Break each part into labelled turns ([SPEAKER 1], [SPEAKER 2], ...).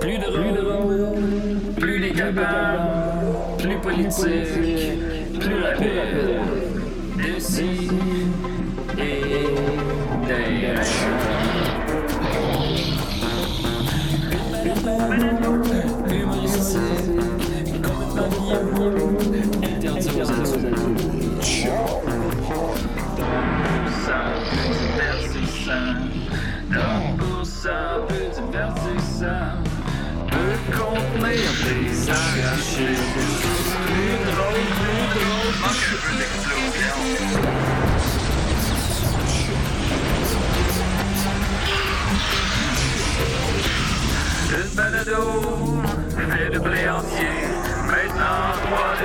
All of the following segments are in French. [SPEAKER 1] Plus de rôle, plus décapable, plus politique, plus rapide. D'ici et d'ailleurs. Humoristique, comme un pavillon, interdit aux adultes. Ça, divertissant. Donc, pour ça, peu divertissant. Peut contenir des arrachés. Plus drôle, plus drôle. Manque un peu d'explosion. Une balado, fait de blé entier. Maintenant, Ah 3D,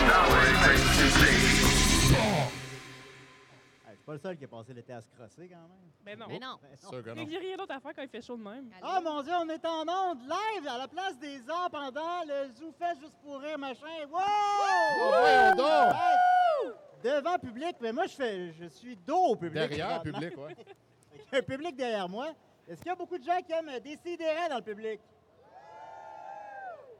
[SPEAKER 1] dans le Facebook.
[SPEAKER 2] Hey, c'est pas le seul qui a passé l'été à se crosser quand même.
[SPEAKER 3] Mais non.
[SPEAKER 4] Mais non.
[SPEAKER 5] Oh, Sûr que
[SPEAKER 3] Il n'y a rien d'autre à faire quand il fait chaud de même.
[SPEAKER 4] Allez.
[SPEAKER 2] Ah mon dieu, on est en onde live à la place des arts pendant le ZooFest juste pour rire machin. Wow!
[SPEAKER 5] voyons donc!
[SPEAKER 2] Hey, Devant public, mais moi je fais je suis dos au public.
[SPEAKER 5] Derrière,
[SPEAKER 2] présentement.
[SPEAKER 5] public, ouais.
[SPEAKER 2] Il y a un public derrière moi. Est-ce qu'il y a beaucoup de gens qui aiment décider dans le public?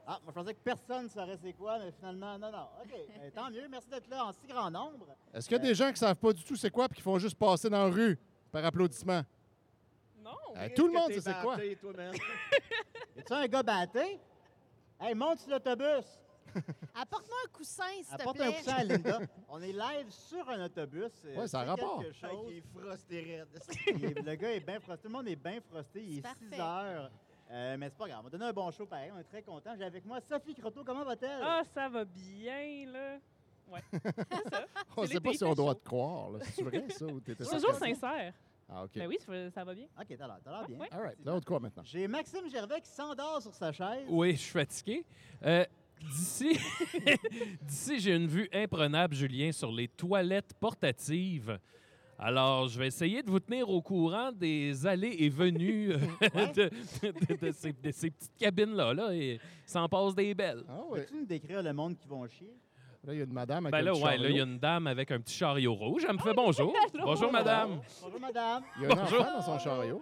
[SPEAKER 2] Ah, moi je pensais que personne ne saurait c'est quoi, mais finalement, non, non. OK, ben, tant mieux. Merci d'être là en si grand nombre.
[SPEAKER 5] Est-ce qu'il y a des gens qui savent pas du tout c'est quoi puis qui font juste passer dans la rue par applaudissement?
[SPEAKER 3] Non.
[SPEAKER 5] Euh, tout le monde sait c'est quoi.
[SPEAKER 2] Y a-tu un gars batté? Hey, monte sur l'autobus!
[SPEAKER 4] Apporte-moi un coussin, s'il te
[SPEAKER 2] Apporte un
[SPEAKER 4] plaît.
[SPEAKER 2] coussin à Linda. On est live sur un autobus. Euh,
[SPEAKER 5] Ouais, ça a rapport.
[SPEAKER 2] Il est frosté raide. Le gars est bien frosté. Tout le monde est bien frosté. Il
[SPEAKER 4] C'est
[SPEAKER 2] est
[SPEAKER 4] parfait.
[SPEAKER 2] 6 heures. Euh, mais c'est pas grave. On va donner un bon show pareil. On est très contents. J'ai avec moi Sophie Croteau. Comment va-t-elle?
[SPEAKER 3] Ah, ça va bien, là. Ouais.
[SPEAKER 5] On
[SPEAKER 3] C'est
[SPEAKER 5] sait pas
[SPEAKER 3] l'été,
[SPEAKER 5] si on
[SPEAKER 3] il fait
[SPEAKER 5] doit
[SPEAKER 3] chaud.
[SPEAKER 5] te croire. là. C'est vrai, ça? Ou
[SPEAKER 3] Je
[SPEAKER 5] t'étais
[SPEAKER 3] suis toujours
[SPEAKER 5] sarcastique?
[SPEAKER 3] sincère.
[SPEAKER 5] Ah, OK.
[SPEAKER 3] Ben oui, ça ça va bien.
[SPEAKER 2] OK, t'as l'air, t'as l'air bien.
[SPEAKER 3] Ouais.
[SPEAKER 5] All right. Là, on te croit maintenant.
[SPEAKER 2] J'ai Maxime Gervais qui s'endort sur sa chaise.
[SPEAKER 6] Oui, je suis fatigué. Euh, D'ici, d'ici, j'ai une vue imprenable, Julien, sur les toilettes portatives. Alors, je vais essayer de vous tenir au courant des allées et venues euh, de, de- de ces, de ces petites cabines-là. Là, et s'en passe des belles.
[SPEAKER 5] Ah oui.
[SPEAKER 2] Peux-tu nous décrire le monde qui vont chier?
[SPEAKER 5] Là, il y a une madame avec
[SPEAKER 6] Ben
[SPEAKER 5] un
[SPEAKER 6] là,
[SPEAKER 5] petit
[SPEAKER 6] ouais, là, il y a
[SPEAKER 5] chariot. Ah,
[SPEAKER 6] une dame avec un petit chariot rouge. Elle me fait bonjour.
[SPEAKER 3] allô.
[SPEAKER 6] Bonjour, madame.
[SPEAKER 2] Bonjour, madame.
[SPEAKER 5] Il y a un enfant dans son chariot.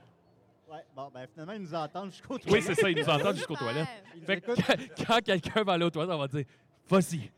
[SPEAKER 2] Ouais, bon, ben finalement, ils nous entendent jusqu'au
[SPEAKER 6] Oui, c'est ça, ils nous entendent
[SPEAKER 4] Super.
[SPEAKER 6] jusqu'aux toilettes.
[SPEAKER 2] Ils nous
[SPEAKER 6] Fait que
[SPEAKER 2] écoutent.
[SPEAKER 6] quand- quand quelqu'un va aller aux toilettes, on va dire Vas-y.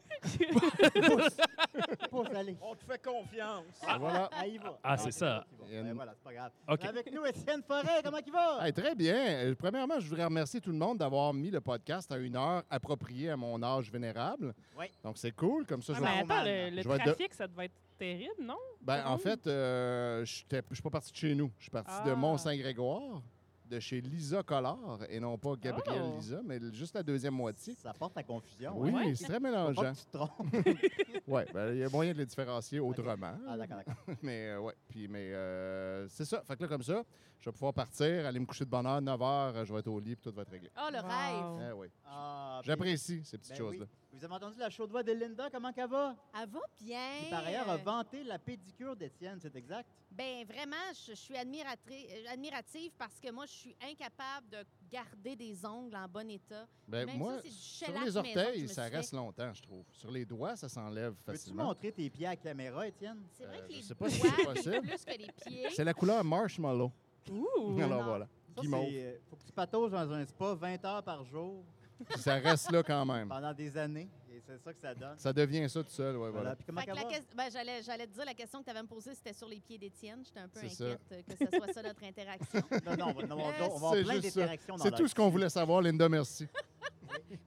[SPEAKER 2] Pousse, allez.
[SPEAKER 7] On te fait confiance.
[SPEAKER 2] Ah,
[SPEAKER 5] voilà.
[SPEAKER 2] Ah, il va.
[SPEAKER 6] Ah, c'est ça.
[SPEAKER 2] bon,
[SPEAKER 5] Il y a
[SPEAKER 2] Ben
[SPEAKER 5] une-
[SPEAKER 2] voilà, c'est pas grave.
[SPEAKER 6] OK.
[SPEAKER 2] Avec nous, Étienne Forêt, comment il va?
[SPEAKER 5] Hey, très bien. Euh, Premièrement, je voudrais remercier tout le monde d'avoir mis le podcast à une heure appropriée à mon âge vénérable.
[SPEAKER 2] Oui.
[SPEAKER 5] Donc, c'est cool. Comme ça,
[SPEAKER 3] Ah,
[SPEAKER 5] je
[SPEAKER 3] mais
[SPEAKER 2] vais-
[SPEAKER 3] attends, le, le
[SPEAKER 5] Je vais de-
[SPEAKER 3] trafic, ça devait être terrible, non?
[SPEAKER 5] Ben, en fait, euh, j'étais- je suis pas parti de chez nous. Je suis parti de
[SPEAKER 3] Ah.
[SPEAKER 5] Mont-Saint-Grégoire, de chez Lisa Collard, et non pas Gabrielle
[SPEAKER 3] Oh.
[SPEAKER 5] Lisa, mais juste la deuxième moitié.
[SPEAKER 2] Ça porte à confusion. hein?
[SPEAKER 5] Oui,
[SPEAKER 3] ouais.
[SPEAKER 5] c'est très
[SPEAKER 2] Ah Faut pas
[SPEAKER 5] mélangeant.
[SPEAKER 2] que tu te trompes.
[SPEAKER 5] ouais, ben, il y a moyen de les différencier autrement.
[SPEAKER 2] Ah, d'accord, d'accord.
[SPEAKER 5] mais euh, ouais, puis mais euh, c'est ça. Fait que là, comme ça, je vais pouvoir partir, aller me coucher de bonne heure, 9 h, euh, je vais être au lit, puis tout va être réglé.
[SPEAKER 4] Oh, le
[SPEAKER 3] Wow.
[SPEAKER 4] rêve.
[SPEAKER 5] Eh oui.
[SPEAKER 2] Ah, puis-
[SPEAKER 5] J'apprécie ces petites
[SPEAKER 2] ben
[SPEAKER 5] choses-là.
[SPEAKER 2] oui. Vous avez entendu la chaude voix de Linda, comment qu'elle va?
[SPEAKER 4] Elle va bien.
[SPEAKER 2] Qui, par ailleurs, a vanté la pédicure d'Étienne, c'est exact?
[SPEAKER 4] Ben vraiment, je, je suis admiratri- euh, admirative parce que moi, je suis incapable de garder des ongles en bon état.
[SPEAKER 5] Ben,
[SPEAKER 4] Même
[SPEAKER 5] moi,
[SPEAKER 4] ça, c'est du
[SPEAKER 5] sur
[SPEAKER 4] shellac
[SPEAKER 5] les
[SPEAKER 4] maison que je
[SPEAKER 5] orteils,
[SPEAKER 4] me
[SPEAKER 5] ça
[SPEAKER 4] suis fait.
[SPEAKER 5] reste longtemps, je trouve. Sur les doigts, ça s'enlève
[SPEAKER 2] Peux-tu
[SPEAKER 5] facilement.
[SPEAKER 2] montrer tes pieds à la caméra, Étienne?
[SPEAKER 4] C'est vrai
[SPEAKER 5] Euh,
[SPEAKER 4] que
[SPEAKER 5] je
[SPEAKER 4] les
[SPEAKER 5] sais
[SPEAKER 4] doigts,
[SPEAKER 5] pas si c'est possible.
[SPEAKER 4] plus que les pieds.
[SPEAKER 5] C'est la couleur marshmallow.
[SPEAKER 3] Ouh.
[SPEAKER 5] Alors
[SPEAKER 4] non.
[SPEAKER 5] voilà.
[SPEAKER 2] Ça,
[SPEAKER 5] Guimauve.
[SPEAKER 2] c'est, euh, faut que tu patauges dans un spa 20 heures par jour
[SPEAKER 5] Puis ça reste là quand même.
[SPEAKER 2] pendant des années. Et c'est ça que ça donne.
[SPEAKER 5] Ça devient ça tout seul, ouais,
[SPEAKER 2] Voilà.
[SPEAKER 5] voilà.
[SPEAKER 2] Puis comment
[SPEAKER 4] Fait que la
[SPEAKER 2] qu'elle va?
[SPEAKER 4] que- ben, j'allais, j'allais te dire la question que tu avais à me poser, c'était sur les pieds d'Étienne. J'étais un peu
[SPEAKER 5] C'est ça.
[SPEAKER 4] inquiète euh, que ce soit ça notre interaction.
[SPEAKER 2] Non, non, on va, on va- on va avoir
[SPEAKER 5] C'est
[SPEAKER 2] plein
[SPEAKER 5] juste ça.
[SPEAKER 2] d'interactions dans
[SPEAKER 5] C'est tout ce qu'on voulait savoir, Linda, merci.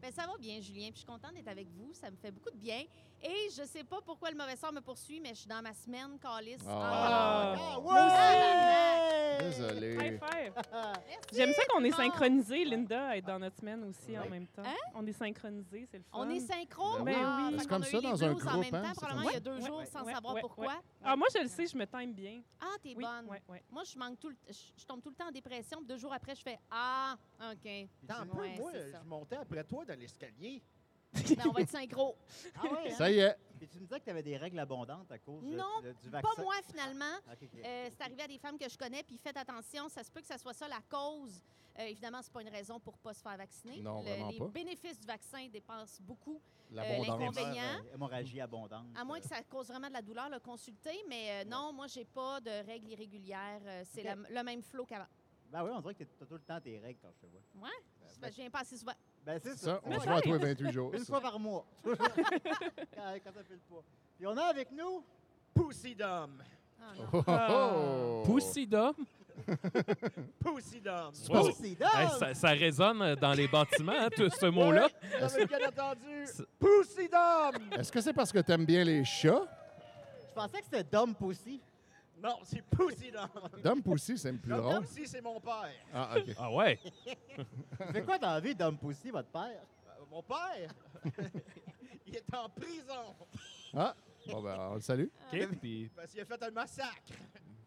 [SPEAKER 4] Ben, ça va bien, Julien. Puis je suis contente d'être avec vous. Ça me fait beaucoup de bien. Et je sais pas pourquoi le mauvais sort me poursuit, mais je suis dans ma semaine, Calis.
[SPEAKER 5] Ah.
[SPEAKER 2] Ah,
[SPEAKER 3] Moi
[SPEAKER 2] ouais!
[SPEAKER 3] High
[SPEAKER 5] Désolé.
[SPEAKER 3] five.
[SPEAKER 2] Ah,
[SPEAKER 3] J'aime ça qu'on est
[SPEAKER 4] Ah.
[SPEAKER 3] synchronisés, Linda, être dans notre semaine aussi en même temps.
[SPEAKER 4] Hein?
[SPEAKER 3] On est synchronisés, c'est le fun.
[SPEAKER 4] On est synchro.
[SPEAKER 3] Ben
[SPEAKER 4] Ah,
[SPEAKER 3] oui.
[SPEAKER 4] fait
[SPEAKER 3] C'est
[SPEAKER 4] qu'on
[SPEAKER 5] comme
[SPEAKER 4] a
[SPEAKER 5] ça
[SPEAKER 4] eu les
[SPEAKER 5] dans un
[SPEAKER 4] blues en
[SPEAKER 5] groupe,
[SPEAKER 4] même
[SPEAKER 5] hein,
[SPEAKER 4] temps,
[SPEAKER 5] c'est
[SPEAKER 4] probablement il y a deux
[SPEAKER 3] ouais,
[SPEAKER 4] jours
[SPEAKER 3] ouais,
[SPEAKER 4] sans
[SPEAKER 3] ouais,
[SPEAKER 4] savoir
[SPEAKER 3] ouais,
[SPEAKER 4] pourquoi.
[SPEAKER 3] Ah, moi, je le sais, je me time bien.
[SPEAKER 4] Ah, t'es
[SPEAKER 3] Oui,
[SPEAKER 4] bonne.
[SPEAKER 3] ouais, ouais.
[SPEAKER 4] Moi, je manque tout le t- je, je tombe tout le temps en dépression, puis deux jours après, je fais Ah, OK.
[SPEAKER 7] T'en peux,
[SPEAKER 4] Ouais,
[SPEAKER 7] moi,
[SPEAKER 4] c'est ça.
[SPEAKER 7] je montais après toi dans l'escalier.
[SPEAKER 4] Ben, on va être synchro.
[SPEAKER 2] Ah ouais, hein?
[SPEAKER 5] Ça y est.
[SPEAKER 2] Puis tu me disais que tu avais des règles abondantes à cause de-
[SPEAKER 4] Non,
[SPEAKER 2] de- du vaccin.
[SPEAKER 4] Pas moi, finalement.
[SPEAKER 2] Ok, ok.
[SPEAKER 4] Euh, c'est arrivé à des femmes que je connais, puis faites attention, ça se peut que ça soit ça la cause. Euh, évidemment, c'est pas une raison pour pas se faire vacciner.
[SPEAKER 5] Non, vraiment
[SPEAKER 4] les
[SPEAKER 5] pas.
[SPEAKER 4] bénéfices du vaccin dépensent beaucoup,
[SPEAKER 5] L'abondance.
[SPEAKER 4] l'inconvénient- inconvénient.
[SPEAKER 2] Euh, Hémorragie Euh, abondante.
[SPEAKER 4] à moins que ça cause vraiment de la douleur, le consulter. Mais euh, non, moi, j'ai pas de règles irrégulières. Euh, c'est
[SPEAKER 2] Ok.
[SPEAKER 4] la- le même flot qu'avant.
[SPEAKER 2] Ben oui, on dirait que t'as tout le temps tes règles quand je te vois.
[SPEAKER 4] Ouais, c'est
[SPEAKER 5] ben.
[SPEAKER 4] parce que je viens pas assez souvent.
[SPEAKER 2] Ben c'est ça.
[SPEAKER 5] Ça, on
[SPEAKER 3] Mais
[SPEAKER 5] se voit à
[SPEAKER 3] ouais.
[SPEAKER 5] toi 28 jours.
[SPEAKER 2] Une fois par mois. quand, quand ça fait le pas. Puis on a avec nous.
[SPEAKER 8] Poussidum.
[SPEAKER 4] Ah,
[SPEAKER 5] Oh,
[SPEAKER 4] non.
[SPEAKER 5] oh, oh.
[SPEAKER 6] Pussy Dom.
[SPEAKER 8] Poussidum.
[SPEAKER 6] Wow.
[SPEAKER 2] Pussy Dog!
[SPEAKER 6] Hey, ça, ça résonne euh, dans les bâtiments, hein, tout ce mot-là.
[SPEAKER 8] J'avais bien entendu.
[SPEAKER 6] C'est-
[SPEAKER 8] Poussidum.
[SPEAKER 5] Est-ce que c'est parce que t'aimes bien les chats?
[SPEAKER 2] Je pensais que c'était Dom Pussy.
[SPEAKER 8] Non, c'est Poussidum.
[SPEAKER 5] Dom Poussy, c'est plus drôle.
[SPEAKER 8] Comme si c'est mon père.
[SPEAKER 5] Ah, OK.
[SPEAKER 6] Ah ouais.
[SPEAKER 2] Il fait quoi dans la vie, Dom Pussy, votre père?
[SPEAKER 8] Euh, Mon père, il est en prison
[SPEAKER 5] Ah, bon, ben, on le salue.
[SPEAKER 6] OK. Puis,
[SPEAKER 8] parce qu'il a fait un massacre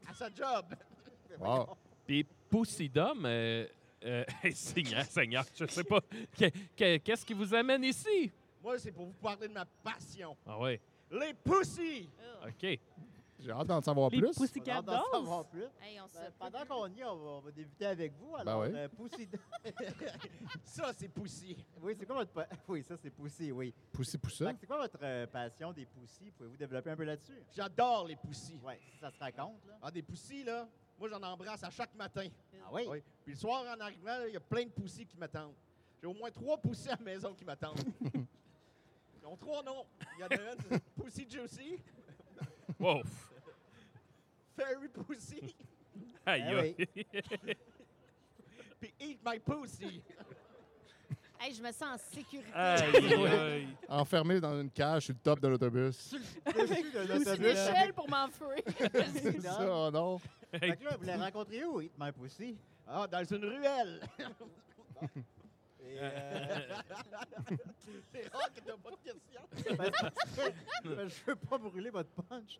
[SPEAKER 8] à sa job.
[SPEAKER 5] Wow.
[SPEAKER 6] puis Pussy Dom, euh, euh, Seigneur, Seigneur, je sais pas. Que- que- Qu'est-ce qui vous amène ici?
[SPEAKER 8] Moi, c'est pour vous parler de ma passion.
[SPEAKER 6] Ah ouais.
[SPEAKER 8] Les poussies!
[SPEAKER 6] OK.
[SPEAKER 5] J'ai hâte d'en savoir
[SPEAKER 3] Les
[SPEAKER 5] plus.
[SPEAKER 2] On a
[SPEAKER 3] Pussycat
[SPEAKER 2] hâte d'en
[SPEAKER 3] Dolls.
[SPEAKER 2] savoir plus.
[SPEAKER 4] Hey, on se
[SPEAKER 2] Ben, pendant qu'on y est, on va, on va débuter avec vous. Alors,
[SPEAKER 5] Ben oui.
[SPEAKER 2] euh, Pussy Dog-
[SPEAKER 8] Ça, c'est poussy.
[SPEAKER 2] Oui, c'est quoi votre. pa- Oui, ça, c'est Pussy, oui.
[SPEAKER 5] Poussy,
[SPEAKER 2] Fait
[SPEAKER 5] poussa.
[SPEAKER 2] que C'est quoi votre euh, passion des Pussy? Pouvez-vous développer un peu là-dessus?
[SPEAKER 8] J'adore les poussies.
[SPEAKER 2] Oui, ça se raconte, là.
[SPEAKER 8] Ah, des poussies, là, moi, j'en embrasse à chaque matin.
[SPEAKER 2] Ah oui?
[SPEAKER 8] Oui. Puis le soir, en arrivant, là, il y a plein de poussies qui m'attendent. J'ai au moins trois poussies à la maison qui m'attendent. Ils ont trois noms. Il y en a une, c'est Pussy Juicy,
[SPEAKER 6] Wow.
[SPEAKER 8] Fairy Pussy,
[SPEAKER 6] Aïe,
[SPEAKER 2] Ben
[SPEAKER 6] aïe.
[SPEAKER 8] puis Eat My Pussy.
[SPEAKER 4] Hey, je me sens en sécurité.
[SPEAKER 6] Aïe, aïe.
[SPEAKER 5] Enfermé dans une cage sur le top de l'autobus.
[SPEAKER 2] Dessus de
[SPEAKER 4] C'est une
[SPEAKER 2] l'autobus.
[SPEAKER 4] échelle pour m'enfuir.
[SPEAKER 5] C'est ça, oh non?
[SPEAKER 2] Fait que là, vous les rencontrez où, Hit My Pussy?
[SPEAKER 8] Ah, dans une ruelle.
[SPEAKER 2] Et, euh,
[SPEAKER 6] Euh,
[SPEAKER 8] C'est rare que t'as pas de questions.
[SPEAKER 2] ben, c'est- ben, je veux pas brûler votre punch.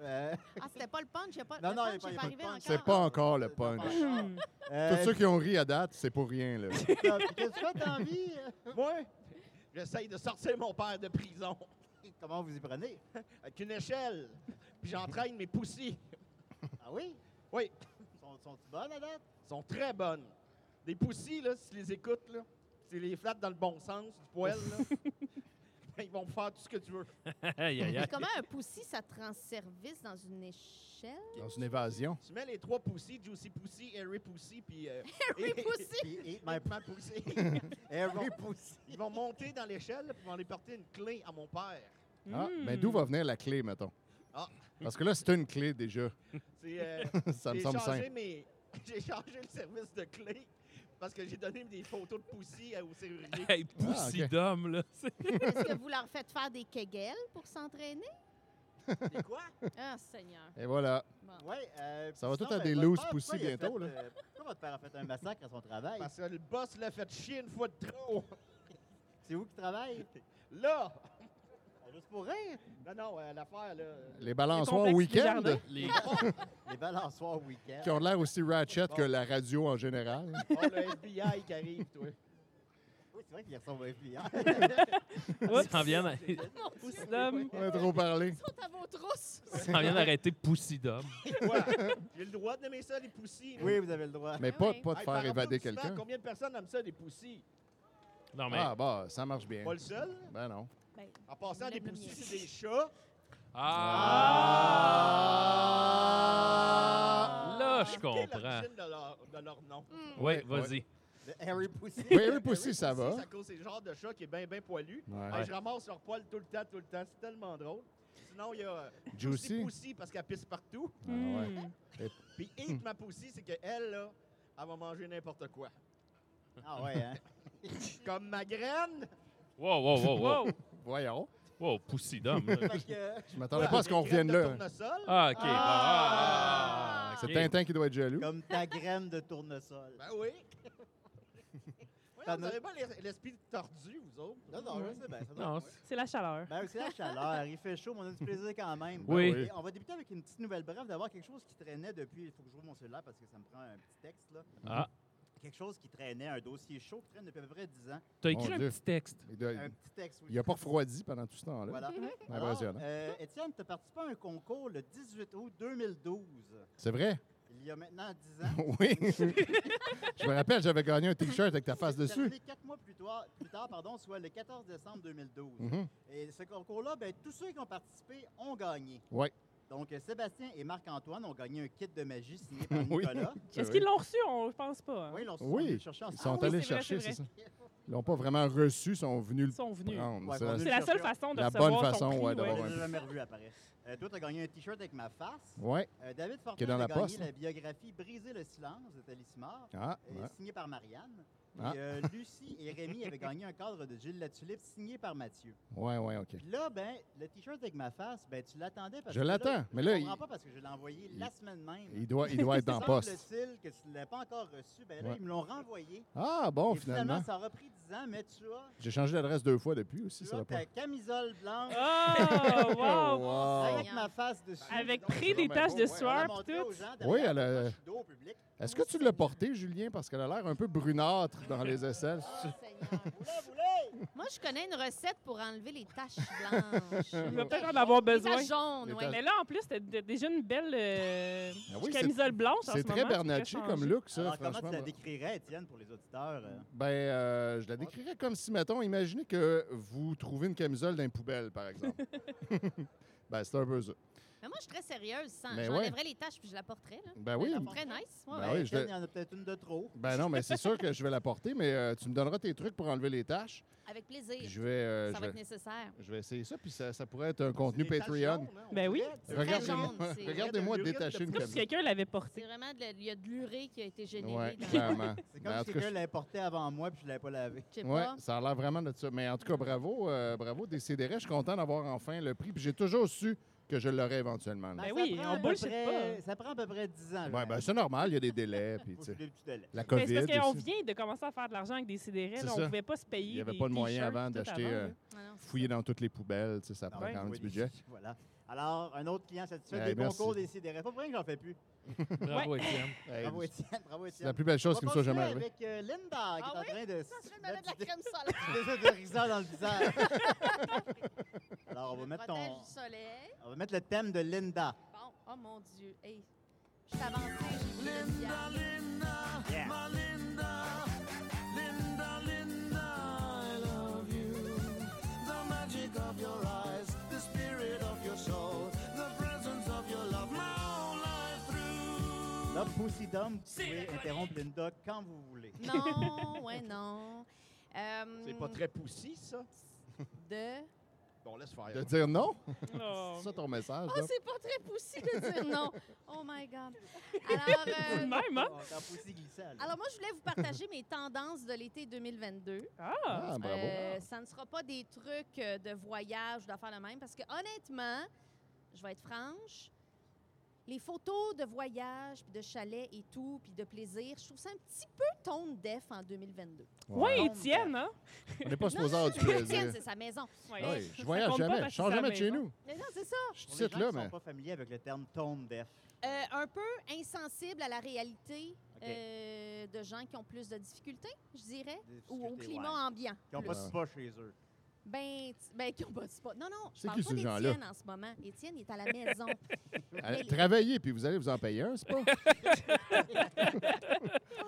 [SPEAKER 2] Euh,
[SPEAKER 4] Ah, c'était pas le punch. y a Pas,
[SPEAKER 2] Non,
[SPEAKER 4] le
[SPEAKER 2] non,
[SPEAKER 4] punch
[SPEAKER 2] il y a pas- il y a
[SPEAKER 4] est pas
[SPEAKER 2] pas
[SPEAKER 4] arrivé
[SPEAKER 2] de punch.
[SPEAKER 4] encore.
[SPEAKER 5] C'est pas encore le punch.
[SPEAKER 3] Hum.
[SPEAKER 2] euh,
[SPEAKER 5] Tous ceux qui ont ri à date, c'est pour rien, là.
[SPEAKER 2] Non, puis Qu'est-ce que tu fais dans la vie?
[SPEAKER 8] Moi, j'essaye de sortir mon père de prison
[SPEAKER 2] Comment vous y prenez?
[SPEAKER 8] avec une échelle. Puis j'entraîne mes poussies.
[SPEAKER 2] Ah oui?
[SPEAKER 8] Oui,
[SPEAKER 2] Sont- Sont-ils bonnes à date?
[SPEAKER 8] elles sont très bonnes. Des poussies, là, si tu les écoutes, là, si tu les flattes dans le bon sens du poil, là, ben, ils vont faire tout ce que tu veux.
[SPEAKER 6] Aïe, aïe,
[SPEAKER 4] Mais
[SPEAKER 6] aïe.
[SPEAKER 4] comment un poussy, ça te rend service dans une échelle?
[SPEAKER 5] Dans une évasion.
[SPEAKER 8] Tu mets les trois poussies, Juicy Pussy, Harry Pussy, puis... euh,
[SPEAKER 4] Oui,
[SPEAKER 8] et-
[SPEAKER 4] poussy!
[SPEAKER 2] Puis Hit My
[SPEAKER 8] Ma ma Pussy.
[SPEAKER 2] Every Pussy.
[SPEAKER 8] Ils vont monter dans l'échelle, là, puis ils vont aller porter une clé à mon père.
[SPEAKER 5] Ah,
[SPEAKER 3] Hum.
[SPEAKER 5] mais d'où va venir la clé, mettons?
[SPEAKER 8] Ah.
[SPEAKER 5] Parce que là, c'est une clé déjà.
[SPEAKER 8] C'est... euh,
[SPEAKER 5] Ça me
[SPEAKER 8] J'ai
[SPEAKER 5] semble
[SPEAKER 8] changé,
[SPEAKER 5] simple.
[SPEAKER 8] mes- j'ai changé le service de clé parce que j'ai donné des photos de Poussy à- au serrurier.
[SPEAKER 6] Hey,
[SPEAKER 5] Ah,
[SPEAKER 6] Pussy
[SPEAKER 5] ok.
[SPEAKER 6] Dom, là. C'est-
[SPEAKER 4] Est-ce que vous leur faites faire des kegels pour s'entraîner?
[SPEAKER 8] C'est quoi?
[SPEAKER 4] Ah, Seigneur.
[SPEAKER 5] Et voilà.
[SPEAKER 4] Bon.
[SPEAKER 2] Ouais, euh,
[SPEAKER 5] Ça va
[SPEAKER 2] puis
[SPEAKER 5] tout à
[SPEAKER 2] sinon,
[SPEAKER 5] des
[SPEAKER 2] votre
[SPEAKER 5] loose
[SPEAKER 2] père,
[SPEAKER 5] pussy
[SPEAKER 2] pourquoi il a
[SPEAKER 5] bientôt,
[SPEAKER 2] fait,
[SPEAKER 5] là?
[SPEAKER 2] euh, pourquoi votre père a fait un massacre à son travail?
[SPEAKER 8] Parce que le boss l'a fait chier une fois de trop.
[SPEAKER 2] C'est où qui travaille? Ah,
[SPEAKER 8] Là!
[SPEAKER 2] Juste pour rire.
[SPEAKER 8] Non, non, euh, l'affaire, là. euh,
[SPEAKER 5] Les balançoires
[SPEAKER 3] complexes du
[SPEAKER 5] week-end
[SPEAKER 3] jardin.
[SPEAKER 6] Les-
[SPEAKER 2] Les balançoires week-end.
[SPEAKER 5] qui ont l'air aussi ratchet que la radio en général.
[SPEAKER 8] Oh, le FBI qui arrive, toi.
[SPEAKER 2] Oui, c'est vrai qu'il ressemble à un client.
[SPEAKER 6] Ils
[SPEAKER 5] Ah,
[SPEAKER 6] s'en viennent à- ils
[SPEAKER 4] Mon Dieu,
[SPEAKER 3] Poussy Dom.
[SPEAKER 5] On a trop parlé.
[SPEAKER 4] ils sont à vos trousses!
[SPEAKER 6] s'en viennent arrêter Pussy Dom.
[SPEAKER 8] Quoi? J'ai le droit de nommer ça des Poussy. là.
[SPEAKER 2] Oui, vous avez le droit.
[SPEAKER 5] Mais
[SPEAKER 4] Ah
[SPEAKER 5] pas,
[SPEAKER 4] oui.
[SPEAKER 5] pas de
[SPEAKER 8] Hey,
[SPEAKER 5] faire
[SPEAKER 8] par rapport
[SPEAKER 5] évader
[SPEAKER 8] au petit
[SPEAKER 5] quelqu'un.
[SPEAKER 8] Mac, Combien de personnes aiment ça, des Poussy?
[SPEAKER 6] Non, mais.
[SPEAKER 5] Ah, bah, ça marche bien.
[SPEAKER 8] Pas le seul. là.
[SPEAKER 5] Ben non.
[SPEAKER 8] En passant,
[SPEAKER 4] Le
[SPEAKER 8] des
[SPEAKER 4] mien.
[SPEAKER 8] Poussy, c'est des chats.
[SPEAKER 6] Ah! Là, je
[SPEAKER 8] Quelle
[SPEAKER 6] comprends.
[SPEAKER 8] l'origine de leur, de leur nom?
[SPEAKER 6] Oui,
[SPEAKER 5] Ouais,
[SPEAKER 6] vas-y.
[SPEAKER 2] Le Harry Pussy.
[SPEAKER 5] Oui, oui,
[SPEAKER 8] Ben
[SPEAKER 5] aussi, ça va.
[SPEAKER 8] C'est à cause des genres de chat qui est bien, bien poilu.
[SPEAKER 5] Ouais.
[SPEAKER 8] Hey, je ramasse leur poil tout le temps, tout le temps. C'est tellement drôle. Sinon, il y a euh,
[SPEAKER 5] Juicy.
[SPEAKER 8] Poussy Mm. parce qu'elle pisse partout.
[SPEAKER 5] Ah ouais.
[SPEAKER 3] Hum.
[SPEAKER 8] Puis Eat ma Poussy, c'est qu'elle, là, elle va manger n'importe quoi.
[SPEAKER 2] Ah ouais, hein?
[SPEAKER 8] Comme ma graine.
[SPEAKER 6] Wow, wow, wow, wow.
[SPEAKER 5] Voyons.
[SPEAKER 6] Wow, Pussy Dom.
[SPEAKER 2] Fait que, euh,
[SPEAKER 5] Je m'attendais
[SPEAKER 8] Ouais,
[SPEAKER 5] pas à ce qu'on
[SPEAKER 8] mes graines
[SPEAKER 5] revienne
[SPEAKER 8] de
[SPEAKER 5] là.
[SPEAKER 8] tournesol.
[SPEAKER 6] Ah, OK.
[SPEAKER 4] Ah!
[SPEAKER 6] Ah,
[SPEAKER 5] C'est
[SPEAKER 6] ok.
[SPEAKER 5] Tintin qui doit être jaloux.
[SPEAKER 2] comme ta graine de tournesol.
[SPEAKER 8] Ben oui.
[SPEAKER 2] T'en
[SPEAKER 8] Voyons, vous
[SPEAKER 2] as-
[SPEAKER 8] n'avez pas l'es- l'esprit tordu, vous autres.
[SPEAKER 2] Ben, Non, non, je sais bien. Ça doit
[SPEAKER 6] Non,
[SPEAKER 2] être-
[SPEAKER 6] c'est-
[SPEAKER 3] C'est la chaleur.
[SPEAKER 2] Ben, c'est la chaleur, il fait chaud, mais on a du plaisir quand même.
[SPEAKER 6] Oui.
[SPEAKER 2] Et on va débuter avec une petite nouvelle brève d'avoir quelque chose qui traînait depuis. Il faut que je rouvre mon cellulaire parce que ça me prend un petit texte. Là.
[SPEAKER 6] Ah,
[SPEAKER 2] Quelque chose qui traînait, un dossier chaud qui traîne depuis à peu près 10 ans.
[SPEAKER 6] t'as
[SPEAKER 5] Mon
[SPEAKER 6] écrit un
[SPEAKER 5] Dieu.
[SPEAKER 6] petit texte.
[SPEAKER 5] Il doit-
[SPEAKER 2] Un petit texte. oui.
[SPEAKER 5] il a pas refroidi pendant tout ce temps-là.
[SPEAKER 2] Voilà. Alors,
[SPEAKER 5] Impressionnant.
[SPEAKER 8] Ah.
[SPEAKER 2] euh, Étienne, tu as participé à un concours le 18 août 2012,
[SPEAKER 5] C'est vrai?
[SPEAKER 2] il y a maintenant 10 ans.
[SPEAKER 5] Oui. je me rappelle, j'avais gagné un T-shirt avec ta face
[SPEAKER 2] C'est
[SPEAKER 5] dessus.
[SPEAKER 2] arrivé Quatre mois plus tard, plus tard pardon, soit le 14 décembre 2012.
[SPEAKER 5] Mhm.
[SPEAKER 2] Et ce concours-là, ben, tous ceux qui ont participé ont gagné.
[SPEAKER 5] Ouais.
[SPEAKER 2] Donc, euh, Sébastien et Marc-Antoine ont gagné un kit de magie signé par Nicolas.
[SPEAKER 3] Est-ce qu'ils l'ont reçu? On ne pense pas. hein.
[SPEAKER 2] Oui, ils l'ont
[SPEAKER 5] Oui.
[SPEAKER 2] on l'a cherché
[SPEAKER 5] Ils
[SPEAKER 2] ensemble.
[SPEAKER 5] sont
[SPEAKER 3] oui,
[SPEAKER 5] allés
[SPEAKER 3] c'est vrai,
[SPEAKER 5] chercher,
[SPEAKER 3] c'est
[SPEAKER 5] c'est ça. Ils l'ont pas vraiment reçu, ils sont venus
[SPEAKER 3] Ils
[SPEAKER 5] le
[SPEAKER 3] sont venus.
[SPEAKER 5] prendre.
[SPEAKER 2] Ouais,
[SPEAKER 5] ça.
[SPEAKER 2] on
[SPEAKER 3] C'est la seule façon de
[SPEAKER 5] La
[SPEAKER 3] recevoir
[SPEAKER 5] bonne
[SPEAKER 3] son
[SPEAKER 5] façon,
[SPEAKER 3] prix,
[SPEAKER 5] ouais,
[SPEAKER 2] Je
[SPEAKER 5] d'avoir
[SPEAKER 2] ne
[SPEAKER 5] un-
[SPEAKER 2] l'ai jamais revu apparaître. Euh, toi, tu as gagné un T-shirt avec ma face.
[SPEAKER 5] Ouais.
[SPEAKER 2] Euh, David
[SPEAKER 5] Qui est
[SPEAKER 2] Fortin
[SPEAKER 5] dans
[SPEAKER 2] a
[SPEAKER 5] la
[SPEAKER 2] gagné
[SPEAKER 5] poste,
[SPEAKER 2] la biographie Briser le silence de Talismar,
[SPEAKER 5] Ah,
[SPEAKER 2] euh,
[SPEAKER 5] ouais.
[SPEAKER 2] signée par Marianne. Puis,
[SPEAKER 5] Ah.
[SPEAKER 2] euh, Lucie et Rémi avaient gagné un cadre de Gilles Latulippe signé par Mathieu.
[SPEAKER 5] ouais, ouais, OK.
[SPEAKER 2] Puis là, ben, le T-shirt avec ma face, ben, tu l'attendais parce
[SPEAKER 5] Je
[SPEAKER 2] que. là,
[SPEAKER 5] l'attends, mais
[SPEAKER 2] je
[SPEAKER 5] là,
[SPEAKER 2] comprends
[SPEAKER 5] il-
[SPEAKER 2] pas parce que je l'ai envoyé la semaine même.
[SPEAKER 5] Il doit, il doit être dans poste.
[SPEAKER 2] semble-t-il que tu ne l'as pas encore reçu. Ben là,
[SPEAKER 5] Ouais.
[SPEAKER 2] ils me l'ont renvoyé.
[SPEAKER 5] Ah, bon,
[SPEAKER 2] Et finalement,
[SPEAKER 5] finalement.
[SPEAKER 2] ça aura pris 10 ans, mais tu as,
[SPEAKER 5] J'ai changé d'adresse deux fois depuis aussi,
[SPEAKER 2] tu
[SPEAKER 5] ça
[SPEAKER 2] as
[SPEAKER 5] va pas.
[SPEAKER 2] ta camisole blanche
[SPEAKER 3] Oh, wow!
[SPEAKER 5] Wow.
[SPEAKER 2] avec ma face dessus.
[SPEAKER 3] Avec
[SPEAKER 2] Donc,
[SPEAKER 3] pris des
[SPEAKER 5] ben
[SPEAKER 3] taches
[SPEAKER 5] bon,
[SPEAKER 3] de
[SPEAKER 5] ouais,
[SPEAKER 2] on l'a
[SPEAKER 3] sueur pis
[SPEAKER 2] montré
[SPEAKER 3] tout.
[SPEAKER 2] aux gens
[SPEAKER 5] Oui,
[SPEAKER 2] derrière
[SPEAKER 5] elle a-
[SPEAKER 2] le dos au public.
[SPEAKER 5] Est-ce que tu l'as porté, Julien, parce qu'elle a l'air un peu brunâtre dans les aisselles?
[SPEAKER 4] Ah, Moi, je connais une recette pour enlever les taches blanches.
[SPEAKER 3] Il va peut-être en avoir
[SPEAKER 4] Les
[SPEAKER 3] besoin.
[SPEAKER 4] taches jaunes,
[SPEAKER 5] Les
[SPEAKER 4] oui.
[SPEAKER 5] taches-
[SPEAKER 4] Mais
[SPEAKER 3] Mais là, en plus, t'as d- déjà une belle euh,
[SPEAKER 5] Ah oui, c'est-
[SPEAKER 3] camisole blanche en ce
[SPEAKER 5] C'est
[SPEAKER 3] moment.
[SPEAKER 5] très
[SPEAKER 3] tu pourrais
[SPEAKER 5] Bernacchi comme
[SPEAKER 3] changer.
[SPEAKER 5] look, ça,
[SPEAKER 2] Alors, comment
[SPEAKER 5] franchement.
[SPEAKER 2] tu la décrirais, Étienne, pour les auditeurs? euh?
[SPEAKER 5] Ben, euh, je la décrirais comme si, mettons, imaginez que vous trouvez une camisole dans une poubelle, par exemple. ben, c'est un peu ça.
[SPEAKER 4] moi, je suis très sérieuse. sans-
[SPEAKER 5] Mais
[SPEAKER 4] J'enlèverais les taches puis je la porterais. Là.
[SPEAKER 5] Ben oui.
[SPEAKER 4] Très nice. Ouais,
[SPEAKER 5] Ben
[SPEAKER 4] ouais.
[SPEAKER 5] oui, je
[SPEAKER 2] Étienne,
[SPEAKER 5] l'ai-
[SPEAKER 2] il y en a peut-être une de trop.
[SPEAKER 5] Ben non, mais c'est sûr que je vais la porter, mais euh, tu me donneras tes trucs pour enlever les taches.
[SPEAKER 4] Avec
[SPEAKER 5] Puis
[SPEAKER 4] plaisir.
[SPEAKER 5] je vais, euh,
[SPEAKER 4] ça va
[SPEAKER 5] je vais,
[SPEAKER 4] être nécessaire.
[SPEAKER 5] je vais essayer ça, puis ça, ça pourrait être un contenu
[SPEAKER 8] C'est des taches
[SPEAKER 5] Patreon.
[SPEAKER 8] jaunes, hein, on
[SPEAKER 3] Ben oui.
[SPEAKER 8] dirait.
[SPEAKER 4] C'est
[SPEAKER 5] Regardez-
[SPEAKER 4] très jaune. c'est-
[SPEAKER 5] Regardez-moi
[SPEAKER 8] C'est-
[SPEAKER 5] détacher une
[SPEAKER 3] C'est comme si
[SPEAKER 5] camisole.
[SPEAKER 3] quelqu'un l'avait
[SPEAKER 4] C'est
[SPEAKER 3] porté.
[SPEAKER 4] vraiment de la- il y a de l'urée qui a été générée.
[SPEAKER 5] Ouais,
[SPEAKER 4] dans-
[SPEAKER 5] clairement.
[SPEAKER 2] C'est
[SPEAKER 5] Ben,
[SPEAKER 2] comme
[SPEAKER 5] en
[SPEAKER 2] si
[SPEAKER 5] tout cas,
[SPEAKER 2] quelqu'un
[SPEAKER 5] je-
[SPEAKER 2] l'avait porté avant moi puis je ne l'avais pas lavé.
[SPEAKER 4] Je sais
[SPEAKER 5] Ouais,
[SPEAKER 4] pas.
[SPEAKER 5] ça a l'air vraiment de ça. Mais en tout cas, bravo, euh, bravo Décideret. Je suis content d'avoir enfin le prix. Puis j'ai toujours su que je l'aurais éventuellement.
[SPEAKER 3] Ben
[SPEAKER 5] là.
[SPEAKER 2] Ça
[SPEAKER 3] oui,
[SPEAKER 2] prend
[SPEAKER 3] on
[SPEAKER 2] à peu
[SPEAKER 3] bullshit
[SPEAKER 2] près-
[SPEAKER 3] pas.
[SPEAKER 2] Ça prend à peu près 10 ans.
[SPEAKER 5] Ouais, ben, c'est normal, il y a des délais. Puis, tu sais, la
[SPEAKER 3] Mais
[SPEAKER 5] COVID.
[SPEAKER 3] c'est parce qu'on
[SPEAKER 5] aussi.
[SPEAKER 3] vient de commencer à faire de l'argent avec des CDR.
[SPEAKER 5] C'est
[SPEAKER 3] On
[SPEAKER 5] ça.
[SPEAKER 3] ne pouvait pas se payer.
[SPEAKER 5] Il n'y avait
[SPEAKER 3] des
[SPEAKER 5] pas de moyen
[SPEAKER 3] t-shirts
[SPEAKER 5] avant
[SPEAKER 3] tout
[SPEAKER 5] d'acheter,
[SPEAKER 3] avant,
[SPEAKER 5] euh,
[SPEAKER 3] là.
[SPEAKER 4] Ah non, c'est
[SPEAKER 5] fouiller dans toutes les poubelles. tu sais,
[SPEAKER 2] Ben
[SPEAKER 5] Ça prend
[SPEAKER 3] Ouais.
[SPEAKER 2] Ah
[SPEAKER 5] quand même du budget.
[SPEAKER 2] Voilà. Alors, un autre client satisfait
[SPEAKER 5] Ben,
[SPEAKER 2] des
[SPEAKER 5] merci.
[SPEAKER 2] concours des CDR. Pas pour rien que j'en fais plus.
[SPEAKER 6] Bravo, Étienne.
[SPEAKER 5] Hey,
[SPEAKER 2] Bravo, Étienne. Bravo,
[SPEAKER 5] Eh, c'est
[SPEAKER 2] Étienne.
[SPEAKER 5] la plus belle chose qui
[SPEAKER 2] Ah On va
[SPEAKER 5] me soit jamais
[SPEAKER 2] continuer
[SPEAKER 5] arrivée.
[SPEAKER 2] avec euh, Linda, qui
[SPEAKER 4] Ah
[SPEAKER 2] est en
[SPEAKER 4] oui?
[SPEAKER 2] train de
[SPEAKER 4] Je
[SPEAKER 2] se
[SPEAKER 4] vais mettre de la
[SPEAKER 2] mettre
[SPEAKER 4] crème solaire.
[SPEAKER 2] du désodorisant dans le visage. Alors, on va mettre
[SPEAKER 4] Protège
[SPEAKER 2] ton...
[SPEAKER 4] du soleil.
[SPEAKER 2] On va mettre le thème de Linda.
[SPEAKER 4] Bon, oh mon Dieu. Hey, je suis avancée. j'ai pris le diable.
[SPEAKER 2] Yeah. Là, Pussy Dom, vous pouvez interrompre Linda quand vous voulez.
[SPEAKER 4] Non, ouais, non. Euh,
[SPEAKER 8] C'est pas très poussy, ça.
[SPEAKER 4] De...
[SPEAKER 8] Bon, laisse faire.
[SPEAKER 5] De dire non?
[SPEAKER 3] Oh.
[SPEAKER 5] C'est euh, ça ton message?
[SPEAKER 8] Ah,
[SPEAKER 4] Oh,
[SPEAKER 5] là?
[SPEAKER 4] c'est pas très poussé de dire non. Oh my God. Alors,
[SPEAKER 3] C'est de
[SPEAKER 4] euh,
[SPEAKER 3] Même, hein?
[SPEAKER 2] Quand Pussy glissait, là.
[SPEAKER 4] alors, moi, je voulais vous partager mes tendances de l'été 2022.
[SPEAKER 3] Ah!
[SPEAKER 5] Ah, bravo.
[SPEAKER 4] Euh, ça ne sera pas des trucs euh, de voyage ou d'affaires de même, parce que honnêtement, je vais être franche, les photos de voyage, puis de chalet et tout, puis de plaisir, je trouve ça un petit peu tone def en 2022.
[SPEAKER 3] Ouais,
[SPEAKER 2] Tombe
[SPEAKER 3] Étienne, hein?
[SPEAKER 5] On n'est pas
[SPEAKER 4] Non,
[SPEAKER 5] supposé avoir du
[SPEAKER 4] Étienne,
[SPEAKER 5] plaisir.
[SPEAKER 4] c'est sa maison.
[SPEAKER 3] Ouais.
[SPEAKER 5] Ah oui,
[SPEAKER 3] Ça
[SPEAKER 5] je voyage
[SPEAKER 3] compte pas
[SPEAKER 5] jamais.
[SPEAKER 3] parce
[SPEAKER 5] Je
[SPEAKER 3] que
[SPEAKER 5] change
[SPEAKER 3] c'est à la
[SPEAKER 5] jamais de chez
[SPEAKER 3] maison.
[SPEAKER 5] nous.
[SPEAKER 4] Mais non, c'est ça.
[SPEAKER 5] Je suis
[SPEAKER 2] Pour
[SPEAKER 5] ici,
[SPEAKER 2] les gens
[SPEAKER 5] là,
[SPEAKER 2] qui
[SPEAKER 5] mais.
[SPEAKER 2] sont pas familiers avec le terme tone def.
[SPEAKER 4] Euh, un peu insensible à la réalité
[SPEAKER 2] OK.
[SPEAKER 4] euh, de gens qui ont plus de difficultés, je dirais,
[SPEAKER 2] Des
[SPEAKER 4] ou au
[SPEAKER 2] difficultés,
[SPEAKER 4] climat
[SPEAKER 2] ouais.
[SPEAKER 4] ambiant.
[SPEAKER 2] Qui n'ont pas de
[SPEAKER 5] Ouais.
[SPEAKER 2] spa chez eux.
[SPEAKER 4] Ben, t- ben qui ont pas de sport. Non, non, je
[SPEAKER 5] C'est
[SPEAKER 4] parle
[SPEAKER 5] qui,
[SPEAKER 4] pas
[SPEAKER 5] ces gens-là?
[SPEAKER 4] d'Étienne en ce moment. Étienne est à la maison.
[SPEAKER 5] Allez, Travaillez, puis vous allez vous en payer un, c'est pas?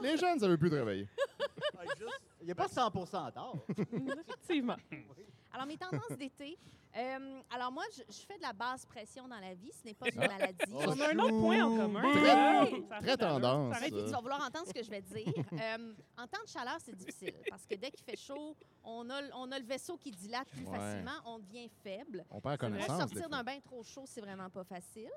[SPEAKER 5] Les jeunes, ça veut plus travailler.
[SPEAKER 2] Il n'y a pas 100 à tort.
[SPEAKER 3] Effectivement.
[SPEAKER 4] Alors, mes tendances d'été. euh, alors, moi, je, je fais de la basse pression dans la vie. Ce n'est pas
[SPEAKER 5] Ah.
[SPEAKER 4] une maladie.
[SPEAKER 5] Oh,
[SPEAKER 3] On a un autre point en commun.
[SPEAKER 5] Très-
[SPEAKER 3] Ouais. Ça
[SPEAKER 5] très
[SPEAKER 3] fait de l'allure.
[SPEAKER 5] tendance.
[SPEAKER 3] Ça aurait
[SPEAKER 4] Puis
[SPEAKER 3] été-
[SPEAKER 4] tu vas vouloir entendre ce que je vais dire. Euh, en temps de chaleur, c'est difficile parce que dès qu'il fait chaud, on a, l- on a le vaisseau qui dilate plus
[SPEAKER 5] Ouais.
[SPEAKER 4] facilement, on devient faible.
[SPEAKER 5] On perd
[SPEAKER 3] C'est vrai.
[SPEAKER 4] Moi,
[SPEAKER 5] connaissance. des
[SPEAKER 4] sortir
[SPEAKER 5] fois.
[SPEAKER 4] d'un bain trop chaud, c'est vraiment pas facile.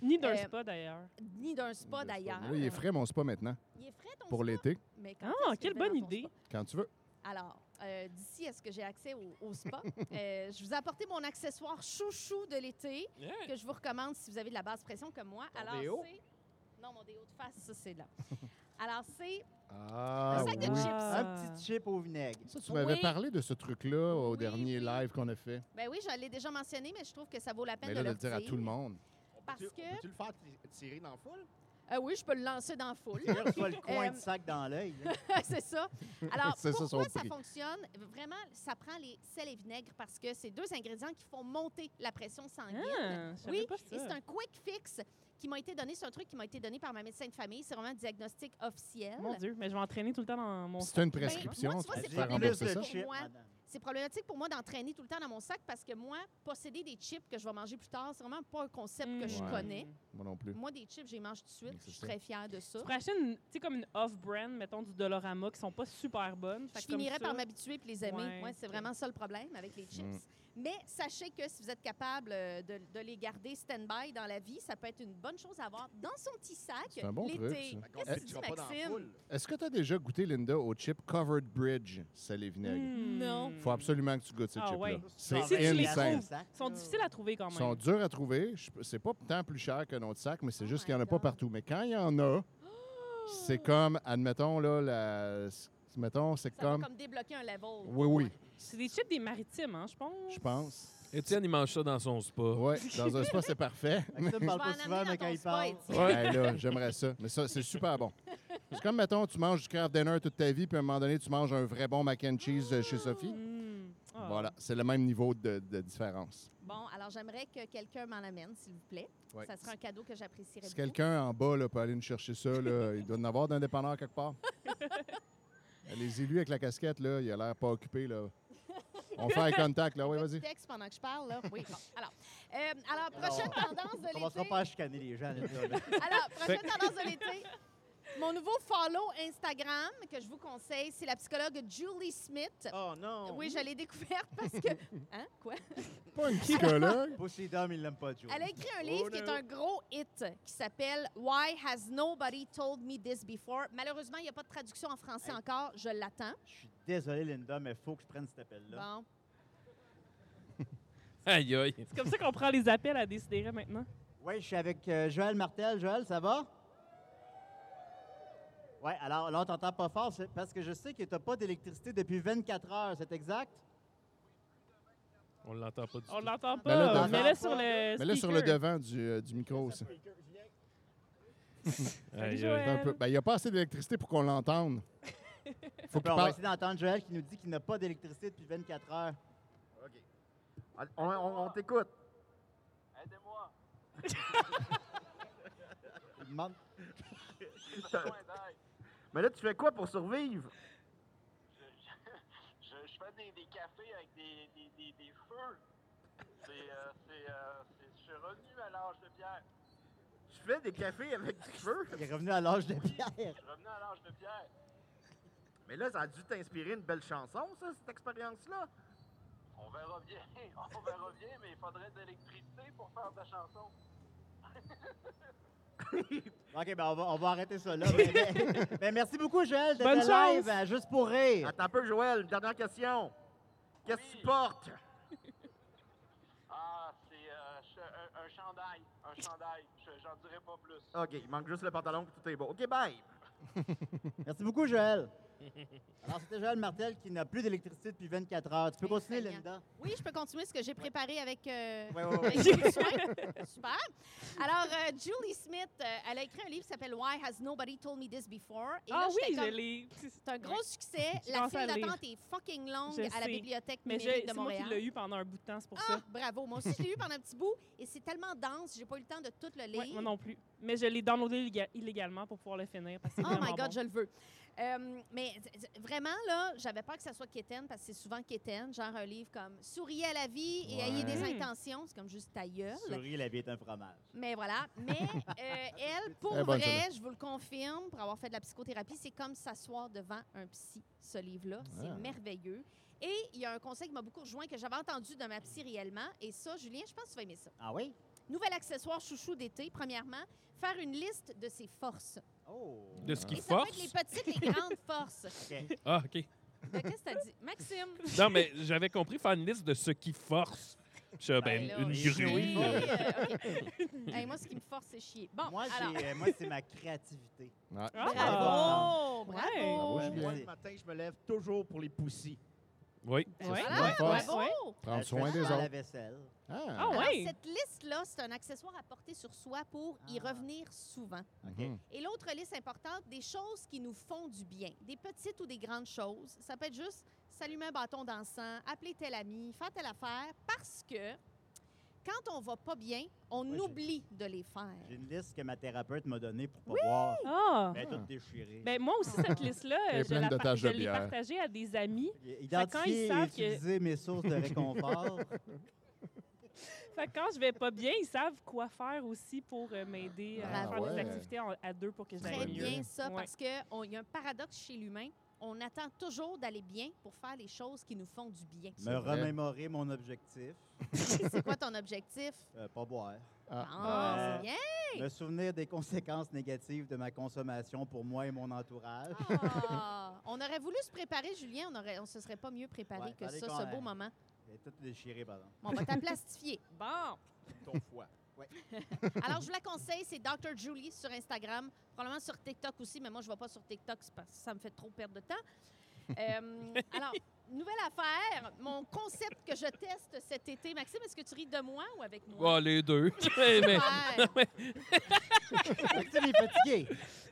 [SPEAKER 3] Ni d'un
[SPEAKER 4] Euh,
[SPEAKER 3] spa, d'ailleurs.
[SPEAKER 4] Ni d'un spa d'ailleurs.
[SPEAKER 5] Là, il est frais, mon spa maintenant,
[SPEAKER 4] Il est frais ton
[SPEAKER 5] pour
[SPEAKER 4] spa,
[SPEAKER 5] l'été,
[SPEAKER 4] mais quand
[SPEAKER 3] Ah,
[SPEAKER 4] est-ce que
[SPEAKER 3] quelle
[SPEAKER 4] je vais
[SPEAKER 3] bonne
[SPEAKER 4] dans ton
[SPEAKER 3] idée.
[SPEAKER 5] quand tu veux.
[SPEAKER 4] Alors, euh, d'ici à ce que j'ai accès au, au spa, euh, je vous ai apporté mon accessoire chouchou de l'été que je vous recommande si vous avez de la basse pression comme moi. Alors,
[SPEAKER 8] déo?
[SPEAKER 4] c'est- Non, mon déo de face, ça, c'est là. Alors, c'est
[SPEAKER 5] Ah,
[SPEAKER 4] Un sac de
[SPEAKER 5] oui.
[SPEAKER 4] chips.
[SPEAKER 3] Ah.
[SPEAKER 2] Un petit chip au vinaigre.
[SPEAKER 5] Ça, tu m'avais
[SPEAKER 4] Oui.
[SPEAKER 5] parlé de ce truc-là au
[SPEAKER 4] Oui,
[SPEAKER 5] dernier
[SPEAKER 4] oui.
[SPEAKER 5] live qu'on a fait.
[SPEAKER 4] Ben oui, je l'ai déjà mentionné, mais je trouve que ça vaut la peine
[SPEAKER 5] Mais là, de
[SPEAKER 4] le
[SPEAKER 5] le dire à
[SPEAKER 4] redire.
[SPEAKER 5] tout le monde.
[SPEAKER 4] Parce que-
[SPEAKER 8] Tu le faire ti- tirer dans la foule?
[SPEAKER 4] Euh, oui, je peux le lancer dans la foule.
[SPEAKER 2] D'ailleurs, tu vois le coin
[SPEAKER 4] Euh,
[SPEAKER 2] du sac dans l'œil. là.
[SPEAKER 4] c'est ça. Alors,
[SPEAKER 5] C'est ça, son
[SPEAKER 4] pourquoi ça,
[SPEAKER 5] prix.
[SPEAKER 4] fonctionne? Vraiment, ça prend les sels et vinaigres parce que c'est deux ingrédients qui font monter la pression sanguine.
[SPEAKER 3] Ah, je savais
[SPEAKER 4] Oui,
[SPEAKER 3] pas
[SPEAKER 4] et c'est
[SPEAKER 3] ça.
[SPEAKER 4] un quick fix qui m'a été donné. C'est un truc qui m'a été donné par ma médecin de famille. C'est vraiment un diagnostic officiel.
[SPEAKER 3] Mon Dieu, mais je vais entraîner tout le temps dans mon
[SPEAKER 5] Si tu as une
[SPEAKER 4] Ben,
[SPEAKER 5] prescription,
[SPEAKER 4] moi,
[SPEAKER 5] tu
[SPEAKER 4] vois,
[SPEAKER 5] peux
[SPEAKER 4] c'est
[SPEAKER 5] te
[SPEAKER 4] pas
[SPEAKER 5] faire
[SPEAKER 4] vrai.
[SPEAKER 5] rembourser
[SPEAKER 4] Plus
[SPEAKER 5] ça.
[SPEAKER 4] de- pour moi.
[SPEAKER 2] madame.
[SPEAKER 4] c'est problématique pour moi d'entraîner tout le temps dans mon sac parce que moi, posséder des chips que je vais manger plus tard, c'est vraiment pas un concept
[SPEAKER 3] Mmh.
[SPEAKER 4] que je
[SPEAKER 3] Hmm.
[SPEAKER 5] Ouais.
[SPEAKER 4] connais.
[SPEAKER 5] Moi non plus.
[SPEAKER 4] Moi, des chips, je les mange tout de
[SPEAKER 5] Mais
[SPEAKER 4] suite. Je suis
[SPEAKER 5] c'est ça.
[SPEAKER 4] très fière de ça.
[SPEAKER 3] Tu pourrais acheter une, tu sais, comme une off-brand, mettons, du Dolorama, qui sont pas super bonnes. Fait
[SPEAKER 4] Je
[SPEAKER 3] que comme
[SPEAKER 4] finirais
[SPEAKER 3] ça-
[SPEAKER 4] par m'habituer et les aimer.
[SPEAKER 3] Ouais,
[SPEAKER 4] Ouais, c'est
[SPEAKER 3] ok.
[SPEAKER 4] vraiment ça le problème avec les chips.
[SPEAKER 5] Mm.
[SPEAKER 4] Mais sachez que si vous êtes capable euh, de, de les garder stand-by dans la vie, ça peut être une bonne chose à avoir dans son petit sac
[SPEAKER 5] C'est un bon truc,
[SPEAKER 4] l'été.
[SPEAKER 5] ça.
[SPEAKER 4] Qu'est-ce que tu dis,
[SPEAKER 8] pas dans la
[SPEAKER 4] Maxime?
[SPEAKER 8] foule.
[SPEAKER 5] Est-ce que tu as déjà goûté, Linda, au chip Covered Bridge, salé vinaigre?
[SPEAKER 3] Hmm.
[SPEAKER 4] Non.
[SPEAKER 5] Faut absolument que tu goûtes ces
[SPEAKER 3] Ah,
[SPEAKER 5] chips-là.
[SPEAKER 3] ouais.
[SPEAKER 5] C'est
[SPEAKER 3] Si tu les
[SPEAKER 5] insane.
[SPEAKER 3] trouves. Ils sont difficiles à trouver quand
[SPEAKER 5] Ils
[SPEAKER 3] même.
[SPEAKER 5] sont durs à trouver. Je- C'est pas tant plus cher qu'un autre sac, mais c'est
[SPEAKER 4] Oh
[SPEAKER 5] juste
[SPEAKER 4] my
[SPEAKER 5] qu'il n'y en a pas
[SPEAKER 4] God.
[SPEAKER 5] partout. Mais quand il y en a, c'est
[SPEAKER 3] Oh!
[SPEAKER 5] comme, admettons, là, la, s- mettons, c'est
[SPEAKER 4] Ça va
[SPEAKER 5] comme...
[SPEAKER 4] comme débloquer un level.
[SPEAKER 5] Oui, oui,
[SPEAKER 3] C'est des chips des maritimes, hein, je pense.
[SPEAKER 5] je pense.
[SPEAKER 6] Étienne, il mange ça dans son spa.
[SPEAKER 5] Ouais, dans un spa, c'est parfait.
[SPEAKER 2] Maxime parle
[SPEAKER 4] Je vais
[SPEAKER 2] pas
[SPEAKER 4] en
[SPEAKER 2] souvent,
[SPEAKER 4] amener
[SPEAKER 2] mais
[SPEAKER 4] dans
[SPEAKER 2] quand
[SPEAKER 4] ton
[SPEAKER 2] il
[SPEAKER 4] spa,
[SPEAKER 2] parle.
[SPEAKER 4] Étienne.
[SPEAKER 5] Ben là, j'aimerais ça. Mais ça, c'est super bon. C'est comme, mettons, tu manges du craft dinner toute ta vie, puis à un moment donné, tu manges un vrai bon mac and cheese euh, chez Sophie.
[SPEAKER 3] Hmm. Ah.
[SPEAKER 5] Voilà, c'est le même niveau de, de différence.
[SPEAKER 4] Bon, alors j'aimerais que quelqu'un m'en amène, s'il vous plaît.
[SPEAKER 5] Ouais.
[SPEAKER 4] Ça serait un cadeau que j'apprécierais beaucoup.
[SPEAKER 5] Si quelqu'un en bas là, peut aller nous chercher ça, là, il doit en avoir d'un dépanneur quelque part. Allez-y, lui, avec la casquette, là, il a l'air pas occupé. Là. On fait un contact, là. Oui,
[SPEAKER 4] Pas de
[SPEAKER 5] vas-y.
[SPEAKER 4] texte pendant que je parle, là. Oui, bon. Alors, euh, alors prochaine tendance de
[SPEAKER 2] On commencera
[SPEAKER 4] l'été.
[SPEAKER 2] pas à chicaner les gens. Linda, là.
[SPEAKER 4] Alors, prochaine tendance de l'été. Mon nouveau follow Instagram que je vous conseille, c'est la psychologue Julie Smith.
[SPEAKER 8] Oh non.
[SPEAKER 4] Oui, je l'ai découverte parce que. Hein? Quoi?
[SPEAKER 5] Pas une psychologue.
[SPEAKER 2] Pussy Dom, il l'aime pas, Joe.
[SPEAKER 4] Elle a écrit un livre qui est un gros hit qui s'appelle Why Has Nobody Told Me This Before? Malheureusement, il n'y a pas de traduction en français
[SPEAKER 2] Hey.
[SPEAKER 4] encore. Je l'attends.
[SPEAKER 2] Je suis désolé, Linda, mais faut que je prenne cet appel-là.
[SPEAKER 4] Bon.
[SPEAKER 6] Aïe, aïe.
[SPEAKER 3] C'est comme ça qu'on prend les appels à décider maintenant.
[SPEAKER 2] Oui, je suis avec euh, Joël Martel. Joël, ça va? Oui, alors là, on t'entend pas fort c'est parce que je sais que tu n'as pas d'électricité depuis 24 heures, c'est exact?
[SPEAKER 6] On l'entend pas du
[SPEAKER 3] On
[SPEAKER 6] tout.
[SPEAKER 3] l'entend
[SPEAKER 5] Ben là,
[SPEAKER 3] pas.
[SPEAKER 5] t'entends
[SPEAKER 3] Mais là,
[SPEAKER 2] pas.
[SPEAKER 3] sur le.
[SPEAKER 5] Mais là, sur le
[SPEAKER 3] speaker.
[SPEAKER 5] devant du, euh, du micro aussi.
[SPEAKER 3] Salut,
[SPEAKER 6] Aïe, aïe.
[SPEAKER 3] Joël.
[SPEAKER 5] Un peu. Ben, il n'y a pas assez d'électricité pour qu'on l'entende. Faut
[SPEAKER 2] Ben,
[SPEAKER 5] qu'il
[SPEAKER 2] on va
[SPEAKER 5] parle.
[SPEAKER 2] essayer d'entendre Joël qui nous dit qu'il n'a pas d'électricité depuis 24 heures.
[SPEAKER 8] On, on- on t'écoute.
[SPEAKER 2] Il demande.
[SPEAKER 8] Mais là, tu fais quoi pour survivre?
[SPEAKER 9] Je, je fais des, des cafés avec des, des, des, des feux. C'est, euh, c'est, euh, c'est- je suis revenu à l'âge de pierre.
[SPEAKER 8] Je fais des cafés avec du feu.
[SPEAKER 2] Il est revenu à l'âge de pierre.
[SPEAKER 9] Je suis revenu à l'âge de pierre.
[SPEAKER 8] Mais là, ça a dû t'inspirer une belle chanson, ça, cette expérience-là.
[SPEAKER 9] On verra bien, on verra bien, mais il faudrait de l'électricité pour faire de la chanson.
[SPEAKER 2] OK, ben on va, on va arrêter ça là. Ben, ben, ben, merci beaucoup, Joël, d'être
[SPEAKER 3] Bonne
[SPEAKER 2] live
[SPEAKER 3] chance.
[SPEAKER 2] à Juste pour rire.
[SPEAKER 8] Attends un peu, Joël, une dernière question. Qu'est-ce que tu
[SPEAKER 9] Oui.
[SPEAKER 8] portes?
[SPEAKER 9] Ah, c'est euh, je- un, un chandail, un chandail. Je- j'en dirai pas plus.
[SPEAKER 8] OK, il manque juste le pantalon puis tout est beau. OK, bye.
[SPEAKER 2] Merci beaucoup, Joël. Alors, c'était Joël Martel qui n'a plus d'électricité depuis 24 heures. Tu peux
[SPEAKER 4] Eh,
[SPEAKER 2] continuer,
[SPEAKER 4] Seigneur.
[SPEAKER 2] Linda.
[SPEAKER 4] Oui, je peux continuer ce que j'ai préparé avec. euh,
[SPEAKER 2] Oui, oui,
[SPEAKER 4] avec
[SPEAKER 2] oui.
[SPEAKER 4] les soins. Super. Alors, euh, Julie Smith, euh, elle a écrit un livre qui s'appelle Why Has Nobody Told Me This Before? Et là,
[SPEAKER 3] Ah oui,
[SPEAKER 4] j'étais
[SPEAKER 3] je
[SPEAKER 4] comme,
[SPEAKER 3] l'ai.
[SPEAKER 4] C'est un gros succès.
[SPEAKER 3] Je
[SPEAKER 4] La
[SPEAKER 3] pense
[SPEAKER 4] file
[SPEAKER 3] à lire.
[SPEAKER 4] d'attente est fucking longue
[SPEAKER 3] Je
[SPEAKER 4] à la
[SPEAKER 3] sais.
[SPEAKER 4] bibliothèque
[SPEAKER 3] Mais je-
[SPEAKER 4] numérique de
[SPEAKER 3] c'est moi
[SPEAKER 4] Montréal.
[SPEAKER 3] qui l'ai eu pendant un bout de temps, c'est pour
[SPEAKER 4] ah,
[SPEAKER 3] ça.
[SPEAKER 4] bravo. Moi aussi, je l'ai eu pendant un petit bout et c'est tellement dense, j'ai pas eu le temps de tout le lire.
[SPEAKER 3] Ouais, moi non plus. Mais je l'ai downloadé illéga- illégalement pour pouvoir le finir. Parce que c'est
[SPEAKER 4] Oh my
[SPEAKER 3] vraiment
[SPEAKER 4] God,
[SPEAKER 3] bon.
[SPEAKER 4] je le veux. Euh, mais z- z- vraiment, là, j'avais peur que ça soit quétaine parce que c'est souvent quétaine, genre un livre comme Souriez à la vie et
[SPEAKER 5] Ouais.
[SPEAKER 4] ayez des
[SPEAKER 3] Mm.
[SPEAKER 4] intentions. C'est comme juste ta gueule.
[SPEAKER 2] Souris, la vie est un fromage.
[SPEAKER 4] Mais voilà. Mais euh, elle, pour
[SPEAKER 5] Très bonne,
[SPEAKER 4] vrai, je vous le confirme, pour avoir fait de la psychothérapie, c'est comme s'asseoir devant un psy, ce livre-là. C'est
[SPEAKER 5] Ah.
[SPEAKER 4] merveilleux. Et il y a un conseil qui m'a beaucoup rejoint que j'avais entendu de ma psy réellement. Et ça, Julien, je pense que tu vas aimer ça.
[SPEAKER 2] Ah oui?
[SPEAKER 4] Nouvel accessoire chouchou d'été, premièrement, faire une liste de ses forces.
[SPEAKER 2] Oh!
[SPEAKER 6] De ce qui
[SPEAKER 4] Et Ah, ça peut être
[SPEAKER 6] force?
[SPEAKER 4] les petites, les grandes forces.
[SPEAKER 2] OK.
[SPEAKER 6] Ah, OK.
[SPEAKER 4] Ben, Qu'est-ce que t'as dit? Maxime!
[SPEAKER 6] Non, mais j'avais compris faire une liste de ce qui force. Je suis, ben,
[SPEAKER 4] Ben là,
[SPEAKER 6] une
[SPEAKER 4] chier,
[SPEAKER 6] grue.
[SPEAKER 4] euh,
[SPEAKER 6] là.
[SPEAKER 4] OK. Hey, moi, ce qui me force, c'est chier. Bon,
[SPEAKER 2] Moi, j'ai-
[SPEAKER 4] alors...
[SPEAKER 2] euh, moi, c'est ma créativité.
[SPEAKER 5] Ouais.
[SPEAKER 2] Ah.
[SPEAKER 3] Ah!
[SPEAKER 4] oh,
[SPEAKER 3] Ouais.
[SPEAKER 4] Bravo! Bravo!
[SPEAKER 5] Bravo,
[SPEAKER 2] Ouais, moi,
[SPEAKER 5] Julien.
[SPEAKER 8] Moi, le
[SPEAKER 2] c'est-
[SPEAKER 8] matin, je me lève toujours pour les poussies.
[SPEAKER 6] Oui.
[SPEAKER 3] Ouais.
[SPEAKER 5] Bonne
[SPEAKER 4] Voilà,
[SPEAKER 5] force.
[SPEAKER 4] bravo!
[SPEAKER 3] Ouais.
[SPEAKER 5] Prendre
[SPEAKER 2] Euh, je
[SPEAKER 5] soin
[SPEAKER 2] fais
[SPEAKER 5] des
[SPEAKER 2] souvent la
[SPEAKER 5] autres.
[SPEAKER 2] vaisselle.
[SPEAKER 5] Ah.
[SPEAKER 3] Ah
[SPEAKER 4] Alors,
[SPEAKER 3] ouais!
[SPEAKER 4] cette liste-là, c'est un accessoire à porter sur soi pour y
[SPEAKER 2] Ah.
[SPEAKER 4] revenir souvent.
[SPEAKER 5] Mhm.
[SPEAKER 4] Et l'autre liste importante, des choses qui nous font du bien, des petites ou des grandes choses. Ça peut être juste s'allumer un bâton d'encens, appeler tel ami, faire telle affaire, parce que quand on va pas bien, on
[SPEAKER 2] Ouais, j'ai-
[SPEAKER 4] oublie de les faire.
[SPEAKER 2] J'ai une liste que ma thérapeute m'a donnée pour pas boire.
[SPEAKER 3] Ah!
[SPEAKER 2] Mais tu tout déchiré.
[SPEAKER 3] Ben, moi aussi, cette liste-là,
[SPEAKER 5] Elle est
[SPEAKER 3] euh, je,
[SPEAKER 5] pleine
[SPEAKER 3] la
[SPEAKER 5] de
[SPEAKER 3] par-
[SPEAKER 5] taches
[SPEAKER 3] je
[SPEAKER 5] de
[SPEAKER 3] l'ai
[SPEAKER 5] bière.
[SPEAKER 3] partagée à des amis. quand ils
[SPEAKER 2] Identifier et
[SPEAKER 3] savent que-
[SPEAKER 2] utiliser mes sources de réconfort.
[SPEAKER 3] Fait que quand je vais pas bien, ils savent quoi faire aussi pour euh, m'aider à
[SPEAKER 4] Ah
[SPEAKER 3] faire
[SPEAKER 5] ouais.
[SPEAKER 3] des activités en- à deux pour que je
[SPEAKER 4] Très
[SPEAKER 3] aille mieux.
[SPEAKER 4] bien ça,
[SPEAKER 3] Ouais.
[SPEAKER 4] parce qu'il y a un paradoxe chez l'humain. On attend toujours d'aller bien pour faire les choses qui nous font du bien.
[SPEAKER 2] me
[SPEAKER 5] vrai.
[SPEAKER 2] remémorer mon objectif.
[SPEAKER 4] C'est quoi ton objectif?
[SPEAKER 2] Euh, pas boire.
[SPEAKER 4] Ah,
[SPEAKER 2] Euh,
[SPEAKER 4] c'est bien!
[SPEAKER 2] Me souvenir des conséquences négatives de ma consommation pour moi et mon entourage.
[SPEAKER 4] Ah! on aurait voulu se préparer, Julien, on aurait, on se serait pas mieux préparé
[SPEAKER 2] Ouais,
[SPEAKER 4] que
[SPEAKER 2] fallait
[SPEAKER 4] ça,
[SPEAKER 2] qu'on
[SPEAKER 4] ce
[SPEAKER 2] aille.
[SPEAKER 4] beau moment.
[SPEAKER 3] Ah.
[SPEAKER 2] Et tout déchiré, pardon.
[SPEAKER 4] Bon, on va t'aplastifier. Bon!
[SPEAKER 8] Ton foie.
[SPEAKER 4] Alors, je vous la conseille, c'est Dr. Julie sur Instagram, probablement sur TikTok aussi, mais moi, je ne vais pas sur TikTok c'est parce que ça me fait trop perdre de temps. Euh, alors, nouvelle affaire, mon concept que je teste cet été. Maxime, est-ce que tu ris de moi ou avec moi?
[SPEAKER 6] Oh, les deux. mais, mais-
[SPEAKER 4] Ouais.
[SPEAKER 2] Maxime est fatigué.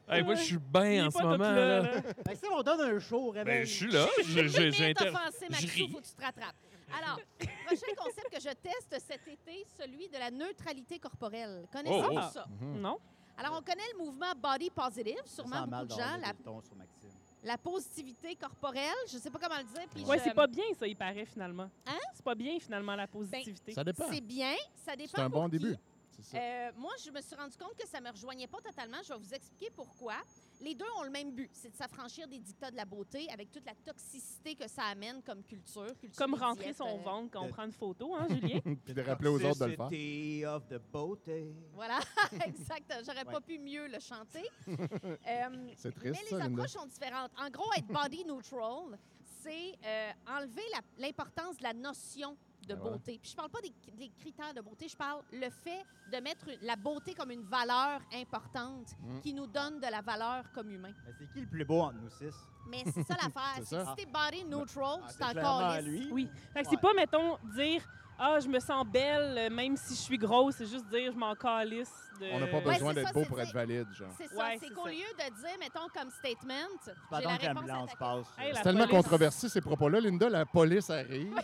[SPEAKER 6] Hey, moi, je suis bien
[SPEAKER 3] Il
[SPEAKER 6] en
[SPEAKER 3] est
[SPEAKER 6] ce
[SPEAKER 3] pas tout
[SPEAKER 6] moment.
[SPEAKER 3] là,
[SPEAKER 6] là.
[SPEAKER 3] là.
[SPEAKER 2] Maxime, on donne un show au réveil.
[SPEAKER 6] Ben, je suis là. J'ai- j'ai- j'ai
[SPEAKER 4] J'ai
[SPEAKER 6] inter-
[SPEAKER 4] offensé,
[SPEAKER 6] je
[SPEAKER 4] Maxou,
[SPEAKER 6] ris.
[SPEAKER 4] faut que tu te rattrapes. Alors, prochain concept que je teste cet été, celui de la neutralité corporelle. Connaissez-vous
[SPEAKER 6] Oh, oh.
[SPEAKER 4] ça?
[SPEAKER 5] Mhm.
[SPEAKER 3] Non?
[SPEAKER 4] Alors, on connaît le mouvement Body Positive,
[SPEAKER 2] Ça sent
[SPEAKER 4] sûrement beaucoup
[SPEAKER 2] mal
[SPEAKER 4] de gens,
[SPEAKER 2] d'enlever
[SPEAKER 4] la,
[SPEAKER 2] le ton sur Maxime.
[SPEAKER 4] la positivité corporelle, je ne sais pas comment le dire. puis
[SPEAKER 3] Ouais,
[SPEAKER 4] je-
[SPEAKER 3] c'est pas bien, ça, il paraît, finalement.
[SPEAKER 4] Hein?
[SPEAKER 3] C'est pas bien, finalement, la positivité.
[SPEAKER 5] Ça dépend.
[SPEAKER 4] C'est bien, ça dépend.
[SPEAKER 5] C'est un
[SPEAKER 4] pour
[SPEAKER 5] bon
[SPEAKER 4] qui.
[SPEAKER 5] début. C'est ça.
[SPEAKER 4] Euh, moi, je me suis rendu compte que ça me rejoignait pas totalement. Je vais vous expliquer pourquoi. Les deux ont le même but, c'est de s'affranchir des dictats de la beauté avec toute la toxicité que ça amène comme culture. culture
[SPEAKER 3] Comme
[SPEAKER 4] de
[SPEAKER 3] rentrer
[SPEAKER 4] diète,
[SPEAKER 3] son
[SPEAKER 4] euh,
[SPEAKER 3] ventre quand on
[SPEAKER 2] de-
[SPEAKER 3] prend une photo, hein, Julien?
[SPEAKER 5] Puis de rappeler aux autres de le faire.
[SPEAKER 2] Toxicity of the beauty.
[SPEAKER 4] Voilà, exact. J'aurais pas pu mieux le chanter. Euh,
[SPEAKER 5] C'est triste,
[SPEAKER 4] mais les
[SPEAKER 5] ça, Linda.
[SPEAKER 4] approches sont différentes. En gros, être body neutral, c'est euh, enlever la- l'importance de la notion de
[SPEAKER 5] Ben voilà.
[SPEAKER 4] beauté. Puis je parle pas des, des critères de beauté, je parle le fait de mettre une- la beauté comme une valeur importante
[SPEAKER 5] Mm.
[SPEAKER 4] qui nous donne de la valeur comme humain.
[SPEAKER 2] Mais c'est qui le plus beau entre nous six?
[SPEAKER 4] Mais c'est ça l'affaire.
[SPEAKER 5] C'est
[SPEAKER 4] c'est que
[SPEAKER 5] ça.
[SPEAKER 4] si t'es body neutral,
[SPEAKER 2] Ah,
[SPEAKER 4] c'est
[SPEAKER 2] clairement
[SPEAKER 4] encore
[SPEAKER 2] à
[SPEAKER 4] lisse.
[SPEAKER 2] lui. Bah,
[SPEAKER 3] Oui. Fait que
[SPEAKER 2] Ouais.
[SPEAKER 3] c'est pas, mettons, dire Ah, je me sens belle, euh, même si je suis grosse, c'est juste dire je m'en calisse. De...
[SPEAKER 5] On n'a pas
[SPEAKER 4] euh, Ouais,
[SPEAKER 5] besoin
[SPEAKER 4] c'est
[SPEAKER 5] d'être
[SPEAKER 4] ça,
[SPEAKER 5] beau
[SPEAKER 4] c'est
[SPEAKER 5] pour être
[SPEAKER 4] dire-
[SPEAKER 5] valide, genre.
[SPEAKER 4] C'est ça.
[SPEAKER 3] Ouais,
[SPEAKER 4] c'est
[SPEAKER 3] c'est
[SPEAKER 4] qu'au
[SPEAKER 3] ça.
[SPEAKER 4] lieu de dire, mettons, comme statement,
[SPEAKER 2] Pas
[SPEAKER 4] j'ai
[SPEAKER 2] attendre que
[SPEAKER 4] la réponse à
[SPEAKER 2] l'ambulance
[SPEAKER 4] ta
[SPEAKER 2] passe.
[SPEAKER 3] Hey,
[SPEAKER 5] C'est
[SPEAKER 3] la
[SPEAKER 5] tellement
[SPEAKER 3] police-
[SPEAKER 5] controversé, ces propos-là, Linda. La police arrive.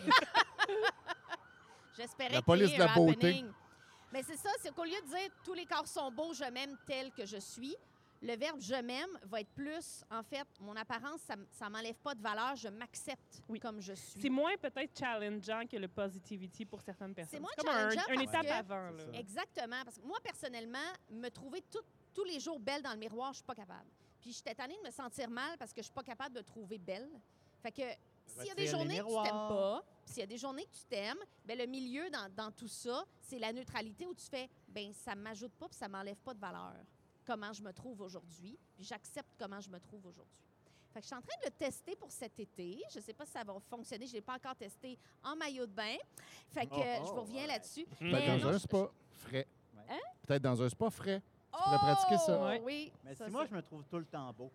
[SPEAKER 4] J'espérais
[SPEAKER 5] La
[SPEAKER 4] qu'il y
[SPEAKER 5] police
[SPEAKER 4] ait
[SPEAKER 5] de la
[SPEAKER 4] un
[SPEAKER 5] beauté.
[SPEAKER 4] happening. Mais c'est ça, c'est qu'au lieu de dire tous les corps sont beaux, je m'aime tel que je suis, le verbe je m'aime va être plus, en fait, mon apparence, ça, m- ça m'enlève pas de valeur, je m'accepte
[SPEAKER 3] Oui.
[SPEAKER 4] comme je
[SPEAKER 3] C'est
[SPEAKER 4] suis.
[SPEAKER 3] moins peut-être challengeant que le positivity pour certaines personnes.
[SPEAKER 4] moins
[SPEAKER 3] comme un,
[SPEAKER 4] challengeant
[SPEAKER 3] une
[SPEAKER 4] parce
[SPEAKER 3] étape
[SPEAKER 4] que-
[SPEAKER 3] avant.
[SPEAKER 2] C'est
[SPEAKER 3] là.
[SPEAKER 2] ça.
[SPEAKER 4] Exactement, parce que moi, personnellement, me trouver tout- tous les jours belle dans le miroir, je suis pas capable. Puis j'étais tannée de me sentir mal parce que je suis pas capable de me trouver belle. Fait que s'il y a des
[SPEAKER 2] Retire les
[SPEAKER 4] journées que tu t'aimes
[SPEAKER 2] miroirs.
[SPEAKER 4] pas, puis s'il y a des journées que tu t'aimes, ben le milieu dans, dans tout ça, c'est la neutralité où tu fais, ben ça m'ajoute pas puis ça m'enlève pas de valeur. Comment je me trouve aujourd'hui, puis j'accepte comment je me trouve aujourd'hui. Fait que je suis en train de le tester pour cet été. Je sais pas si ça va fonctionner. Je l'ai pas encore testé en maillot de bain. Fait que
[SPEAKER 2] Oh,
[SPEAKER 4] euh, je
[SPEAKER 2] oh,
[SPEAKER 4] vous reviens
[SPEAKER 2] ouais.
[SPEAKER 4] là-dessus.
[SPEAKER 6] Ben,
[SPEAKER 5] Peut-être dans
[SPEAKER 4] non,
[SPEAKER 5] un
[SPEAKER 4] je-
[SPEAKER 5] spa frais.
[SPEAKER 2] Ouais.
[SPEAKER 4] Hein?
[SPEAKER 5] Peut-être dans un spa frais.
[SPEAKER 4] Tu
[SPEAKER 5] pourrais pratiquer ça.
[SPEAKER 3] Ouais.
[SPEAKER 4] Oh, Oui.
[SPEAKER 2] Mais
[SPEAKER 4] ça,
[SPEAKER 2] si moi,
[SPEAKER 4] c'est-
[SPEAKER 2] je me trouve tout le temps beau.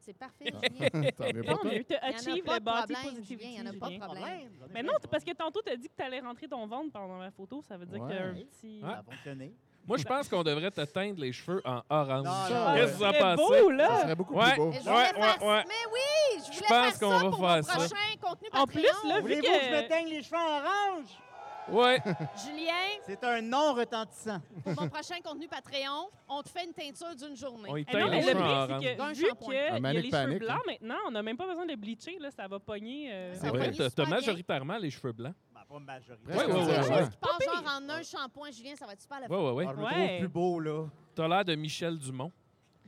[SPEAKER 4] C'est parfait,
[SPEAKER 5] Ah.
[SPEAKER 4] Julien.
[SPEAKER 5] Tant mieux
[SPEAKER 3] Non,
[SPEAKER 5] pour toi.
[SPEAKER 3] mais tu
[SPEAKER 4] Il y en a
[SPEAKER 3] achieve
[SPEAKER 4] pas
[SPEAKER 3] le
[SPEAKER 4] de
[SPEAKER 3] body
[SPEAKER 4] problème,
[SPEAKER 3] positivity.
[SPEAKER 4] Julien, il y en a pas de
[SPEAKER 3] Julien.
[SPEAKER 4] problème.
[SPEAKER 2] j'en ai
[SPEAKER 3] Mais
[SPEAKER 2] plein
[SPEAKER 3] non,
[SPEAKER 2] de
[SPEAKER 3] c'est parce que
[SPEAKER 2] problèmes.
[SPEAKER 3] tantôt, tu as dit que tu allais rentrer ton ventre pendant la photo. Ça veut dire qu'il y a un
[SPEAKER 5] Ouais.
[SPEAKER 3] petit.
[SPEAKER 2] Ça a fonctionné.
[SPEAKER 6] Moi, je pense qu'on devrait te teindre les cheveux en orange.
[SPEAKER 2] Non,
[SPEAKER 5] Ça,
[SPEAKER 6] Qu'est-ce que
[SPEAKER 5] ouais.
[SPEAKER 6] vous en
[SPEAKER 3] Ah, C'est
[SPEAKER 6] pensez?
[SPEAKER 3] beau,
[SPEAKER 5] Ça
[SPEAKER 3] là!
[SPEAKER 5] serait beaucoup
[SPEAKER 6] Ouais.
[SPEAKER 5] plus beau.
[SPEAKER 4] Mais je
[SPEAKER 6] Ouais,
[SPEAKER 4] voulais
[SPEAKER 6] ouais,
[SPEAKER 4] faire-
[SPEAKER 6] ouais.
[SPEAKER 4] Mais oui, je
[SPEAKER 6] Je
[SPEAKER 4] voulais
[SPEAKER 6] pense
[SPEAKER 4] faire
[SPEAKER 6] qu'on
[SPEAKER 4] ça
[SPEAKER 6] va
[SPEAKER 4] pour
[SPEAKER 6] faire
[SPEAKER 4] mon
[SPEAKER 6] ça.
[SPEAKER 4] prochain contenu
[SPEAKER 3] En
[SPEAKER 4] Patreon.
[SPEAKER 3] plus, là, vu
[SPEAKER 2] Voulez-vous que... je me teigne les cheveux en orange?
[SPEAKER 6] Ouais.
[SPEAKER 4] Julien,
[SPEAKER 2] C'est un non retentissant.
[SPEAKER 4] pour mon prochain contenu Patreon, on te fait une teinture d'une journée.
[SPEAKER 6] On y
[SPEAKER 3] Eh non,
[SPEAKER 6] teint les
[SPEAKER 3] mais le
[SPEAKER 6] cheveux en
[SPEAKER 3] pire,
[SPEAKER 6] orange.
[SPEAKER 3] c'est que
[SPEAKER 4] D'un
[SPEAKER 3] vu
[SPEAKER 4] shampoing.
[SPEAKER 3] qu'il y a
[SPEAKER 5] manic
[SPEAKER 3] les cheveux
[SPEAKER 5] panic,
[SPEAKER 3] blancs maintenant, on n'a même pas besoin de bleacher, là, ça va pogner. euh,
[SPEAKER 4] C'est
[SPEAKER 5] C'est
[SPEAKER 6] C'est
[SPEAKER 5] vrai.
[SPEAKER 6] vrai, t'as- t'as
[SPEAKER 4] Super
[SPEAKER 6] majoritairement les cheveux blancs.
[SPEAKER 2] Ben, pas majorité.
[SPEAKER 5] Ouais,
[SPEAKER 6] Ouais, ouais,
[SPEAKER 4] Quelque
[SPEAKER 6] ouais,
[SPEAKER 4] chose
[SPEAKER 5] ouais.
[SPEAKER 4] qui part
[SPEAKER 3] Pas
[SPEAKER 4] genre
[SPEAKER 3] pire.
[SPEAKER 4] en un shampoing, Julien, ça va être super le
[SPEAKER 6] Ouais, ouais, ouais.
[SPEAKER 2] Ah, je me
[SPEAKER 3] Ouais.
[SPEAKER 2] trouve plus beau, là.
[SPEAKER 6] T'as l'air de Michel Dumont.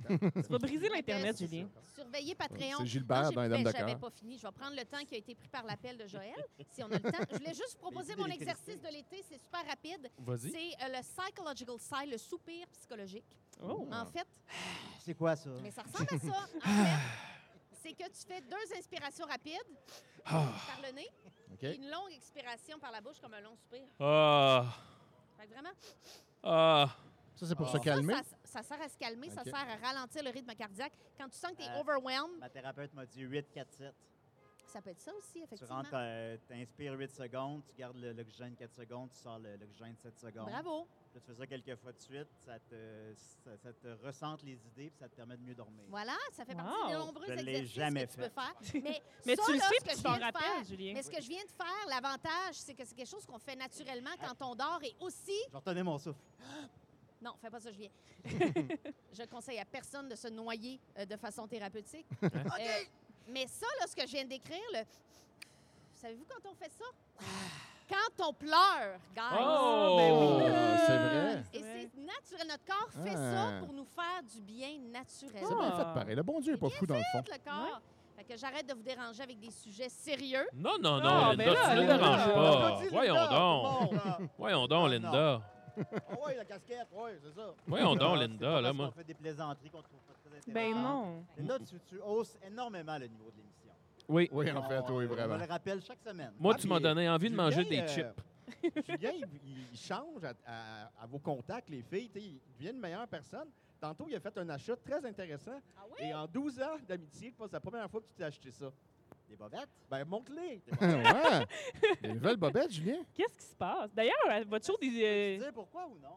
[SPEAKER 3] Tu vas briser l'Internet,
[SPEAKER 4] C'est
[SPEAKER 3] Julien.
[SPEAKER 4] Surveillez Patreon.
[SPEAKER 5] C'est Gilbert
[SPEAKER 4] Non, j'ai-
[SPEAKER 5] dans Les Dames
[SPEAKER 4] ben,
[SPEAKER 5] de
[SPEAKER 4] J'avais
[SPEAKER 5] cœur.
[SPEAKER 4] pas fini. Je vais prendre le temps qui a été pris par l'appel de Joël, si on a le temps. Je voulais juste vous proposer
[SPEAKER 2] Mais
[SPEAKER 4] mon
[SPEAKER 2] dis l'électricité.
[SPEAKER 4] exercice de l'été. C'est super rapide.
[SPEAKER 6] Vas-y.
[SPEAKER 4] C'est euh, le psychological sigh, le soupir psychologique.
[SPEAKER 3] Oh.
[SPEAKER 4] En fait,
[SPEAKER 2] C'est quoi ça?
[SPEAKER 4] Mais ça ressemble à ça, en fait. C'est que tu fais deux inspirations rapides
[SPEAKER 6] Ah.
[SPEAKER 4] par le nez
[SPEAKER 5] OK?
[SPEAKER 4] et une longue expiration par la bouche comme un long soupir.
[SPEAKER 6] Ah,
[SPEAKER 4] Fait que vraiment,
[SPEAKER 6] ah.
[SPEAKER 5] Ça, c'est pour
[SPEAKER 2] Ah.
[SPEAKER 5] se
[SPEAKER 2] Ça,
[SPEAKER 5] calmer.
[SPEAKER 4] ça, ça, ça sert à se calmer, ça
[SPEAKER 5] OK.
[SPEAKER 4] sert à ralentir le rythme cardiaque. Quand tu sens que tu es
[SPEAKER 2] Euh,
[SPEAKER 4] overwhelmed,
[SPEAKER 2] Ma thérapeute m'a dit 8, 4, 7.
[SPEAKER 4] ça peut être ça aussi,
[SPEAKER 2] Tu
[SPEAKER 4] effectivement.
[SPEAKER 2] rentres, euh, t'inspires 8 secondes, tu gardes le- l'oxygène 4 secondes, tu sors le- l'oxygène 7 secondes.
[SPEAKER 4] Bravo.
[SPEAKER 2] Puis tu fais ça quelques fois de suite, ça te, ça, ça te recentre les idées puis ça te permet de mieux dormir.
[SPEAKER 4] Voilà, ça fait
[SPEAKER 3] Wow.
[SPEAKER 4] partie des nombreux
[SPEAKER 2] Je l'ai
[SPEAKER 4] exercices
[SPEAKER 2] jamais
[SPEAKER 4] que tu peux
[SPEAKER 2] fait.
[SPEAKER 4] faire. Mais,
[SPEAKER 3] Mais
[SPEAKER 4] ça,
[SPEAKER 3] tu le
[SPEAKER 4] là,
[SPEAKER 3] sais,
[SPEAKER 4] ce que
[SPEAKER 3] puis
[SPEAKER 4] je
[SPEAKER 3] tu t'en
[SPEAKER 4] viens de
[SPEAKER 3] rappelles,
[SPEAKER 4] faire-
[SPEAKER 3] Julien.
[SPEAKER 4] Mais ce que je viens de faire,
[SPEAKER 2] Ah.
[SPEAKER 4] l'avantage, c'est que c'est quelque chose qu'on fait naturellement quand on dort et aussi
[SPEAKER 2] Je vais retenir mon souffle.
[SPEAKER 4] Non, fais pas ça, Julien. je conseille à personne de se noyer euh, de façon thérapeutique. Euh, mais ça, là, ce que je viens de décrire, le... savez-vous quand on fait ça? Quand on pleure, guys.
[SPEAKER 6] Oh!
[SPEAKER 5] Ah, c'est vrai.
[SPEAKER 4] Et
[SPEAKER 3] Ouais.
[SPEAKER 4] c'est naturel. Notre corps fait
[SPEAKER 5] Ah.
[SPEAKER 4] ça pour nous faire du bien
[SPEAKER 5] C'est
[SPEAKER 4] naturellement.
[SPEAKER 5] bien fait pareil. Le bon Dieu est pas fou dans le fond.
[SPEAKER 4] le corps. Fait que j'arrête de vous déranger avec des sujets sérieux.
[SPEAKER 6] Non, non, non,
[SPEAKER 3] Non, mais
[SPEAKER 6] Ah, Linda,
[SPEAKER 3] Ah, là,
[SPEAKER 6] tu ne
[SPEAKER 3] Linda,
[SPEAKER 6] déranges
[SPEAKER 3] euh,
[SPEAKER 6] pas.
[SPEAKER 8] Vas-y, Linda,
[SPEAKER 6] Voyons donc.
[SPEAKER 8] tout le monde, là.
[SPEAKER 6] Voyons donc, Linda.
[SPEAKER 8] Ah ouais, la casquette, ouais, c'est ça.
[SPEAKER 6] Voyons
[SPEAKER 2] Ah,
[SPEAKER 6] donc,
[SPEAKER 2] c'est
[SPEAKER 6] Linda,
[SPEAKER 2] pas
[SPEAKER 6] là,
[SPEAKER 2] parce
[SPEAKER 6] moi.
[SPEAKER 2] qu'on fait des plaisanteries qu'on trouve pas très intéressantes.
[SPEAKER 3] Ben non.
[SPEAKER 2] Mais là, tu, tu hausses énormément le niveau de l'émission.
[SPEAKER 6] Oui.
[SPEAKER 5] Oui, en fait, oui,
[SPEAKER 2] On
[SPEAKER 5] vraiment.
[SPEAKER 2] le rappelle chaque semaine.
[SPEAKER 6] Moi,
[SPEAKER 8] Ah,
[SPEAKER 6] tu m'as
[SPEAKER 8] puis,
[SPEAKER 6] donné envie de
[SPEAKER 8] Julien,
[SPEAKER 6] manger des
[SPEAKER 8] euh,
[SPEAKER 6] chips.
[SPEAKER 8] Julien, il, il change à, à- à vos contacts, les filles. tu sais, Il devient une meilleure personne. Tantôt, il a fait un achat très intéressant.
[SPEAKER 4] Ah
[SPEAKER 8] Et en 12 ans d'amitié, je pense que c'est la première fois que tu t'es acheté ça.
[SPEAKER 2] Des bobettes.
[SPEAKER 8] Ben, montre-les.
[SPEAKER 5] ouais. Des nouvelles bobettes, Julien.
[SPEAKER 3] Qu'est-ce qui se passe? D'ailleurs, à votre show
[SPEAKER 2] Tu
[SPEAKER 3] des, euh,
[SPEAKER 2] sais pourquoi ou non?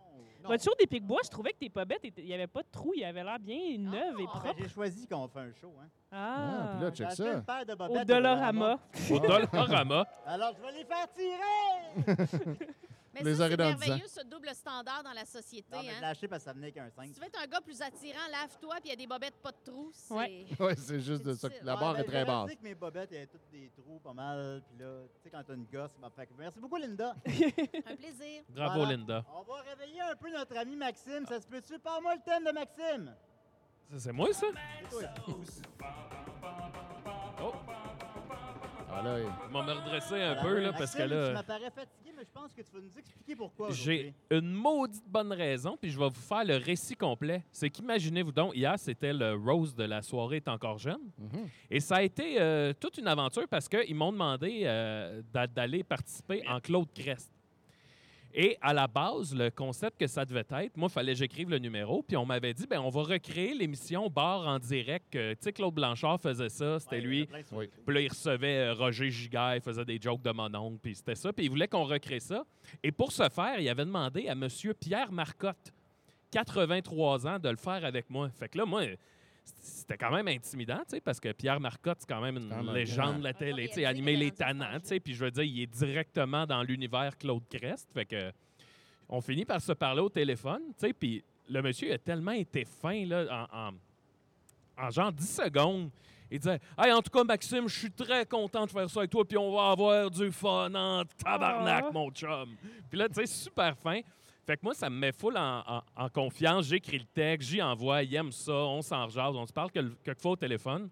[SPEAKER 8] Non.
[SPEAKER 3] votre show des Pic-Bois, je trouvais que tes bobettes, étaient- il n'y avait pas de trou, il avait l'air bien neuve et
[SPEAKER 4] Ah,
[SPEAKER 2] Ah,
[SPEAKER 3] propre.
[SPEAKER 2] ben, J'ai choisi quand on fait un show. Hein.
[SPEAKER 5] Ah,
[SPEAKER 3] Ah,
[SPEAKER 5] puis là, euh,
[SPEAKER 2] J'ai
[SPEAKER 5] check
[SPEAKER 2] acheté
[SPEAKER 5] ça.
[SPEAKER 2] une paire de bobettes
[SPEAKER 3] au Dollarama.
[SPEAKER 6] Au Dollarama.
[SPEAKER 2] Alors, je vais les faire tirer!
[SPEAKER 4] Mais
[SPEAKER 5] Les
[SPEAKER 4] ça, c'est
[SPEAKER 5] arrêter en disant.
[SPEAKER 4] merveilleux, ce double standard dans la société.
[SPEAKER 2] non, mais je
[SPEAKER 4] hein.
[SPEAKER 2] l'ai acheté parce que ça venait qu'un
[SPEAKER 4] Si
[SPEAKER 2] 5.
[SPEAKER 4] tu veux être un gars plus attirant, lave-toi, puis il y a des bobettes pas de trous. C'est...
[SPEAKER 3] Ouais.
[SPEAKER 5] Oui, c'est juste de ça. que La
[SPEAKER 2] Ouais,
[SPEAKER 5] barre
[SPEAKER 2] ben,
[SPEAKER 5] est très
[SPEAKER 2] j'avais
[SPEAKER 5] basse.
[SPEAKER 2] dit que mes bobettes, il y avait toutes des trous pas mal. Puis là, tu sais, quand t'as une gosse, ben, fait que merci beaucoup, Linda.
[SPEAKER 4] Un plaisir.
[SPEAKER 6] Bravo,
[SPEAKER 2] Voilà.
[SPEAKER 6] Linda.
[SPEAKER 2] On va réveiller un peu notre ami Maxime. Ça se peut-tu? Parle-moi le thème de Maxime.
[SPEAKER 6] Ça, C'est moi, ça?
[SPEAKER 4] Ah
[SPEAKER 8] Ah,
[SPEAKER 6] Oh,
[SPEAKER 5] Ah là, il-
[SPEAKER 6] je vais me redresser un
[SPEAKER 3] Ah,
[SPEAKER 2] Voilà.
[SPEAKER 6] peu, là, parce que
[SPEAKER 2] Maxime, Tu
[SPEAKER 6] là,
[SPEAKER 2] m'apparais fatigué, mais je pense que tu vas nous expliquer pourquoi.
[SPEAKER 6] j'ai
[SPEAKER 2] aujourd'hui.
[SPEAKER 6] une maudite bonne raison, puis je vais vous faire le récit complet. C'est qu'imaginez-vous donc, hier, c'était le Rose de la soirée est encore jeune.
[SPEAKER 5] mhm.
[SPEAKER 6] Et ça a été euh, toute une aventure parce qu'ils m'ont demandé euh, d'a- d'aller participer en Claude Crest. Et à la base, le concept que ça devait être, moi, il fallait que j'écrive le numéro. Puis on m'avait dit, ben on va recréer l'émission Bar en direct. Euh, tu sais, Claude Blanchard faisait ça, c'était
[SPEAKER 2] Ouais, il y en
[SPEAKER 6] lui.
[SPEAKER 2] a plein de
[SPEAKER 5] Oui.
[SPEAKER 2] sujets.
[SPEAKER 6] Puis là, il recevait euh, Roger Giguère, il faisait des jokes de mon oncle, puis c'était ça. Puis il voulait qu'on recrée ça. Et pour ce faire, il avait demandé à M. Pierre Marcotte, 83 ans, de le faire avec moi. Fait que là, moi, c'était quand même intimidant, tu sais, parce que Pierre Marcotte, c'est quand même une
[SPEAKER 5] Quand même,
[SPEAKER 6] légende
[SPEAKER 5] ouais.
[SPEAKER 6] de la télé, tu sais,
[SPEAKER 4] réaliser
[SPEAKER 6] animer
[SPEAKER 4] qu'il est rendu
[SPEAKER 6] les
[SPEAKER 4] à cet
[SPEAKER 6] tannants,
[SPEAKER 4] âge-là.
[SPEAKER 6] tu sais. Puis je veux dire, il est directement dans l'univers Claude Crest. Fait que on finit par se parler au téléphone, tu sais, puis le monsieur a tellement été fin, là, en, en- en genre 10 secondes. Il disait Hey, en tout cas, Maxime, je suis très content de faire ça avec toi, puis on va avoir du fun en tabarnak,
[SPEAKER 3] Ah.
[SPEAKER 6] mon chum. Puis là, tu sais, super fin. Fait que moi, ça me met full en, en- en confiance. J'écris le texte, j'y envoie, il aime ça, on s'en rejase, on se parle quel- quelquefois au téléphone.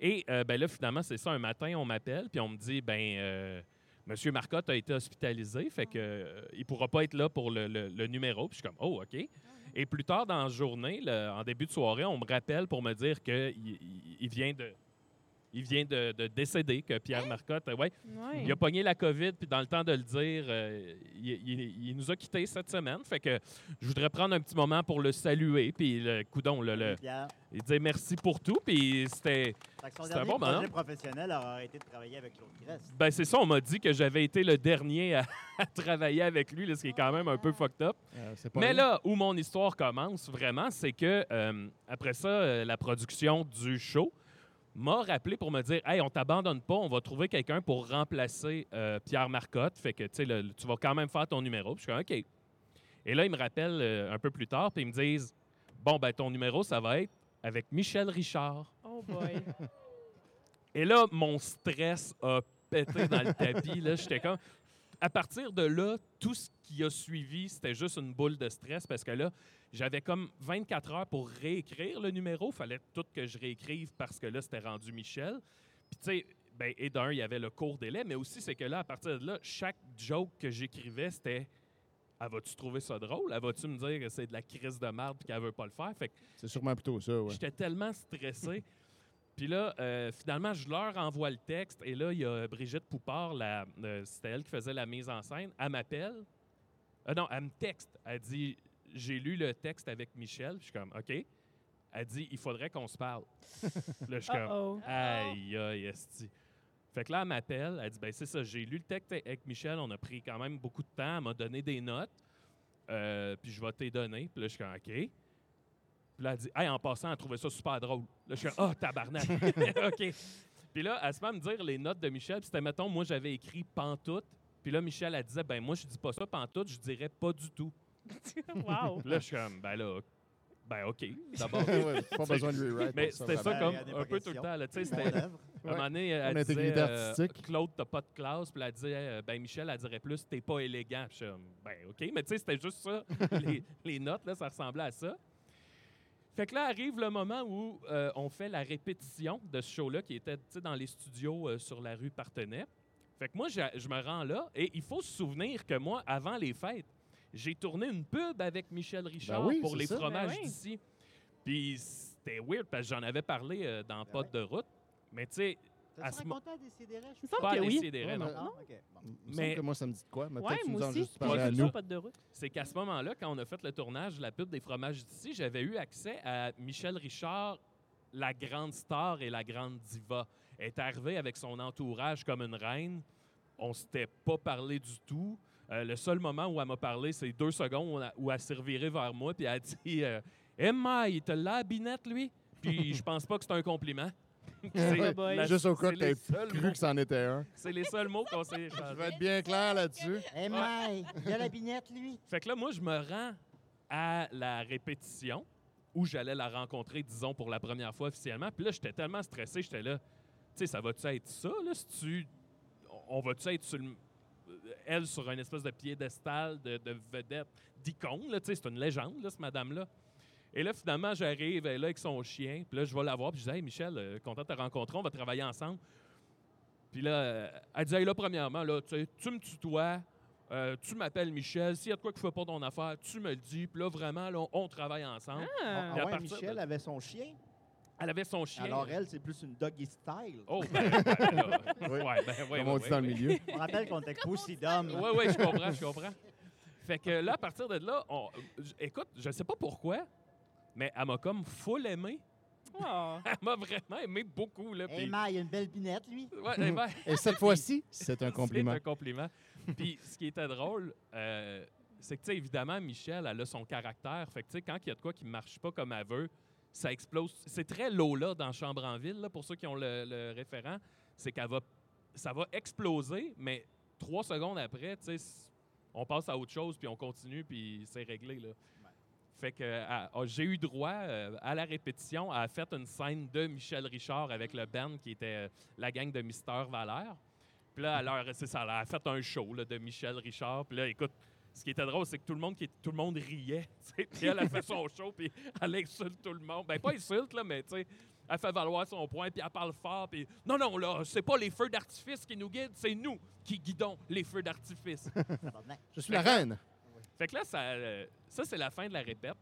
[SPEAKER 6] Et euh, ben là, finalement, c'est ça, un matin, on m'appelle, puis on me dit ben euh, Monsieur Marcotte a été hospitalisé, fait que euh, il pourra pas être là pour le, le- le numéro. Puis je suis comme Oh, OK. Et plus tard dans la journée, le- en début de soirée, on me rappelle pour me dire qu'il il, il vient de. Il vient de, de décéder, que Pierre Marcotte, euh, ouais,
[SPEAKER 3] Ouais.
[SPEAKER 6] il a pogné la COVID, puis dans le temps de le dire, euh, il, il- il nous a quittés cette semaine. Fait que je voudrais prendre un petit moment pour le saluer, puis le coudon, le, le-
[SPEAKER 2] Pierre.
[SPEAKER 6] il disait merci pour tout, puis c'était...
[SPEAKER 2] Fait que son
[SPEAKER 6] C'est un
[SPEAKER 2] dernier
[SPEAKER 6] bon
[SPEAKER 2] projet
[SPEAKER 6] bonhomme.
[SPEAKER 2] professionnel aura arrêté de travailler avec Claude Grèce.
[SPEAKER 6] Ben c'est ça, on m'a dit que j'avais été le dernier à, à travailler avec lui, là, ce qui est quand même un peu fucked up.
[SPEAKER 5] Euh, c'est pas
[SPEAKER 6] Mais
[SPEAKER 5] lui.
[SPEAKER 6] là, où mon histoire commence vraiment, c'est que euh, après ça, euh, la production du show m'a rappelé pour me dire Hey, on t'abandonne pas, on va trouver quelqu'un pour remplacer euh, Pierre Marcotte. Fait que tu sais, le- le- tu vas quand même faire ton numéro. Puis je suis comme OK. Et là, ils me rappellent euh, un peu plus tard, puis ils me disent Bon, ben ton numéro, ça va être avec Michel Richard.
[SPEAKER 3] Oh boy.
[SPEAKER 6] Et là, mon stress a pété dans le tapis. Là, j'étais comme. À partir de là, tout ce qui a suivi, c'était juste une boule de stress parce que là, j'avais comme 24 heures pour réécrire le numéro. Fallait tout que je réécrive parce que là, c'était rendu Michel. Puis, tu sais, ben, et d'un, il y avait le court délai, mais aussi, c'est que là, à partir de là, chaque joke que j'écrivais, c'était. Ah, vas-tu trouver ça drôle? Ah, vas-tu me dire que c'est de la crise de merde et qu'elle veut pas le faire? Fait que
[SPEAKER 5] C'est sûrement plutôt ça, ouais.
[SPEAKER 6] J'étais tellement stressé. Puis là, euh, finalement, je leur envoie le texte. Et là, il y a Brigitte Poupard, la, euh, c'était elle qui faisait la mise en scène. Elle m'appelle. Ah non, elle me texte. Elle dit J'ai lu le texte avec Michel. Puis je suis comme OK. Elle dit Il faudrait qu'on se parle. Puis
[SPEAKER 3] Ah,
[SPEAKER 6] là, je suis comme
[SPEAKER 3] Uh-oh.
[SPEAKER 2] Ah.
[SPEAKER 6] Aïe, aïe, esti. Fait que là, elle m'appelle, elle dit ben c'est ça, j'ai lu le texte avec Michel, on a pris quand même beaucoup de temps, elle m'a donné des notes, euh, puis je vais t'es donner. Puis là, je suis comme OK. Puis là, elle dit hey, en passant, elle trouvait ça super drôle. Là, je suis comme Ah, tabarnak. OK. Puis là, elle se met à me dire les notes de Michel, puis c'était mettons, moi, j'avais écrit pantoute, puis là, Michel, elle disait ben moi, je dis pas ça pantoute, je dirais pas du tout.
[SPEAKER 3] wow!
[SPEAKER 6] Là, je suis comme, ben là, ben OK, d'abord.
[SPEAKER 5] Ouais, pas besoin de rewrite.
[SPEAKER 6] Mais
[SPEAKER 5] pour
[SPEAKER 6] c'était ça
[SPEAKER 5] vraiment.
[SPEAKER 6] comme
[SPEAKER 2] ben, Il y en a
[SPEAKER 6] un
[SPEAKER 2] pas
[SPEAKER 6] peu tout
[SPEAKER 2] question.
[SPEAKER 6] le temps. Là, tu sais,
[SPEAKER 2] Mon
[SPEAKER 6] c'était,
[SPEAKER 2] œuvre.
[SPEAKER 6] À un moment donné, elle
[SPEAKER 5] Mon
[SPEAKER 6] disait,
[SPEAKER 5] intégrité
[SPEAKER 6] euh,
[SPEAKER 5] artistique.
[SPEAKER 6] Claude, t'as pas de classe. Puis elle disait, euh, ben Michel, elle dirait plus, t'es pas élégant. Puis je suis comme, ben OK. Mais tu sais, c'était juste ça. les, les notes, là, ça ressemblait à ça. Fait que là arrive le moment où euh, on fait la répétition de ce show-là qui était tu sais, dans les studios euh, sur la rue Partenay. Fait que moi, je, je me rends là et il faut se souvenir que moi, avant les fêtes, j'ai tourné une pub avec Michel Richard
[SPEAKER 5] Ben oui,
[SPEAKER 6] pour
[SPEAKER 5] c'est
[SPEAKER 6] les
[SPEAKER 5] ça.
[SPEAKER 6] fromages
[SPEAKER 3] Ben oui.
[SPEAKER 6] d'ici. Puis c'était weird parce que j'en avais parlé euh,
[SPEAKER 3] Ben
[SPEAKER 6] dans Pod de route. Mais tu sais, à
[SPEAKER 10] T'as-tu
[SPEAKER 6] ce mo-
[SPEAKER 10] raconté à des CDR?
[SPEAKER 3] Il me semble
[SPEAKER 6] pas à
[SPEAKER 3] que oui.
[SPEAKER 6] Décidéré,
[SPEAKER 5] Ouais,
[SPEAKER 6] non.
[SPEAKER 5] mais-
[SPEAKER 2] Ah, OK. Bon.
[SPEAKER 5] Il me
[SPEAKER 6] Mais-
[SPEAKER 5] semble que moi, ça me dit de quoi? Mais
[SPEAKER 3] Ouais,
[SPEAKER 5] peut-être que tu nous
[SPEAKER 3] moi
[SPEAKER 5] en
[SPEAKER 3] aussi.
[SPEAKER 5] juste parlé
[SPEAKER 6] Moi,
[SPEAKER 5] à
[SPEAKER 6] c'est
[SPEAKER 5] nous.
[SPEAKER 6] ça.
[SPEAKER 3] pas de route.
[SPEAKER 6] C'est qu'à ce moment-là, quand on a fait le tournage de la pub des fromages d'ici, j'avais eu accès à Michel Richard, la grande star et la grande diva. Elle est arrivée avec son entourage comme une reine. On s'était pas parlé du tout. Euh, le seul moment où elle m'a parlé, c'est deux secondes où elle- où elle s'est revirée vers moi puis elle a dit euh, Emma, il te l'a à binette, lui? » Puis je pense pas que c'est un compliment.
[SPEAKER 5] Ouais,
[SPEAKER 6] C'est la-
[SPEAKER 5] Juste au
[SPEAKER 6] c'est
[SPEAKER 5] cas que
[SPEAKER 6] les
[SPEAKER 5] t'aies
[SPEAKER 6] seuls
[SPEAKER 5] cru
[SPEAKER 6] mots-
[SPEAKER 5] que c'en était un.
[SPEAKER 6] C'est les seuls mots qu'on s'est échangés.
[SPEAKER 5] Je vais être bien clair là-dessus.
[SPEAKER 2] Eh, Mike, il y a la binette, lui.
[SPEAKER 6] Fait que là, moi, je me rends à la répétition où j'allais la rencontrer, disons, pour la première fois officiellement. Puis là, j'étais tellement stressé, j'étais là, tu sais, ça va-tu être ça, là, si tu... On va-tu être sur le- euh, Elle sur un espèce de piédestal de, de vedette, d'icône, là, tu sais, c'est une légende, là, cette madame-là. Et là, finalement, j'arrive, elle est là avec son chien, puis là, je vais la voir, puis je dis, hey, Michel, euh, content de te rencontrer, on va travailler ensemble. Puis là, euh, elle dit, hey, là, premièrement, là, tu sais, tu me tutoies, euh, tu m'appelles Michel, s'il y a de quoi qui ne fait pas ton affaire, tu me le dis. Puis là, vraiment, là, on, on travaille ensemble.
[SPEAKER 8] Ah,
[SPEAKER 6] Puis à
[SPEAKER 8] ouais,
[SPEAKER 6] partir
[SPEAKER 8] Michel
[SPEAKER 6] de-
[SPEAKER 8] avait son chien.
[SPEAKER 6] Elle avait son chien.
[SPEAKER 8] Alors elle, c'est plus une doggy style.
[SPEAKER 6] Oh, ben, ben, là,
[SPEAKER 5] Oui.
[SPEAKER 6] ouais, ben, ouais,
[SPEAKER 5] Comme
[SPEAKER 6] ouais,
[SPEAKER 5] on dit
[SPEAKER 6] ouais,
[SPEAKER 5] dans le
[SPEAKER 6] ouais.
[SPEAKER 5] milieu.
[SPEAKER 2] On rappelle qu'on était Posidum.
[SPEAKER 6] Oui, oui, je comprends, je comprends. Fait que là, à partir de là, on- j- écoute, je sais pas pourquoi, mais elle m'a comme full aimé.
[SPEAKER 3] Oh.
[SPEAKER 6] Elle m'a vraiment aimé beaucoup. Là,
[SPEAKER 2] Eh,
[SPEAKER 6] puis-
[SPEAKER 2] Mike, il y a une belle binette, lui.
[SPEAKER 6] Ouais, eh ben,
[SPEAKER 5] Et cette fois-ci, c'est un compliment.
[SPEAKER 6] C'est un compliment. Puis ce qui était drôle, euh, c'est que, tu sais, évidemment, Michel, elle a son caractère. Fait que, tu sais, quand il y a de quoi qui ne marche pas comme elle veut, ça explose. C'est très Lola dans Chambre en ville, là, pour ceux qui ont le, le référent. C'est qu'elle va. Ça va exploser, mais trois secondes après, tu sais, c- on passe à autre chose, puis on continue, puis c'est réglé, là. Fait que euh, à- ah, j'ai eu droit euh, à la répétition à fait une scène de Michel Richard avec le band qui était euh, la gang de Mister Valère. Puis là, elle leur- c'est ça, elle a fait un show là, de Michel Richard. Puis là, écoute, ce qui était drôle, c'est que tout le monde, qui, tout le monde riait. tu sais. Puis elle a fait son show, puis elle insulte tout le monde. Ben, pas insulte, là, mais tu sais, elle fait valoir son point, puis elle parle fort. Puis non, non, là, c'est pas les feux d'artifice qui nous guident, c'est nous qui guidons les feux d'artifice.
[SPEAKER 2] Tabarnak.
[SPEAKER 5] Je suis la reine.
[SPEAKER 6] Fait que là, ça, euh, ça c'est la fin de la répète.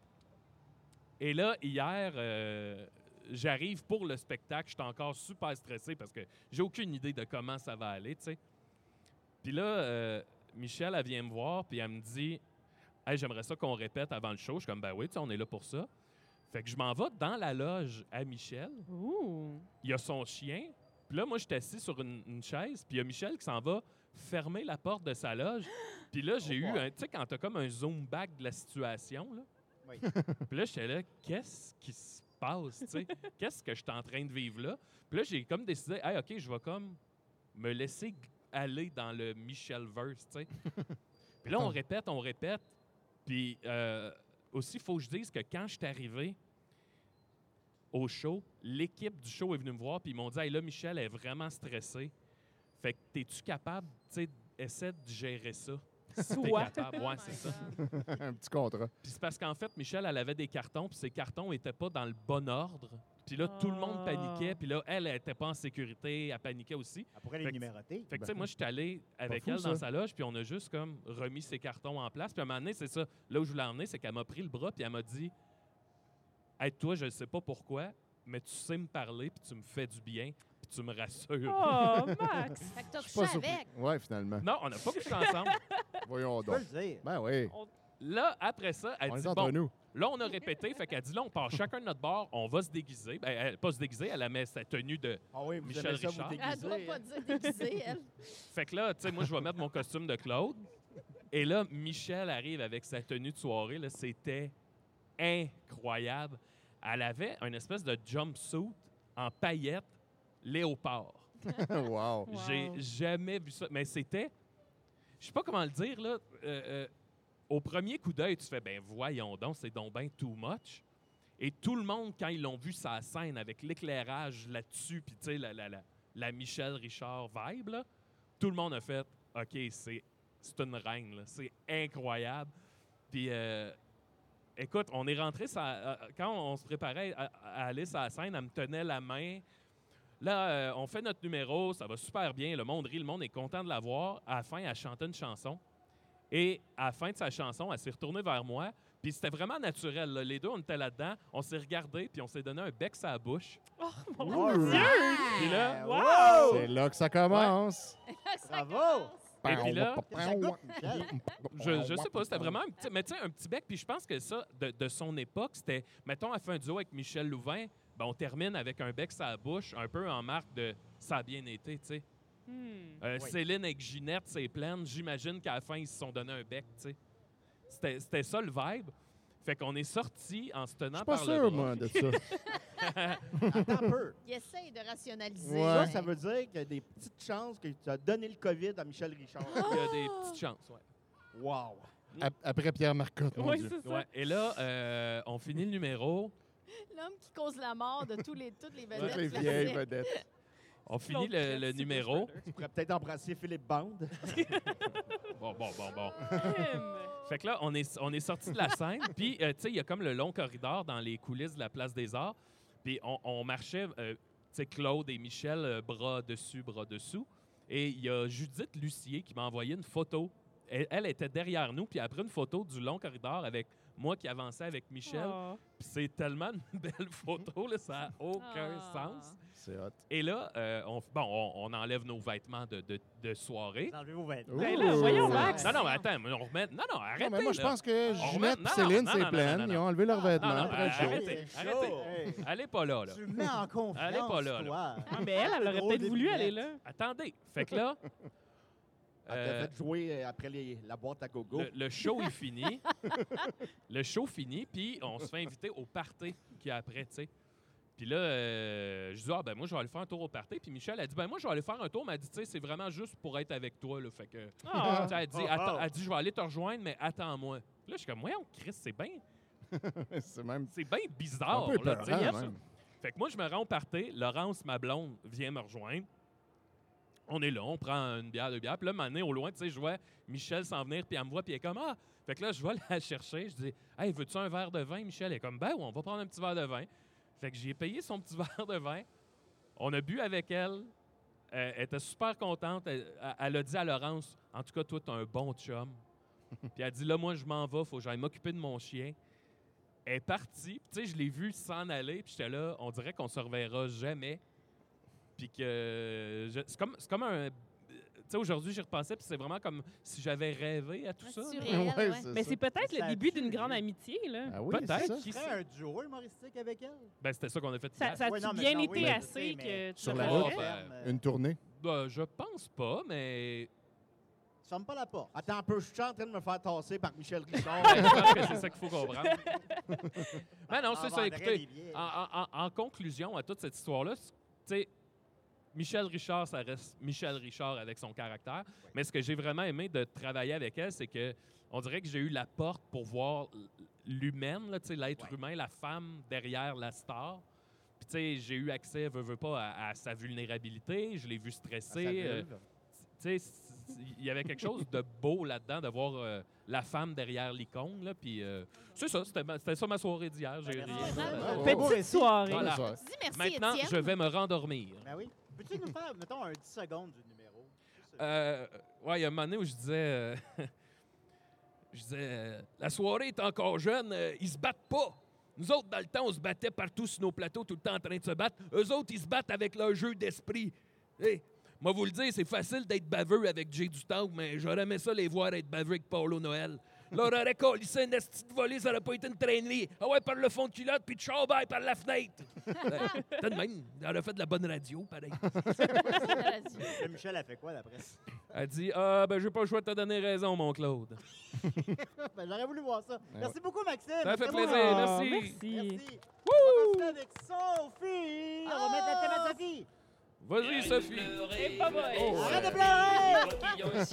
[SPEAKER 6] Et là, hier, euh, j'arrive pour le spectacle. Je suis encore super stressé parce que j'ai aucune idée de comment ça va aller, tu sais. Puis là, euh, Michel, elle vient me voir, puis elle me dit Hey, j'aimerais ça qu'on répète avant le show. Je suis comme Ben oui, tu sais, on est là pour ça. Fait que je m'en vais dans la loge à Michel.
[SPEAKER 3] Ouh.
[SPEAKER 6] Il y a son chien. Puis là, moi, je suis assis sur une, une chaise, puis il y a Michel qui s'en va fermer la porte de sa loge. Puis là, j'ai eu un. Tu sais, quand t'as comme un zoom back de la situation, là.
[SPEAKER 2] Oui.
[SPEAKER 6] Puis là, j'étais là, qu'est-ce qui se passe, tu sais? Qu'est-ce que je suis en train de vivre là? Puis là, j'ai comme décidé, hey, OK, je vais comme me laisser g- aller dans le Michelverse, tu sais. Puis là, on répète, on répète. Puis euh, aussi, il faut que je dise que quand je suis arrivé au show, l'équipe du show est venue me voir, puis ils m'ont dit, hey, là, Michel est vraiment stressé. Fait que, t'es-tu capable, tu sais, essaie de gérer ça. Si t'es
[SPEAKER 3] Soit.
[SPEAKER 6] capable. Ouais, c'est ça.
[SPEAKER 5] un petit contrat.
[SPEAKER 6] Puis c'est parce qu'en fait, Michel, elle avait des cartons, puis ses cartons n'étaient pas dans le bon ordre. Puis là, tout le monde
[SPEAKER 3] Ah.
[SPEAKER 6] paniquait. Puis là, elle, elle n'était pas en sécurité, elle paniquait aussi.
[SPEAKER 2] Elle pourrait
[SPEAKER 6] Fait
[SPEAKER 2] les
[SPEAKER 6] que-
[SPEAKER 2] numéroter.
[SPEAKER 6] Fait que, tu sais, moi, je suis allé avec
[SPEAKER 5] Ben, fou,
[SPEAKER 6] elle dans
[SPEAKER 5] ça.
[SPEAKER 6] sa loge, puis on a juste comme remis ses cartons en place. Puis à un moment donné, c'est ça. Là où je voulais emmener, c'est qu'elle m'a pris le bras, puis elle m'a dit Hey, toi, je ne sais pas pourquoi, mais tu sais me parler, puis tu me fais du bien, puis tu me rassures.
[SPEAKER 5] Ah!
[SPEAKER 3] Oh, Max!
[SPEAKER 4] Fait que t'as
[SPEAKER 5] Je suis pas
[SPEAKER 4] couché
[SPEAKER 5] surpris.
[SPEAKER 4] avec.
[SPEAKER 5] Ouais, finalement.
[SPEAKER 6] Non, on n'a pas couché ensemble.
[SPEAKER 5] Voyons
[SPEAKER 2] Tu peux
[SPEAKER 5] donc.
[SPEAKER 2] le dire.
[SPEAKER 5] Ben oui.
[SPEAKER 6] Là, après ça, elle
[SPEAKER 5] On
[SPEAKER 6] dit
[SPEAKER 5] est entre
[SPEAKER 6] Bon,
[SPEAKER 5] nous.
[SPEAKER 6] Là, on a répété, fait qu'elle dit là, on part chacun de notre bord, on va se déguiser. Ben, elle, pas se déguiser, elle met sa tenue de.
[SPEAKER 8] Ah oui, vous
[SPEAKER 6] Michel
[SPEAKER 8] aimez ça,
[SPEAKER 6] Richard.
[SPEAKER 8] vous
[SPEAKER 4] Elle doit
[SPEAKER 8] déguisez,
[SPEAKER 4] pas
[SPEAKER 8] hein?
[SPEAKER 4] dire déguisée, elle.
[SPEAKER 6] Fait que là, tu sais, moi, je vais mettre mon costume de Claude. Et là, Michel arrive avec sa tenue de soirée. Là, c'était incroyable. Elle avait une espèce de jumpsuit en paillettes léopard.
[SPEAKER 5] wow.
[SPEAKER 3] Wow.
[SPEAKER 6] J'ai jamais vu ça. Mais c'était. Je sais pas comment le dire, là. euh, euh, au premier coup d'œil, tu fais, ben voyons donc, c'est donc ben too much. Et tout le monde, quand ils l'ont vu sa scène avec l'éclairage là-dessus, puis tu sais, la, la, la, la Michelle Richard vibe, là, tout le monde a fait, OK, c'est c'est une reine, là. c'est incroyable. Puis, euh, écoute, on est rentré, sa- euh, quand on se préparait à, à aller sur la scène, elle me tenait la main. Là, euh, on fait notre numéro, ça va super bien, le monde rit, le monde est content de la voir. À la fin, elle chantait une chanson. Et à la fin de sa chanson, elle s'est retournée vers moi. Puis c'était vraiment naturel. là. Les deux, on était là-dedans, on s'est regardés, puis on s'est donné un bec sur la bouche.
[SPEAKER 3] Oh, mon Dieu!
[SPEAKER 5] Wow.
[SPEAKER 6] Puis là,
[SPEAKER 3] Wow!
[SPEAKER 5] C'est là que ça commence.
[SPEAKER 2] Bravo!
[SPEAKER 6] Et puis là-
[SPEAKER 2] Qu'est-ce que ça goûte, Michel?
[SPEAKER 6] Je, je sais pas, c'était vraiment un petit, mais tu sais, un petit bec. Puis je pense que ça, de, de son époque, c'était, mettons, elle fait un duo avec Michel Louvain, ben on termine avec un bec sa bouche, un peu en marque de ça a bien été, tu sais.
[SPEAKER 3] Hmm.
[SPEAKER 6] Euh, Céline avec Ginette, c'est pleine. J'imagine qu'à la fin, ils se sont donné un bec, tu sais. C'était, c'était ça le vibe. Fait qu'on est sorti en se
[SPEAKER 5] Je
[SPEAKER 6] tenant
[SPEAKER 5] suis pas
[SPEAKER 6] par le
[SPEAKER 5] sûr,
[SPEAKER 6] bras.
[SPEAKER 5] moi, de ça.
[SPEAKER 8] Attends un peu.
[SPEAKER 4] Il essaie de rationaliser.
[SPEAKER 5] Ouais.
[SPEAKER 8] Ça, ça veut dire qu'il y a des petites chances que tu as donné le COVID à Michel Richard.
[SPEAKER 6] Il y a des petites chances, ouais.
[SPEAKER 8] wow!
[SPEAKER 5] Ap- Après Pierre Marcotte, mon
[SPEAKER 3] Oui,
[SPEAKER 5] Dieu.
[SPEAKER 3] c'est ça.
[SPEAKER 6] Ouais. Et là, euh, on finit le numéro.
[SPEAKER 4] L'homme qui cause la mort de tous les, toutes les vedettes.
[SPEAKER 5] Toutes les
[SPEAKER 4] classiques.
[SPEAKER 5] vieilles
[SPEAKER 3] ben,
[SPEAKER 5] vedettes.
[SPEAKER 6] On finit le, le numéro.
[SPEAKER 8] Tu pourrais peut-être embrasser Philippe Bande.
[SPEAKER 6] Bon, bon, bon, bon.
[SPEAKER 3] Hum.
[SPEAKER 6] Fait que là, on est, on est sorti de la scène, puis, euh, tu sais, il y a comme le long corridor dans les coulisses de la Place des Arts, puis on, on marchait, euh, tu sais, Claude et Michel, euh, bras dessus, bras dessous, et il y a Judith Lucier qui m'a envoyé une photo. Elle, elle était derrière nous, puis elle a pris une photo du long corridor avec moi qui avançais avec Michel.
[SPEAKER 3] Oh.
[SPEAKER 6] Puis c'est tellement une belle photo, là, ça n'a aucun
[SPEAKER 3] Ah.
[SPEAKER 6] sens.
[SPEAKER 5] C'est hot.
[SPEAKER 6] Et là, euh, on, bon, on, on enlève nos vêtements de, de- de soirée.
[SPEAKER 2] Vous Enlevez vos vêtements.
[SPEAKER 3] Ben là, voyons,
[SPEAKER 5] Ouh.
[SPEAKER 3] Max.
[SPEAKER 6] Non, non, mais attends, mais on remet... Non, non, arrêtez.
[SPEAKER 5] Non, mais moi, je
[SPEAKER 6] là.
[SPEAKER 5] pense que
[SPEAKER 6] On
[SPEAKER 5] Ginette
[SPEAKER 6] remet- non,
[SPEAKER 5] et Céline,
[SPEAKER 6] non,
[SPEAKER 5] c'est
[SPEAKER 6] non,
[SPEAKER 5] pleine.
[SPEAKER 6] non, non,
[SPEAKER 5] Ils ont enlevé leurs vêtements
[SPEAKER 6] Ah, non, euh,
[SPEAKER 5] après le show.
[SPEAKER 6] arrêtez, arrêtez.
[SPEAKER 2] Hey,
[SPEAKER 6] Allez pas là, là.
[SPEAKER 2] tu me mets en confiance,
[SPEAKER 6] Allez pas là, là.
[SPEAKER 2] toi.
[SPEAKER 3] Ah, mais elle, elle aurait
[SPEAKER 2] Gros
[SPEAKER 3] peut-être voulu
[SPEAKER 2] début
[SPEAKER 3] aller
[SPEAKER 2] net.
[SPEAKER 3] là.
[SPEAKER 6] Attendez. Fait que là,
[SPEAKER 8] Elle
[SPEAKER 6] euh,
[SPEAKER 8] t'a Ah, fait jouer euh, après les- la boîte à gogo.
[SPEAKER 6] le, le show est fini. le show finit, puis on se fait inviter au party qu'il y a après, tu sais. Puis là, euh, je dis, ah, ben moi, je vais aller faire un tour au party. Puis Michel, elle dit, ben moi, je vais aller faire un tour. Mais elle dit, tu sais, c'est vraiment juste pour être avec toi, là. Fait que,
[SPEAKER 3] Ah.
[SPEAKER 6] tu sais, elle dit,
[SPEAKER 8] Oh, oh.
[SPEAKER 6] Attends- elle dit, je vais aller te rejoindre, mais attends-moi. Puis Là, je suis comme, voyons, Chris, c'est bien
[SPEAKER 5] C'est même
[SPEAKER 6] c'est bien
[SPEAKER 3] Ah,
[SPEAKER 6] bizarre.
[SPEAKER 5] un peu
[SPEAKER 6] là, tu sais,
[SPEAKER 3] hein.
[SPEAKER 5] épeurant, hein.
[SPEAKER 6] ça.
[SPEAKER 5] même.
[SPEAKER 6] Fait que moi, je me rends au party. Laurence, ma blonde, vient me rejoindre. On est là, on prend une bière, deux bières. Puis là, mané au loin, tu sais, je vois Michel s'en venir, puis elle me voit, puis elle est comme Ah! Fait que là, je vais la chercher. Je dis Hey, veux-tu un verre de vin, Michel? Elle est comme Ben, ouais, on va prendre un petit verre de vin. Fait que j'ai payé son petit verre de vin. On a bu avec elle. Euh, elle était super contente. Elle, elle- elle a dit à Laurence En tout cas, toi, t'es un bon chum. puis elle dit Là, moi, je m'en vais, faut que j'aille m'occuper de mon chien. Elle est partie. Puis, Tu sais, je l'ai vue s'en aller. Puis j'étais là, on dirait qu'on se reverra jamais. Puis que. je- C'est comme, c'est comme un. Tu sais, aujourd'hui, j'y repensais, puis c'est vraiment comme si j'avais rêvé à tout ça. là.
[SPEAKER 4] Assuré. réel, ouais.
[SPEAKER 5] c'est
[SPEAKER 3] Mais
[SPEAKER 5] ça.
[SPEAKER 3] c'est peut-être
[SPEAKER 2] Ça
[SPEAKER 3] le début
[SPEAKER 2] tue,
[SPEAKER 3] d'une grande
[SPEAKER 2] là.
[SPEAKER 3] amitié, là.
[SPEAKER 5] Ah oui, c'est ça.
[SPEAKER 6] Peut-être. Qui
[SPEAKER 2] Tu
[SPEAKER 6] sait?
[SPEAKER 2] ferais un duo humoristique avec elle?
[SPEAKER 6] Ben, c'était ça qu'on a fait.
[SPEAKER 3] Ça,
[SPEAKER 6] hier.
[SPEAKER 3] ça a-tu
[SPEAKER 2] Ouais, non, mais
[SPEAKER 3] bien
[SPEAKER 2] non, oui,
[SPEAKER 3] été
[SPEAKER 2] mais je
[SPEAKER 3] assez
[SPEAKER 2] sais,
[SPEAKER 3] que
[SPEAKER 2] mais-
[SPEAKER 3] tu
[SPEAKER 5] Sur
[SPEAKER 3] te
[SPEAKER 5] la
[SPEAKER 6] route.
[SPEAKER 3] relèves?
[SPEAKER 2] Ferme, euh,
[SPEAKER 5] Une tournée.
[SPEAKER 6] Ben, je pense pas, mais.
[SPEAKER 2] Tu fermes pas la porte.
[SPEAKER 8] Attends un peu, je suis en train de me faire tasser par Michel Richard.
[SPEAKER 6] Ben, je pense que c'est ça qu'il faut comprendre. ben non,
[SPEAKER 2] On
[SPEAKER 6] c'est ça.
[SPEAKER 2] vendrait
[SPEAKER 6] Écoutez,
[SPEAKER 2] des billets.
[SPEAKER 6] En, en- en- en conclusion à toute cette histoire-là, c- tu sais, Michel Richard, ça reste Michel Richard avec son caractère. Mais ce que j'ai vraiment aimé de travailler avec elle, c'est que on dirait que j'ai eu la porte pour voir l- l'humaine, là, tu sais, l'être humain, la femme derrière la star. Puis, tu sais, j'ai eu accès, veux, veux pas, à, à sa vulnérabilité. Je l'ai vu stresser. euh, tu sais, c- il y avait quelque chose de beau là-dedans, de voir euh, la femme derrière l'icône. là, Puis, euh, c'est ça, c'était ma- c'était ça ma soirée d'hier. J'ai
[SPEAKER 2] Ben,
[SPEAKER 6] ri.
[SPEAKER 2] merci.
[SPEAKER 5] Ah, ouais.
[SPEAKER 3] Petite soirée.
[SPEAKER 6] Voilà.
[SPEAKER 5] Bonsoir.
[SPEAKER 4] Dis merci,
[SPEAKER 6] Maintenant,
[SPEAKER 4] Étienne.
[SPEAKER 6] je vais me rendormir.
[SPEAKER 2] Ben oui. Peux-tu nous faire, mettons, un 10 secondes du numéro?
[SPEAKER 6] Euh, ouais, il y a un moment donné où je disais. euh, je disais. euh, la soirée est encore jeune, euh, ils se battent pas. Nous autres, dans le temps, on se battait partout sur nos plateaux, tout le temps en train de se battre. Eux autres, ils se battent avec leur jeu d'esprit. Hé, moi, vous le dire, c'est facile d'être baveux avec Jay Dutemps, mais j'aurais aimé ça les voir être baveux avec Paulo Noël. Leur aurait collissé une esti de volée, ça aurait pas été une traînerie. Ah ouais, par le fond de culotte, puis tchao, bye, par la fenêtre. Euh, T'as de même, elle aurait fait de la bonne radio, pareil.
[SPEAKER 2] Le Michel a fait quoi, d'après ça?
[SPEAKER 6] Elle dit Ah, ben, j'ai pas le choix de te donner raison, mon Claude.
[SPEAKER 2] Ben, J'aurais voulu voir ça. Merci beaucoup, Maxime.
[SPEAKER 6] Ça fait
[SPEAKER 2] C'était
[SPEAKER 6] plaisir,
[SPEAKER 2] bon.
[SPEAKER 6] merci.
[SPEAKER 2] Merci. On va continuer avec Sophie. On va mettre la thème à Sophie.
[SPEAKER 6] Vas-y, Sophie.
[SPEAKER 3] C'est pas vrai.
[SPEAKER 11] Oh.
[SPEAKER 2] Ah! Arrête de pleurer!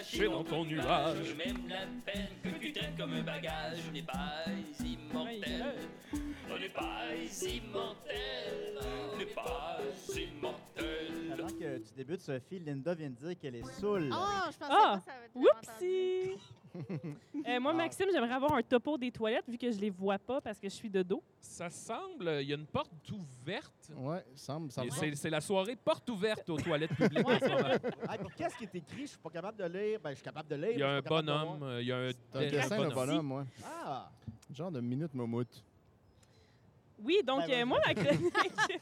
[SPEAKER 6] Je suis dans ton nuage.
[SPEAKER 1] Même la peine que
[SPEAKER 11] tu
[SPEAKER 1] tu
[SPEAKER 11] traînes comme un bagage. On n'est pas immortel. On n'est pas immortel. On n'est pas immortel.
[SPEAKER 2] Avant que tu débutes, Sophie, Linda vient de dire qu'elle est saoule.
[SPEAKER 4] Ah, je pensais
[SPEAKER 3] Ah!
[SPEAKER 4] pas que ça avait été
[SPEAKER 3] Whoopsie! Euh, moi,
[SPEAKER 2] Ah.
[SPEAKER 3] Maxime, j'aimerais avoir un topo des toilettes vu que je les vois pas parce que je suis de dos.
[SPEAKER 6] Ça semble, il y a une porte ouverte.
[SPEAKER 5] Ouais, semble,
[SPEAKER 6] Et
[SPEAKER 5] semble.
[SPEAKER 6] C'est c'est la soirée porte ouverte aux toilettes publiques en ce moment.
[SPEAKER 8] Hey, pour qu'est-ce qui est écrit? Je suis pas capable de lire. Ben, je suis capable de lire.
[SPEAKER 6] Il y a
[SPEAKER 8] mais
[SPEAKER 6] un
[SPEAKER 8] je suis pas capable de voir.
[SPEAKER 6] bonhomme, euh, il y a un,
[SPEAKER 5] C'est un dessin de bonhomme, ouais.
[SPEAKER 8] Ah!
[SPEAKER 5] Genre de minute moumoute.
[SPEAKER 3] Oui, donc
[SPEAKER 2] Ben,
[SPEAKER 3] euh,
[SPEAKER 2] vas-y.
[SPEAKER 3] moi, la chronique.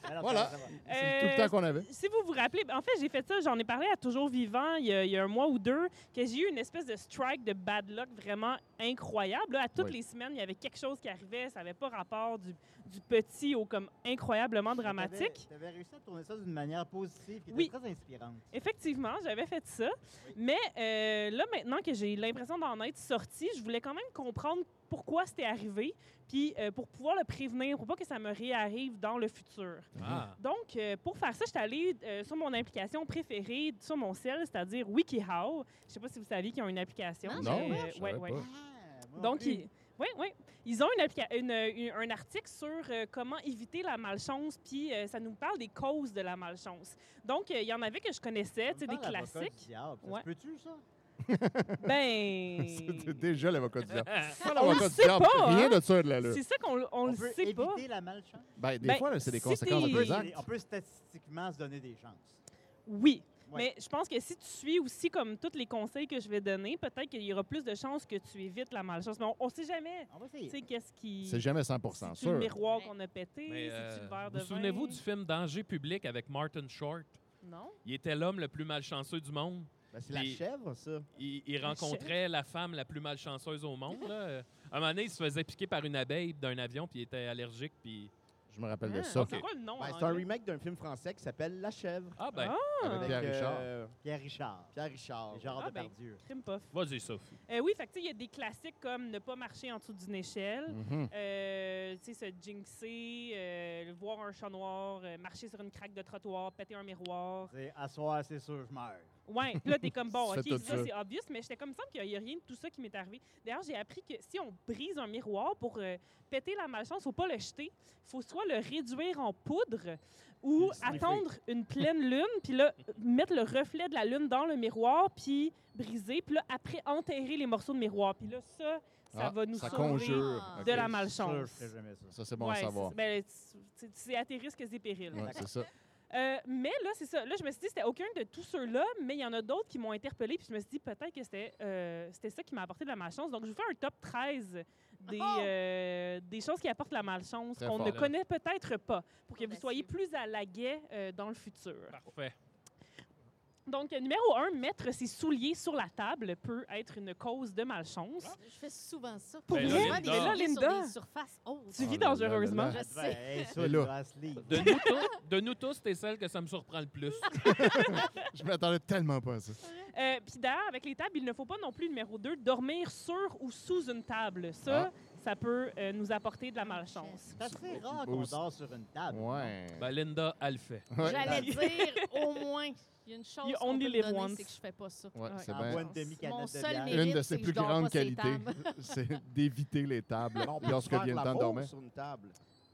[SPEAKER 2] Ah non,
[SPEAKER 5] Voilà.
[SPEAKER 2] ça va.
[SPEAKER 3] Euh,
[SPEAKER 5] C'est tout le temps qu'on avait.
[SPEAKER 3] si vous vous rappelez, ben, en fait, j'ai fait ça, j'en ai parlé à Toujours Vivant il y, a, il y a un mois ou deux, que j'ai eu une espèce de strike de bad luck vraiment incroyable. Là, à toutes
[SPEAKER 5] Oui.
[SPEAKER 3] les semaines, il y avait quelque chose qui arrivait, ça n'avait pas rapport du, du petit au comme incroyablement dramatique.
[SPEAKER 2] Tu avais réussi à tourner ça d'une manière positive qui était
[SPEAKER 3] Oui.
[SPEAKER 2] très inspirante.
[SPEAKER 3] Effectivement, j'avais fait ça. Mais euh, là, maintenant que j'ai l'impression d'en être sortie, je voulais quand même comprendre pourquoi c'était arrivé, puis euh, pour pouvoir le prévenir, pour pas que ça me réarrive dans le futur.
[SPEAKER 6] Ah,
[SPEAKER 3] Donc, euh, pour faire ça, je suis allée euh, sur mon application préférée sur mon cell, c'est-à-dire WikiHow. Je sais pas si vous saviez qu'ils ont une application. Euh,
[SPEAKER 4] Non, je savais
[SPEAKER 5] pas, je
[SPEAKER 3] ouais,
[SPEAKER 5] savais
[SPEAKER 3] ouais.
[SPEAKER 5] pas.
[SPEAKER 2] Ah, moi non
[SPEAKER 3] Donc,
[SPEAKER 2] plus.
[SPEAKER 3] ils, ouais, ouais. ils ont une applica- une- une- un article sur euh, comment éviter la malchance, puis euh, ça nous parle des causes de la malchance. Donc, euh, il y en avait que je connaissais,
[SPEAKER 2] Ça
[SPEAKER 3] tu sais,
[SPEAKER 2] me
[SPEAKER 3] des
[SPEAKER 2] fait l'avocat du
[SPEAKER 3] classiques.
[SPEAKER 2] diable. Ça se
[SPEAKER 3] Ouais.
[SPEAKER 2] peut-tu, ça?
[SPEAKER 3] Ben,
[SPEAKER 5] C'était déjà l'avocat du diable. Pas
[SPEAKER 3] on
[SPEAKER 5] l'avocat
[SPEAKER 3] le
[SPEAKER 5] du
[SPEAKER 3] sait
[SPEAKER 5] diable.
[SPEAKER 3] pas.
[SPEAKER 5] Rien
[SPEAKER 3] hein.
[SPEAKER 5] de ça de la lue.
[SPEAKER 3] C'est ça qu'on on
[SPEAKER 2] on
[SPEAKER 3] le
[SPEAKER 2] peut
[SPEAKER 3] sait pas.
[SPEAKER 2] éviter la malchance.
[SPEAKER 5] Ben, des
[SPEAKER 3] Ben,
[SPEAKER 5] fois, là, c'est des
[SPEAKER 3] si
[SPEAKER 5] conséquences
[SPEAKER 3] t'es-
[SPEAKER 5] de tes
[SPEAKER 3] Exact.
[SPEAKER 5] actes.
[SPEAKER 2] On peut statistiquement se donner des chances.
[SPEAKER 3] Oui.
[SPEAKER 2] Ouais.
[SPEAKER 3] Mais je pense que si tu suis aussi comme tous les conseils que je vais donner, peut-être qu'il y aura plus de chances que tu évites la malchance. Mais on ne sait jamais.
[SPEAKER 2] On va
[SPEAKER 3] Tu
[SPEAKER 2] essayer.
[SPEAKER 3] sais, qu'est-ce qui.
[SPEAKER 5] C'est jamais 100
[SPEAKER 3] C'est
[SPEAKER 5] sûr.
[SPEAKER 3] le miroir
[SPEAKER 4] Ouais.
[SPEAKER 3] qu'on a pété,
[SPEAKER 6] mais,
[SPEAKER 3] c'est
[SPEAKER 6] euh,
[SPEAKER 3] le verre
[SPEAKER 6] vous
[SPEAKER 3] de vin.
[SPEAKER 6] souvenez-vous du film Danger public avec Martin Short?
[SPEAKER 3] Non.
[SPEAKER 6] Il était l'homme le plus malchanceux du monde.
[SPEAKER 8] Ben, c'est la
[SPEAKER 6] Et-
[SPEAKER 8] chèvre, ça. Ben,
[SPEAKER 6] Il, il rencontrait la femme la plus malchanceuse au monde. là. Euh, À un moment donné, il se faisait piquer par une abeille d'un avion, puis il était allergique. Puis...
[SPEAKER 5] Je me rappelle de
[SPEAKER 3] Ah,
[SPEAKER 5] ça.
[SPEAKER 3] C'est quoi le nom?
[SPEAKER 8] Ben,
[SPEAKER 3] en
[SPEAKER 8] c'est un
[SPEAKER 3] anglais?
[SPEAKER 8] remake d'un film français qui s'appelle La chèvre.
[SPEAKER 6] Ah ben,
[SPEAKER 3] Ah.
[SPEAKER 5] Avec Pierre Richard.
[SPEAKER 8] euh,
[SPEAKER 2] Pierre Richard.
[SPEAKER 8] Pierre Richard.
[SPEAKER 2] Gérard
[SPEAKER 3] Ah, ben.
[SPEAKER 2] Depardieu.
[SPEAKER 3] Crime pof.
[SPEAKER 6] vas-y Sophie.
[SPEAKER 3] Euh, oui, fait que, tu sais, il y a des classiques comme ne pas marcher en dessous d'une échelle,
[SPEAKER 5] Mhm.
[SPEAKER 3] euh, tu sais, se jinxer, euh, voir un chat noir, euh, marcher sur une craque de trottoir, péter un miroir.
[SPEAKER 2] C'est à soir, c'est sûr, je meurs.
[SPEAKER 3] Ouais, puis là, t'es comme bon,
[SPEAKER 5] Tu
[SPEAKER 3] ok,
[SPEAKER 5] fais
[SPEAKER 3] ça,
[SPEAKER 5] tout ça.
[SPEAKER 3] c'est obvious, mais j'étais comme ça qu'il n'y a rien de tout ça qui m'est arrivé. D'ailleurs, j'ai appris que si on brise un miroir pour euh, péter la malchance, faut pas le jeter. faut soit le réduire en poudre ou attendre une pleine lune, puis là, mettre le reflet de la lune dans le miroir, puis briser, puis là, après, enterrer les morceaux de miroir. Puis là, ça, ça
[SPEAKER 5] Ah,
[SPEAKER 3] va nous
[SPEAKER 5] ça
[SPEAKER 3] sauver
[SPEAKER 5] conjure.
[SPEAKER 4] de
[SPEAKER 5] Ok.
[SPEAKER 3] de la
[SPEAKER 2] Sûr,
[SPEAKER 3] malchance.
[SPEAKER 2] je ferais jamais ça.
[SPEAKER 5] Ça, c'est bon
[SPEAKER 3] Ouais,
[SPEAKER 5] à savoir.
[SPEAKER 3] c'est- ben, tu- tu- tu- c'est à tes risques et périls.
[SPEAKER 5] Ouais, c'est ça.
[SPEAKER 3] Euh, mais là, c'est ça. Là, je me suis dit, c'était aucun de tous ceux-là, mais il y en a d'autres qui m'ont interpellée. Puis je me suis dit, peut-être que c'était euh, c'était ça qui m'a apporté de la malchance. Donc, je vous fais un top 13 des,
[SPEAKER 4] Oh!
[SPEAKER 3] euh, des choses qui apportent la malchance
[SPEAKER 5] Très
[SPEAKER 3] qu'on
[SPEAKER 5] fort,
[SPEAKER 3] ne
[SPEAKER 6] là.
[SPEAKER 3] connaît peut-être pas pour que vous
[SPEAKER 4] Audacieux.
[SPEAKER 3] soyez plus à la guet euh, dans le futur.
[SPEAKER 6] Parfait.
[SPEAKER 3] Donc, euh, numéro un, mettre ses souliers sur la table peut être une cause de malchance.
[SPEAKER 4] entendre. Ah, Je fais souvent ça.
[SPEAKER 3] Pour
[SPEAKER 6] Ben là,
[SPEAKER 4] Souvent
[SPEAKER 3] vrai?
[SPEAKER 6] Linda.
[SPEAKER 4] des
[SPEAKER 3] Mais là,
[SPEAKER 4] souliers
[SPEAKER 3] Linda,
[SPEAKER 4] Sur des surfaces hautes.
[SPEAKER 3] tu vis
[SPEAKER 5] Oh là là là
[SPEAKER 3] dangereusement.
[SPEAKER 5] là.
[SPEAKER 4] Je
[SPEAKER 2] Ben,
[SPEAKER 4] sais.
[SPEAKER 2] hey, ça,
[SPEAKER 5] Mais
[SPEAKER 2] je
[SPEAKER 5] là-
[SPEAKER 2] vais à se lire.
[SPEAKER 6] De nous, tous, de nous tous, t'es celle que ça me surprend le plus.
[SPEAKER 5] Je m'attendais tellement pas à ça.
[SPEAKER 3] Euh, Puis d'ailleurs, avec les tables, il ne faut pas non plus, numéro 2, dormir sur ou sous une table. Ça,
[SPEAKER 5] Ah.
[SPEAKER 3] ça peut euh, nous apporter de
[SPEAKER 4] Ah,
[SPEAKER 3] la malchance.
[SPEAKER 2] C'est assez rare qu'on
[SPEAKER 5] Boost.
[SPEAKER 2] dort sur une
[SPEAKER 3] Ah,
[SPEAKER 2] table.
[SPEAKER 5] Ouais.
[SPEAKER 6] Ben, Linda, elle le fait.
[SPEAKER 5] Ouais.
[SPEAKER 4] J'allais dire au moins. Il y a une chose
[SPEAKER 3] You
[SPEAKER 4] qu'on
[SPEAKER 3] only
[SPEAKER 4] peut me
[SPEAKER 3] live
[SPEAKER 4] donner,
[SPEAKER 3] once.
[SPEAKER 4] c'est que je fais pas ça.
[SPEAKER 5] Ouais, c'est
[SPEAKER 2] En
[SPEAKER 4] Ah,
[SPEAKER 5] bien.
[SPEAKER 2] bois une demi-canette
[SPEAKER 4] Mon
[SPEAKER 2] de
[SPEAKER 4] seul
[SPEAKER 2] bière.
[SPEAKER 4] mérite-
[SPEAKER 5] L'une
[SPEAKER 4] c'est
[SPEAKER 5] de ses
[SPEAKER 4] que
[SPEAKER 5] plus
[SPEAKER 4] je dors
[SPEAKER 5] grandes
[SPEAKER 4] pas ces
[SPEAKER 5] qualités, c'est d'éviter les tables
[SPEAKER 8] On peut
[SPEAKER 5] lorsque
[SPEAKER 8] faire
[SPEAKER 5] vient le
[SPEAKER 8] la
[SPEAKER 5] temps de
[SPEAKER 8] pause
[SPEAKER 5] dormir.
[SPEAKER 8] sur une table.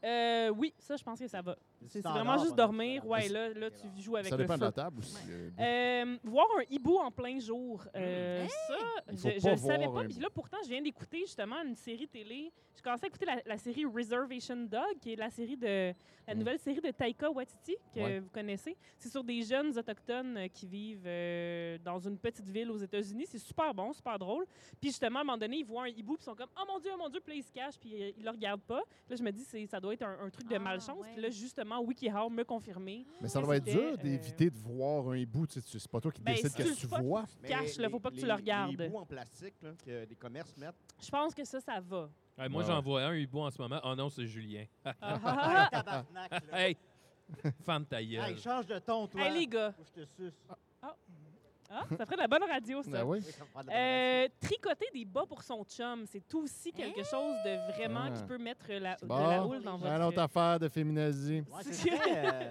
[SPEAKER 3] Euh, oui, ça, je pense que ça va.
[SPEAKER 2] Tu
[SPEAKER 3] C'est
[SPEAKER 2] t'endors
[SPEAKER 3] vraiment juste
[SPEAKER 2] pendant
[SPEAKER 3] dormir.
[SPEAKER 2] que
[SPEAKER 3] Ouais,
[SPEAKER 2] tu
[SPEAKER 3] là, là,
[SPEAKER 2] dors.
[SPEAKER 3] tu joues avec
[SPEAKER 5] Ça
[SPEAKER 3] le
[SPEAKER 5] dépend de
[SPEAKER 3] feu.
[SPEAKER 5] la table aussi. euh,
[SPEAKER 3] Euh, voir un hibou en plein jour, euh,
[SPEAKER 4] Hein?
[SPEAKER 3] ça,
[SPEAKER 5] Hmm. Il faut
[SPEAKER 3] je, je
[SPEAKER 5] pas
[SPEAKER 3] le savais
[SPEAKER 5] voir
[SPEAKER 3] pas.
[SPEAKER 5] un
[SPEAKER 3] Puis là, pourtant, je viens d'écouter justement une série télé. Je commençais à écouter la, la série Reservation Dog, qui est la série de la
[SPEAKER 5] Mm.
[SPEAKER 3] nouvelle série de Taika Waititi que
[SPEAKER 5] Ouais.
[SPEAKER 3] vous connaissez. C'est sur des jeunes autochtones euh, qui vivent euh, dans une petite ville aux États-Unis. C'est super bon, super drôle. Puis justement, à un moment donné, ils voient un hibou, puis ils sont comme oh mon dieu, oh mon dieu, puis là, ils se cachent, puis euh, ils le regardent pas. Puis là, je me dis, c'est- ça doit être un, un truc de
[SPEAKER 4] Ah,
[SPEAKER 3] malchance.
[SPEAKER 4] ouais.
[SPEAKER 3] Puis là, justement, WikiHow me confirmait.
[SPEAKER 4] Ah,
[SPEAKER 5] Mais ça
[SPEAKER 3] Mais
[SPEAKER 5] doit être
[SPEAKER 3] c'était,
[SPEAKER 5] dur d'éviter de voir un hibou. Tu sais, tu- c'est pas toi qui
[SPEAKER 3] Ben,
[SPEAKER 5] décides
[SPEAKER 3] si
[SPEAKER 5] ce
[SPEAKER 3] tu
[SPEAKER 5] que tu
[SPEAKER 3] le vois,
[SPEAKER 5] vois.
[SPEAKER 8] Mais
[SPEAKER 3] Cache-le,
[SPEAKER 8] les-
[SPEAKER 3] faut pas que tu
[SPEAKER 8] les-
[SPEAKER 3] le regardes.
[SPEAKER 8] Les bouts en plastique là, que les commerces mettent.
[SPEAKER 3] Je pense que ça, ça va.
[SPEAKER 6] Ouais, moi,
[SPEAKER 5] Ouais,
[SPEAKER 6] j'en
[SPEAKER 5] ouais.
[SPEAKER 6] vois un hibou en ce moment. Oh non, c'est Julien.
[SPEAKER 3] Ah, ah, ah,
[SPEAKER 2] Ah, tabarnak, là.
[SPEAKER 6] hey, femme ta
[SPEAKER 5] euh.
[SPEAKER 6] gueule.
[SPEAKER 2] Hey, change de ton, toi.
[SPEAKER 3] Hey, les gars,
[SPEAKER 2] Ou je te suce.
[SPEAKER 3] Ah, ça ferait de la bonne radio, ça.
[SPEAKER 5] Ah oui?
[SPEAKER 2] Oui, ça me prend de la
[SPEAKER 3] Euh, tricoter des bas pour son chum, c'est aussi
[SPEAKER 2] Hein?
[SPEAKER 3] quelque chose de vraiment
[SPEAKER 5] Ah.
[SPEAKER 3] qui peut mettre la, de
[SPEAKER 5] Bon. Ben,
[SPEAKER 3] la houle dans
[SPEAKER 5] Une autre
[SPEAKER 3] votre...
[SPEAKER 5] affaire de féminazie.
[SPEAKER 2] Ouais, c'est très, euh,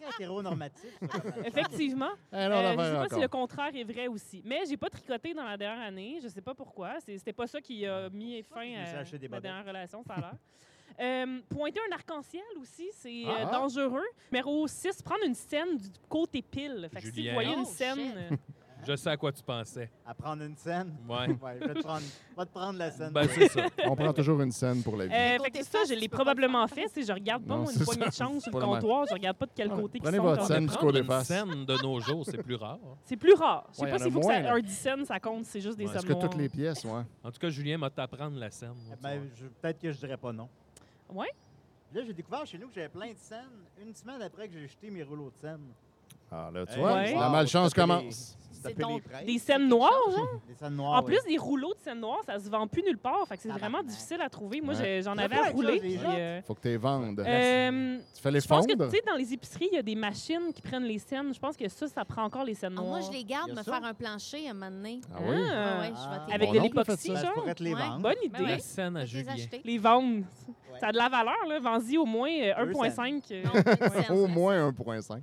[SPEAKER 2] très hétéronormatif. ça, quand même.
[SPEAKER 3] Effectivement.
[SPEAKER 5] Eh non,
[SPEAKER 3] Euh, je ne
[SPEAKER 5] l'affaire
[SPEAKER 3] sais pas
[SPEAKER 5] encore.
[SPEAKER 3] si le contraire est vrai aussi. Mais j'ai pas tricoté dans la dernière année. Je ne sais pas pourquoi. C'est- C'était pas ça qui
[SPEAKER 5] Ah.
[SPEAKER 3] a mis fin
[SPEAKER 2] je me suis
[SPEAKER 3] à
[SPEAKER 2] acheté des
[SPEAKER 3] ma
[SPEAKER 2] bobettes.
[SPEAKER 3] dernière relation, ça a l'air. Euh, pointer un arc-en-ciel aussi, c'est euh,
[SPEAKER 5] Ah.
[SPEAKER 3] dangereux. Numéro 6, prendre une scène du côté pile. Fait que si
[SPEAKER 6] Julien.
[SPEAKER 3] vous voyez
[SPEAKER 4] Oh,
[SPEAKER 3] une
[SPEAKER 4] shit.
[SPEAKER 3] scène, euh,
[SPEAKER 6] Je sais à quoi tu pensais.
[SPEAKER 2] À prendre une scène.
[SPEAKER 6] Ouais.
[SPEAKER 2] Ouais, je vais te prendre, je vais te prendre la scène.
[SPEAKER 6] ben, c'est ça.
[SPEAKER 5] On prend toujours une scène pour la vie.
[SPEAKER 3] Euh,
[SPEAKER 4] Côté
[SPEAKER 3] fait que ça,
[SPEAKER 4] face,
[SPEAKER 3] je
[SPEAKER 4] tu
[SPEAKER 3] l'ai
[SPEAKER 4] peux pas le
[SPEAKER 3] probablement fait. c'est Je regarde pas
[SPEAKER 5] Non,
[SPEAKER 3] moi,
[SPEAKER 5] c'est
[SPEAKER 3] une poignée
[SPEAKER 5] ça.
[SPEAKER 3] de chance sur
[SPEAKER 5] Pas
[SPEAKER 3] le
[SPEAKER 5] la même.
[SPEAKER 3] comptoir. Je regarde pas de quel côté qu'ils
[SPEAKER 5] Prenez
[SPEAKER 3] sont.
[SPEAKER 5] votre
[SPEAKER 3] quand
[SPEAKER 5] scène.
[SPEAKER 3] même.
[SPEAKER 5] du
[SPEAKER 6] Prendre
[SPEAKER 5] cours des
[SPEAKER 6] une
[SPEAKER 5] faces.
[SPEAKER 6] scène de nos jours, c'est plus rare. hein.
[SPEAKER 3] C'est plus rare. Je sais
[SPEAKER 5] Ouais, y en
[SPEAKER 3] pas
[SPEAKER 5] a
[SPEAKER 3] s'il faut
[SPEAKER 5] moins,
[SPEAKER 3] que
[SPEAKER 5] là.
[SPEAKER 3] ça, un 10 cents, ça compte. C'est juste des
[SPEAKER 6] Ouais,
[SPEAKER 5] Est-ce
[SPEAKER 3] sommes
[SPEAKER 5] que toutes
[SPEAKER 3] noires.
[SPEAKER 5] les pièces, ouais?
[SPEAKER 6] En tout cas, Julien m'a t'apprendre la scène.
[SPEAKER 2] Ben, je- Peut-être que je dirais pas non.
[SPEAKER 3] Ouais.
[SPEAKER 2] Là, j'ai découvert chez nous que j'avais plein de scènes une semaine après que j'ai jeté mes rouleaux de scène.
[SPEAKER 5] Ah, là, tu
[SPEAKER 8] Hey,
[SPEAKER 5] vois,
[SPEAKER 3] Ouais.
[SPEAKER 5] la malchance commence.
[SPEAKER 4] C'est
[SPEAKER 8] C'est donc
[SPEAKER 4] donc
[SPEAKER 3] Des scènes noires, genre.
[SPEAKER 2] Des scènes noires.
[SPEAKER 3] En plus, des rouleaux de scène noire, ça se vend plus nulle part. Fait que c'est
[SPEAKER 2] Ah,
[SPEAKER 3] vraiment
[SPEAKER 2] ben,
[SPEAKER 3] difficile à trouver. Moi,
[SPEAKER 5] Ouais.
[SPEAKER 3] j'ai- j'en
[SPEAKER 2] Ça
[SPEAKER 3] avais
[SPEAKER 2] fait
[SPEAKER 3] à
[SPEAKER 2] quelque
[SPEAKER 3] rouler.
[SPEAKER 2] chose, les
[SPEAKER 3] puis,
[SPEAKER 2] gens.
[SPEAKER 3] euh,
[SPEAKER 5] Faut que tu les vendes.
[SPEAKER 3] euh,
[SPEAKER 5] tu fais les
[SPEAKER 3] je pense que, tu
[SPEAKER 5] fondre?
[SPEAKER 3] sais, dans les épiceries, il y a des machines qui prennent les scènes. Je pense que ça, ça prend encore les scènes
[SPEAKER 4] Ah,
[SPEAKER 3] noires.
[SPEAKER 4] moi, je les garde
[SPEAKER 2] Bien
[SPEAKER 4] me
[SPEAKER 2] sûr.
[SPEAKER 4] faire un plancher un moment donné.
[SPEAKER 5] Ah oui?
[SPEAKER 3] Ah,
[SPEAKER 4] Ouais, ouais, je vais
[SPEAKER 3] Avec
[SPEAKER 5] Mon
[SPEAKER 3] de
[SPEAKER 5] oncle a fait
[SPEAKER 3] l'époxy,
[SPEAKER 5] ça.
[SPEAKER 2] ben, je
[SPEAKER 3] genre.
[SPEAKER 2] pourrais te les
[SPEAKER 4] Ouais.
[SPEAKER 2] vendre.
[SPEAKER 3] Bonne idée.
[SPEAKER 4] Ben ouais.
[SPEAKER 6] La scène à
[SPEAKER 4] Je vais les
[SPEAKER 6] Julien.
[SPEAKER 4] acheter.
[SPEAKER 3] Les vendre.
[SPEAKER 2] Ouais.
[SPEAKER 3] Ça a de la valeur, là. Vends-y au moins euh,
[SPEAKER 2] Deux
[SPEAKER 3] 1,5. euh,
[SPEAKER 4] Non, une scène,
[SPEAKER 5] Au
[SPEAKER 4] la
[SPEAKER 5] moins 1,5.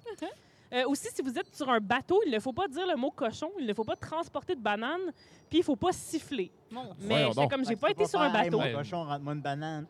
[SPEAKER 3] Euh, aussi, si vous êtes sur un bateau, il ne faut pas dire le mot cochon, il ne faut pas transporter de banane, puis il ne faut pas siffler.
[SPEAKER 4] Mon
[SPEAKER 3] Mais
[SPEAKER 5] Voyons
[SPEAKER 3] j'étais
[SPEAKER 5] donc.
[SPEAKER 3] comme
[SPEAKER 2] Fait
[SPEAKER 3] j'ai
[SPEAKER 2] que
[SPEAKER 3] pas
[SPEAKER 2] tu peux
[SPEAKER 3] été sur un
[SPEAKER 2] faire, Hey,
[SPEAKER 3] bateau.
[SPEAKER 6] Ouais.
[SPEAKER 2] mon cochon, rentre-moi une banane.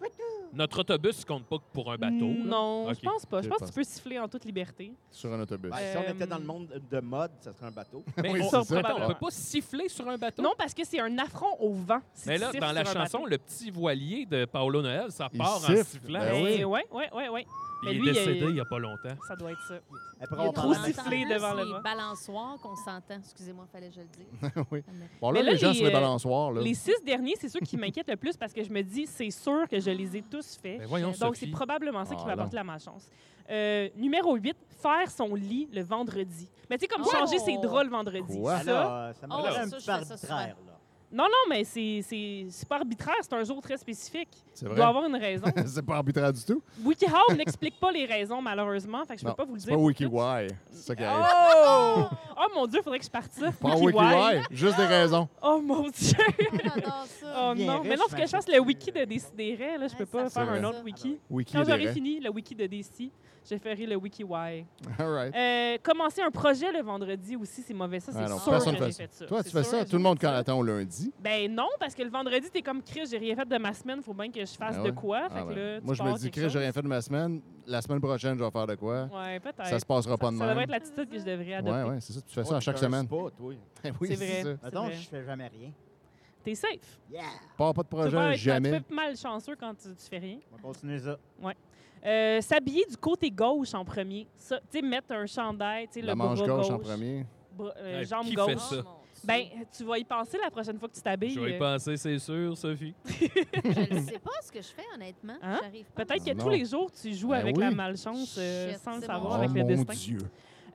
[SPEAKER 6] Notre autobus compte pas que pour un bateau. là.
[SPEAKER 3] Hmm. non,
[SPEAKER 6] Ok.
[SPEAKER 3] je pense pas. Je
[SPEAKER 5] Je
[SPEAKER 3] pense que
[SPEAKER 5] pense.
[SPEAKER 3] tu peux siffler en toute liberté.
[SPEAKER 5] Sur un autobus.
[SPEAKER 8] Ben, si on était
[SPEAKER 3] Euh,
[SPEAKER 8] dans le monde de mode, ça serait un bateau.
[SPEAKER 6] Mais
[SPEAKER 5] Oui,
[SPEAKER 6] on,
[SPEAKER 5] c'est
[SPEAKER 6] attends,
[SPEAKER 5] ça.
[SPEAKER 6] on peut pas siffler sur un bateau.
[SPEAKER 3] Non, parce que c'est un affront au vent. si
[SPEAKER 6] Mais
[SPEAKER 3] tu
[SPEAKER 6] là,
[SPEAKER 3] siffles
[SPEAKER 6] dans la
[SPEAKER 3] sur un
[SPEAKER 6] chanson,
[SPEAKER 3] bateau.
[SPEAKER 6] le petit voilier de Paolo Noël, ça
[SPEAKER 5] Il
[SPEAKER 6] part en
[SPEAKER 5] siffle.
[SPEAKER 6] sifflant.
[SPEAKER 5] Ben oui.
[SPEAKER 3] Eh, ouais, ouais, ouais, ouais.
[SPEAKER 6] Il
[SPEAKER 3] Mais
[SPEAKER 6] est
[SPEAKER 3] lui, il a-
[SPEAKER 6] décédé il n'y a pas longtemps.
[SPEAKER 3] Ça doit être ça.
[SPEAKER 2] Après,
[SPEAKER 4] Il
[SPEAKER 2] on
[SPEAKER 4] est
[SPEAKER 3] parle
[SPEAKER 4] trop
[SPEAKER 2] parle
[SPEAKER 3] à
[SPEAKER 2] à
[SPEAKER 3] la sifflé.
[SPEAKER 4] sifflé
[SPEAKER 3] table.
[SPEAKER 4] devant
[SPEAKER 3] C'est
[SPEAKER 4] le
[SPEAKER 3] les
[SPEAKER 4] balançoire qu'on s'entend. Excusez-moi, fallait que je le dise.
[SPEAKER 5] oui. Bon, là,
[SPEAKER 3] Mais là,
[SPEAKER 5] les gens
[SPEAKER 3] les,
[SPEAKER 5] sur les
[SPEAKER 3] euh,
[SPEAKER 5] balançoires, là.
[SPEAKER 3] Les six derniers, c'est ceux qui m'inquiètent le plus parce que je me dis, c'est sûr que je les ai tous faits.
[SPEAKER 6] Ben voyons,
[SPEAKER 3] Donc, c'est
[SPEAKER 6] Sophie.
[SPEAKER 3] probablement ça qui
[SPEAKER 5] Ah,
[SPEAKER 3] va
[SPEAKER 5] là.
[SPEAKER 3] apporter la malchance. Euh, numéro 8, faire son lit le vendredi. Mais tu sais, comme
[SPEAKER 4] Quoi?
[SPEAKER 3] changer ses draps le vendredi.
[SPEAKER 5] Quoi?
[SPEAKER 3] Ça,
[SPEAKER 2] Ben Ça, ça me
[SPEAKER 4] Oh,
[SPEAKER 2] paraît
[SPEAKER 4] ça,
[SPEAKER 2] un
[SPEAKER 4] je
[SPEAKER 2] petit
[SPEAKER 4] fais
[SPEAKER 2] peu
[SPEAKER 4] ça souvent.
[SPEAKER 2] arbitraire. là.
[SPEAKER 3] non, non, mais c'est c'est- c'est pas arbitraire, c'est un jour très spécifique.
[SPEAKER 5] C'est
[SPEAKER 3] Il
[SPEAKER 5] vrai.
[SPEAKER 3] doit avoir une raison.
[SPEAKER 5] C'est pas arbitraire du tout.
[SPEAKER 3] WikiHow n'explique pas les raisons, malheureusement. Fait que je peux
[SPEAKER 5] Non,
[SPEAKER 3] pas vous le
[SPEAKER 5] C'est
[SPEAKER 3] dire.
[SPEAKER 5] pas
[SPEAKER 3] tout de
[SPEAKER 5] WikiWhy. C'est ça qui arrive.
[SPEAKER 3] Oh! oh mon Dieu, faudrait que je parte ça.
[SPEAKER 5] Pas
[SPEAKER 3] Wiki Why.
[SPEAKER 5] WikiWhy. Juste des raisons.
[SPEAKER 3] Oh mon Dieu!
[SPEAKER 4] Oh, j'adore ça.
[SPEAKER 3] Oh
[SPEAKER 2] Bien
[SPEAKER 3] non!
[SPEAKER 2] riche,
[SPEAKER 3] Mais non, faut que
[SPEAKER 2] ma
[SPEAKER 3] je fasse le
[SPEAKER 2] chouchou.
[SPEAKER 3] wiki de Décideret. Là, je peux
[SPEAKER 4] Ouais,
[SPEAKER 3] pas
[SPEAKER 4] ça
[SPEAKER 3] faire
[SPEAKER 5] fait
[SPEAKER 3] un
[SPEAKER 5] ça.
[SPEAKER 3] autre wiki.
[SPEAKER 5] Wiki
[SPEAKER 3] Quand
[SPEAKER 5] des
[SPEAKER 3] j'aurai
[SPEAKER 5] raies.
[SPEAKER 3] fini le wiki de DC, je ferai le wiki why.
[SPEAKER 5] All right.
[SPEAKER 3] Euh, commencer un projet le vendredi aussi, c'est mauvais. Ça, c'est
[SPEAKER 5] Ah non,
[SPEAKER 3] sûr
[SPEAKER 5] personne
[SPEAKER 3] que j'ai
[SPEAKER 5] fait ça.
[SPEAKER 3] fait ça.
[SPEAKER 5] Toi,
[SPEAKER 4] C'est
[SPEAKER 5] tu fais
[SPEAKER 4] sûr,
[SPEAKER 5] ça.
[SPEAKER 4] je
[SPEAKER 5] Tout le monde
[SPEAKER 4] fais
[SPEAKER 5] quand
[SPEAKER 4] ça.
[SPEAKER 5] attend au lundi.
[SPEAKER 3] Ben non, parce que le vendredi, t'es comme Chris, j'ai rien fait de ma semaine, faut bien que je fasse
[SPEAKER 5] Ah
[SPEAKER 3] de
[SPEAKER 5] ouais?
[SPEAKER 3] quoi.
[SPEAKER 5] Ah
[SPEAKER 3] fait que
[SPEAKER 5] ben,
[SPEAKER 3] là, tu
[SPEAKER 5] Moi, je
[SPEAKER 3] pars
[SPEAKER 5] me dis,
[SPEAKER 3] quelque
[SPEAKER 5] Chris, j'ai
[SPEAKER 3] chose.
[SPEAKER 5] rien fait de ma semaine. La semaine prochaine, je vais faire de quoi?
[SPEAKER 3] Ouais, peut-être.
[SPEAKER 5] Ça se passera pas de
[SPEAKER 3] Ça devrait
[SPEAKER 5] même.
[SPEAKER 3] être l'attitude que je devrais
[SPEAKER 5] Oui,
[SPEAKER 3] adopter.
[SPEAKER 5] ouais, ouais, c'est ça. Tu fais ça à chaque semaine.
[SPEAKER 8] Pas, toi.
[SPEAKER 5] Eh Oui,
[SPEAKER 3] C'est vrai.
[SPEAKER 5] ça.
[SPEAKER 3] C'est
[SPEAKER 2] Mettons,
[SPEAKER 3] vrai.
[SPEAKER 2] je fais jamais rien.
[SPEAKER 3] T'es safe.
[SPEAKER 2] Yeah!
[SPEAKER 5] Pars pas de
[SPEAKER 3] Tu peux pas
[SPEAKER 5] projet,
[SPEAKER 3] être- Tu peux
[SPEAKER 5] jamais.
[SPEAKER 3] être malchanceux quand tu, tu fais rien.
[SPEAKER 2] On va continuer ça.
[SPEAKER 3] Euh, S'habiller du côté gauche en premier. Ça, Tu sais, mettre un chandail, tu sais,
[SPEAKER 5] La
[SPEAKER 3] le bras
[SPEAKER 5] manche
[SPEAKER 3] gauche.
[SPEAKER 5] gauche en premier.
[SPEAKER 3] bras- euh,
[SPEAKER 6] Ouais,
[SPEAKER 3] jambe
[SPEAKER 6] qui fait
[SPEAKER 3] gauche.
[SPEAKER 6] ça?
[SPEAKER 3] Ben, tu vas y penser la prochaine fois que tu t'habilles.
[SPEAKER 6] Je vais y penser, c'est sûr, Sophie.
[SPEAKER 4] Je ne sais pas ce que je fais, honnêtement.
[SPEAKER 3] Hein?
[SPEAKER 4] J'arrive pas.
[SPEAKER 3] Peut-être que
[SPEAKER 5] Ah, Non.
[SPEAKER 3] tous les jours, tu joues
[SPEAKER 5] Ben
[SPEAKER 3] avec la
[SPEAKER 5] oui.
[SPEAKER 3] malchance euh,
[SPEAKER 4] Shit,
[SPEAKER 3] sans le
[SPEAKER 4] c'est
[SPEAKER 3] savoir
[SPEAKER 4] bon.
[SPEAKER 5] Oh
[SPEAKER 3] avec le
[SPEAKER 5] mon
[SPEAKER 3] destin.
[SPEAKER 5] Dieu.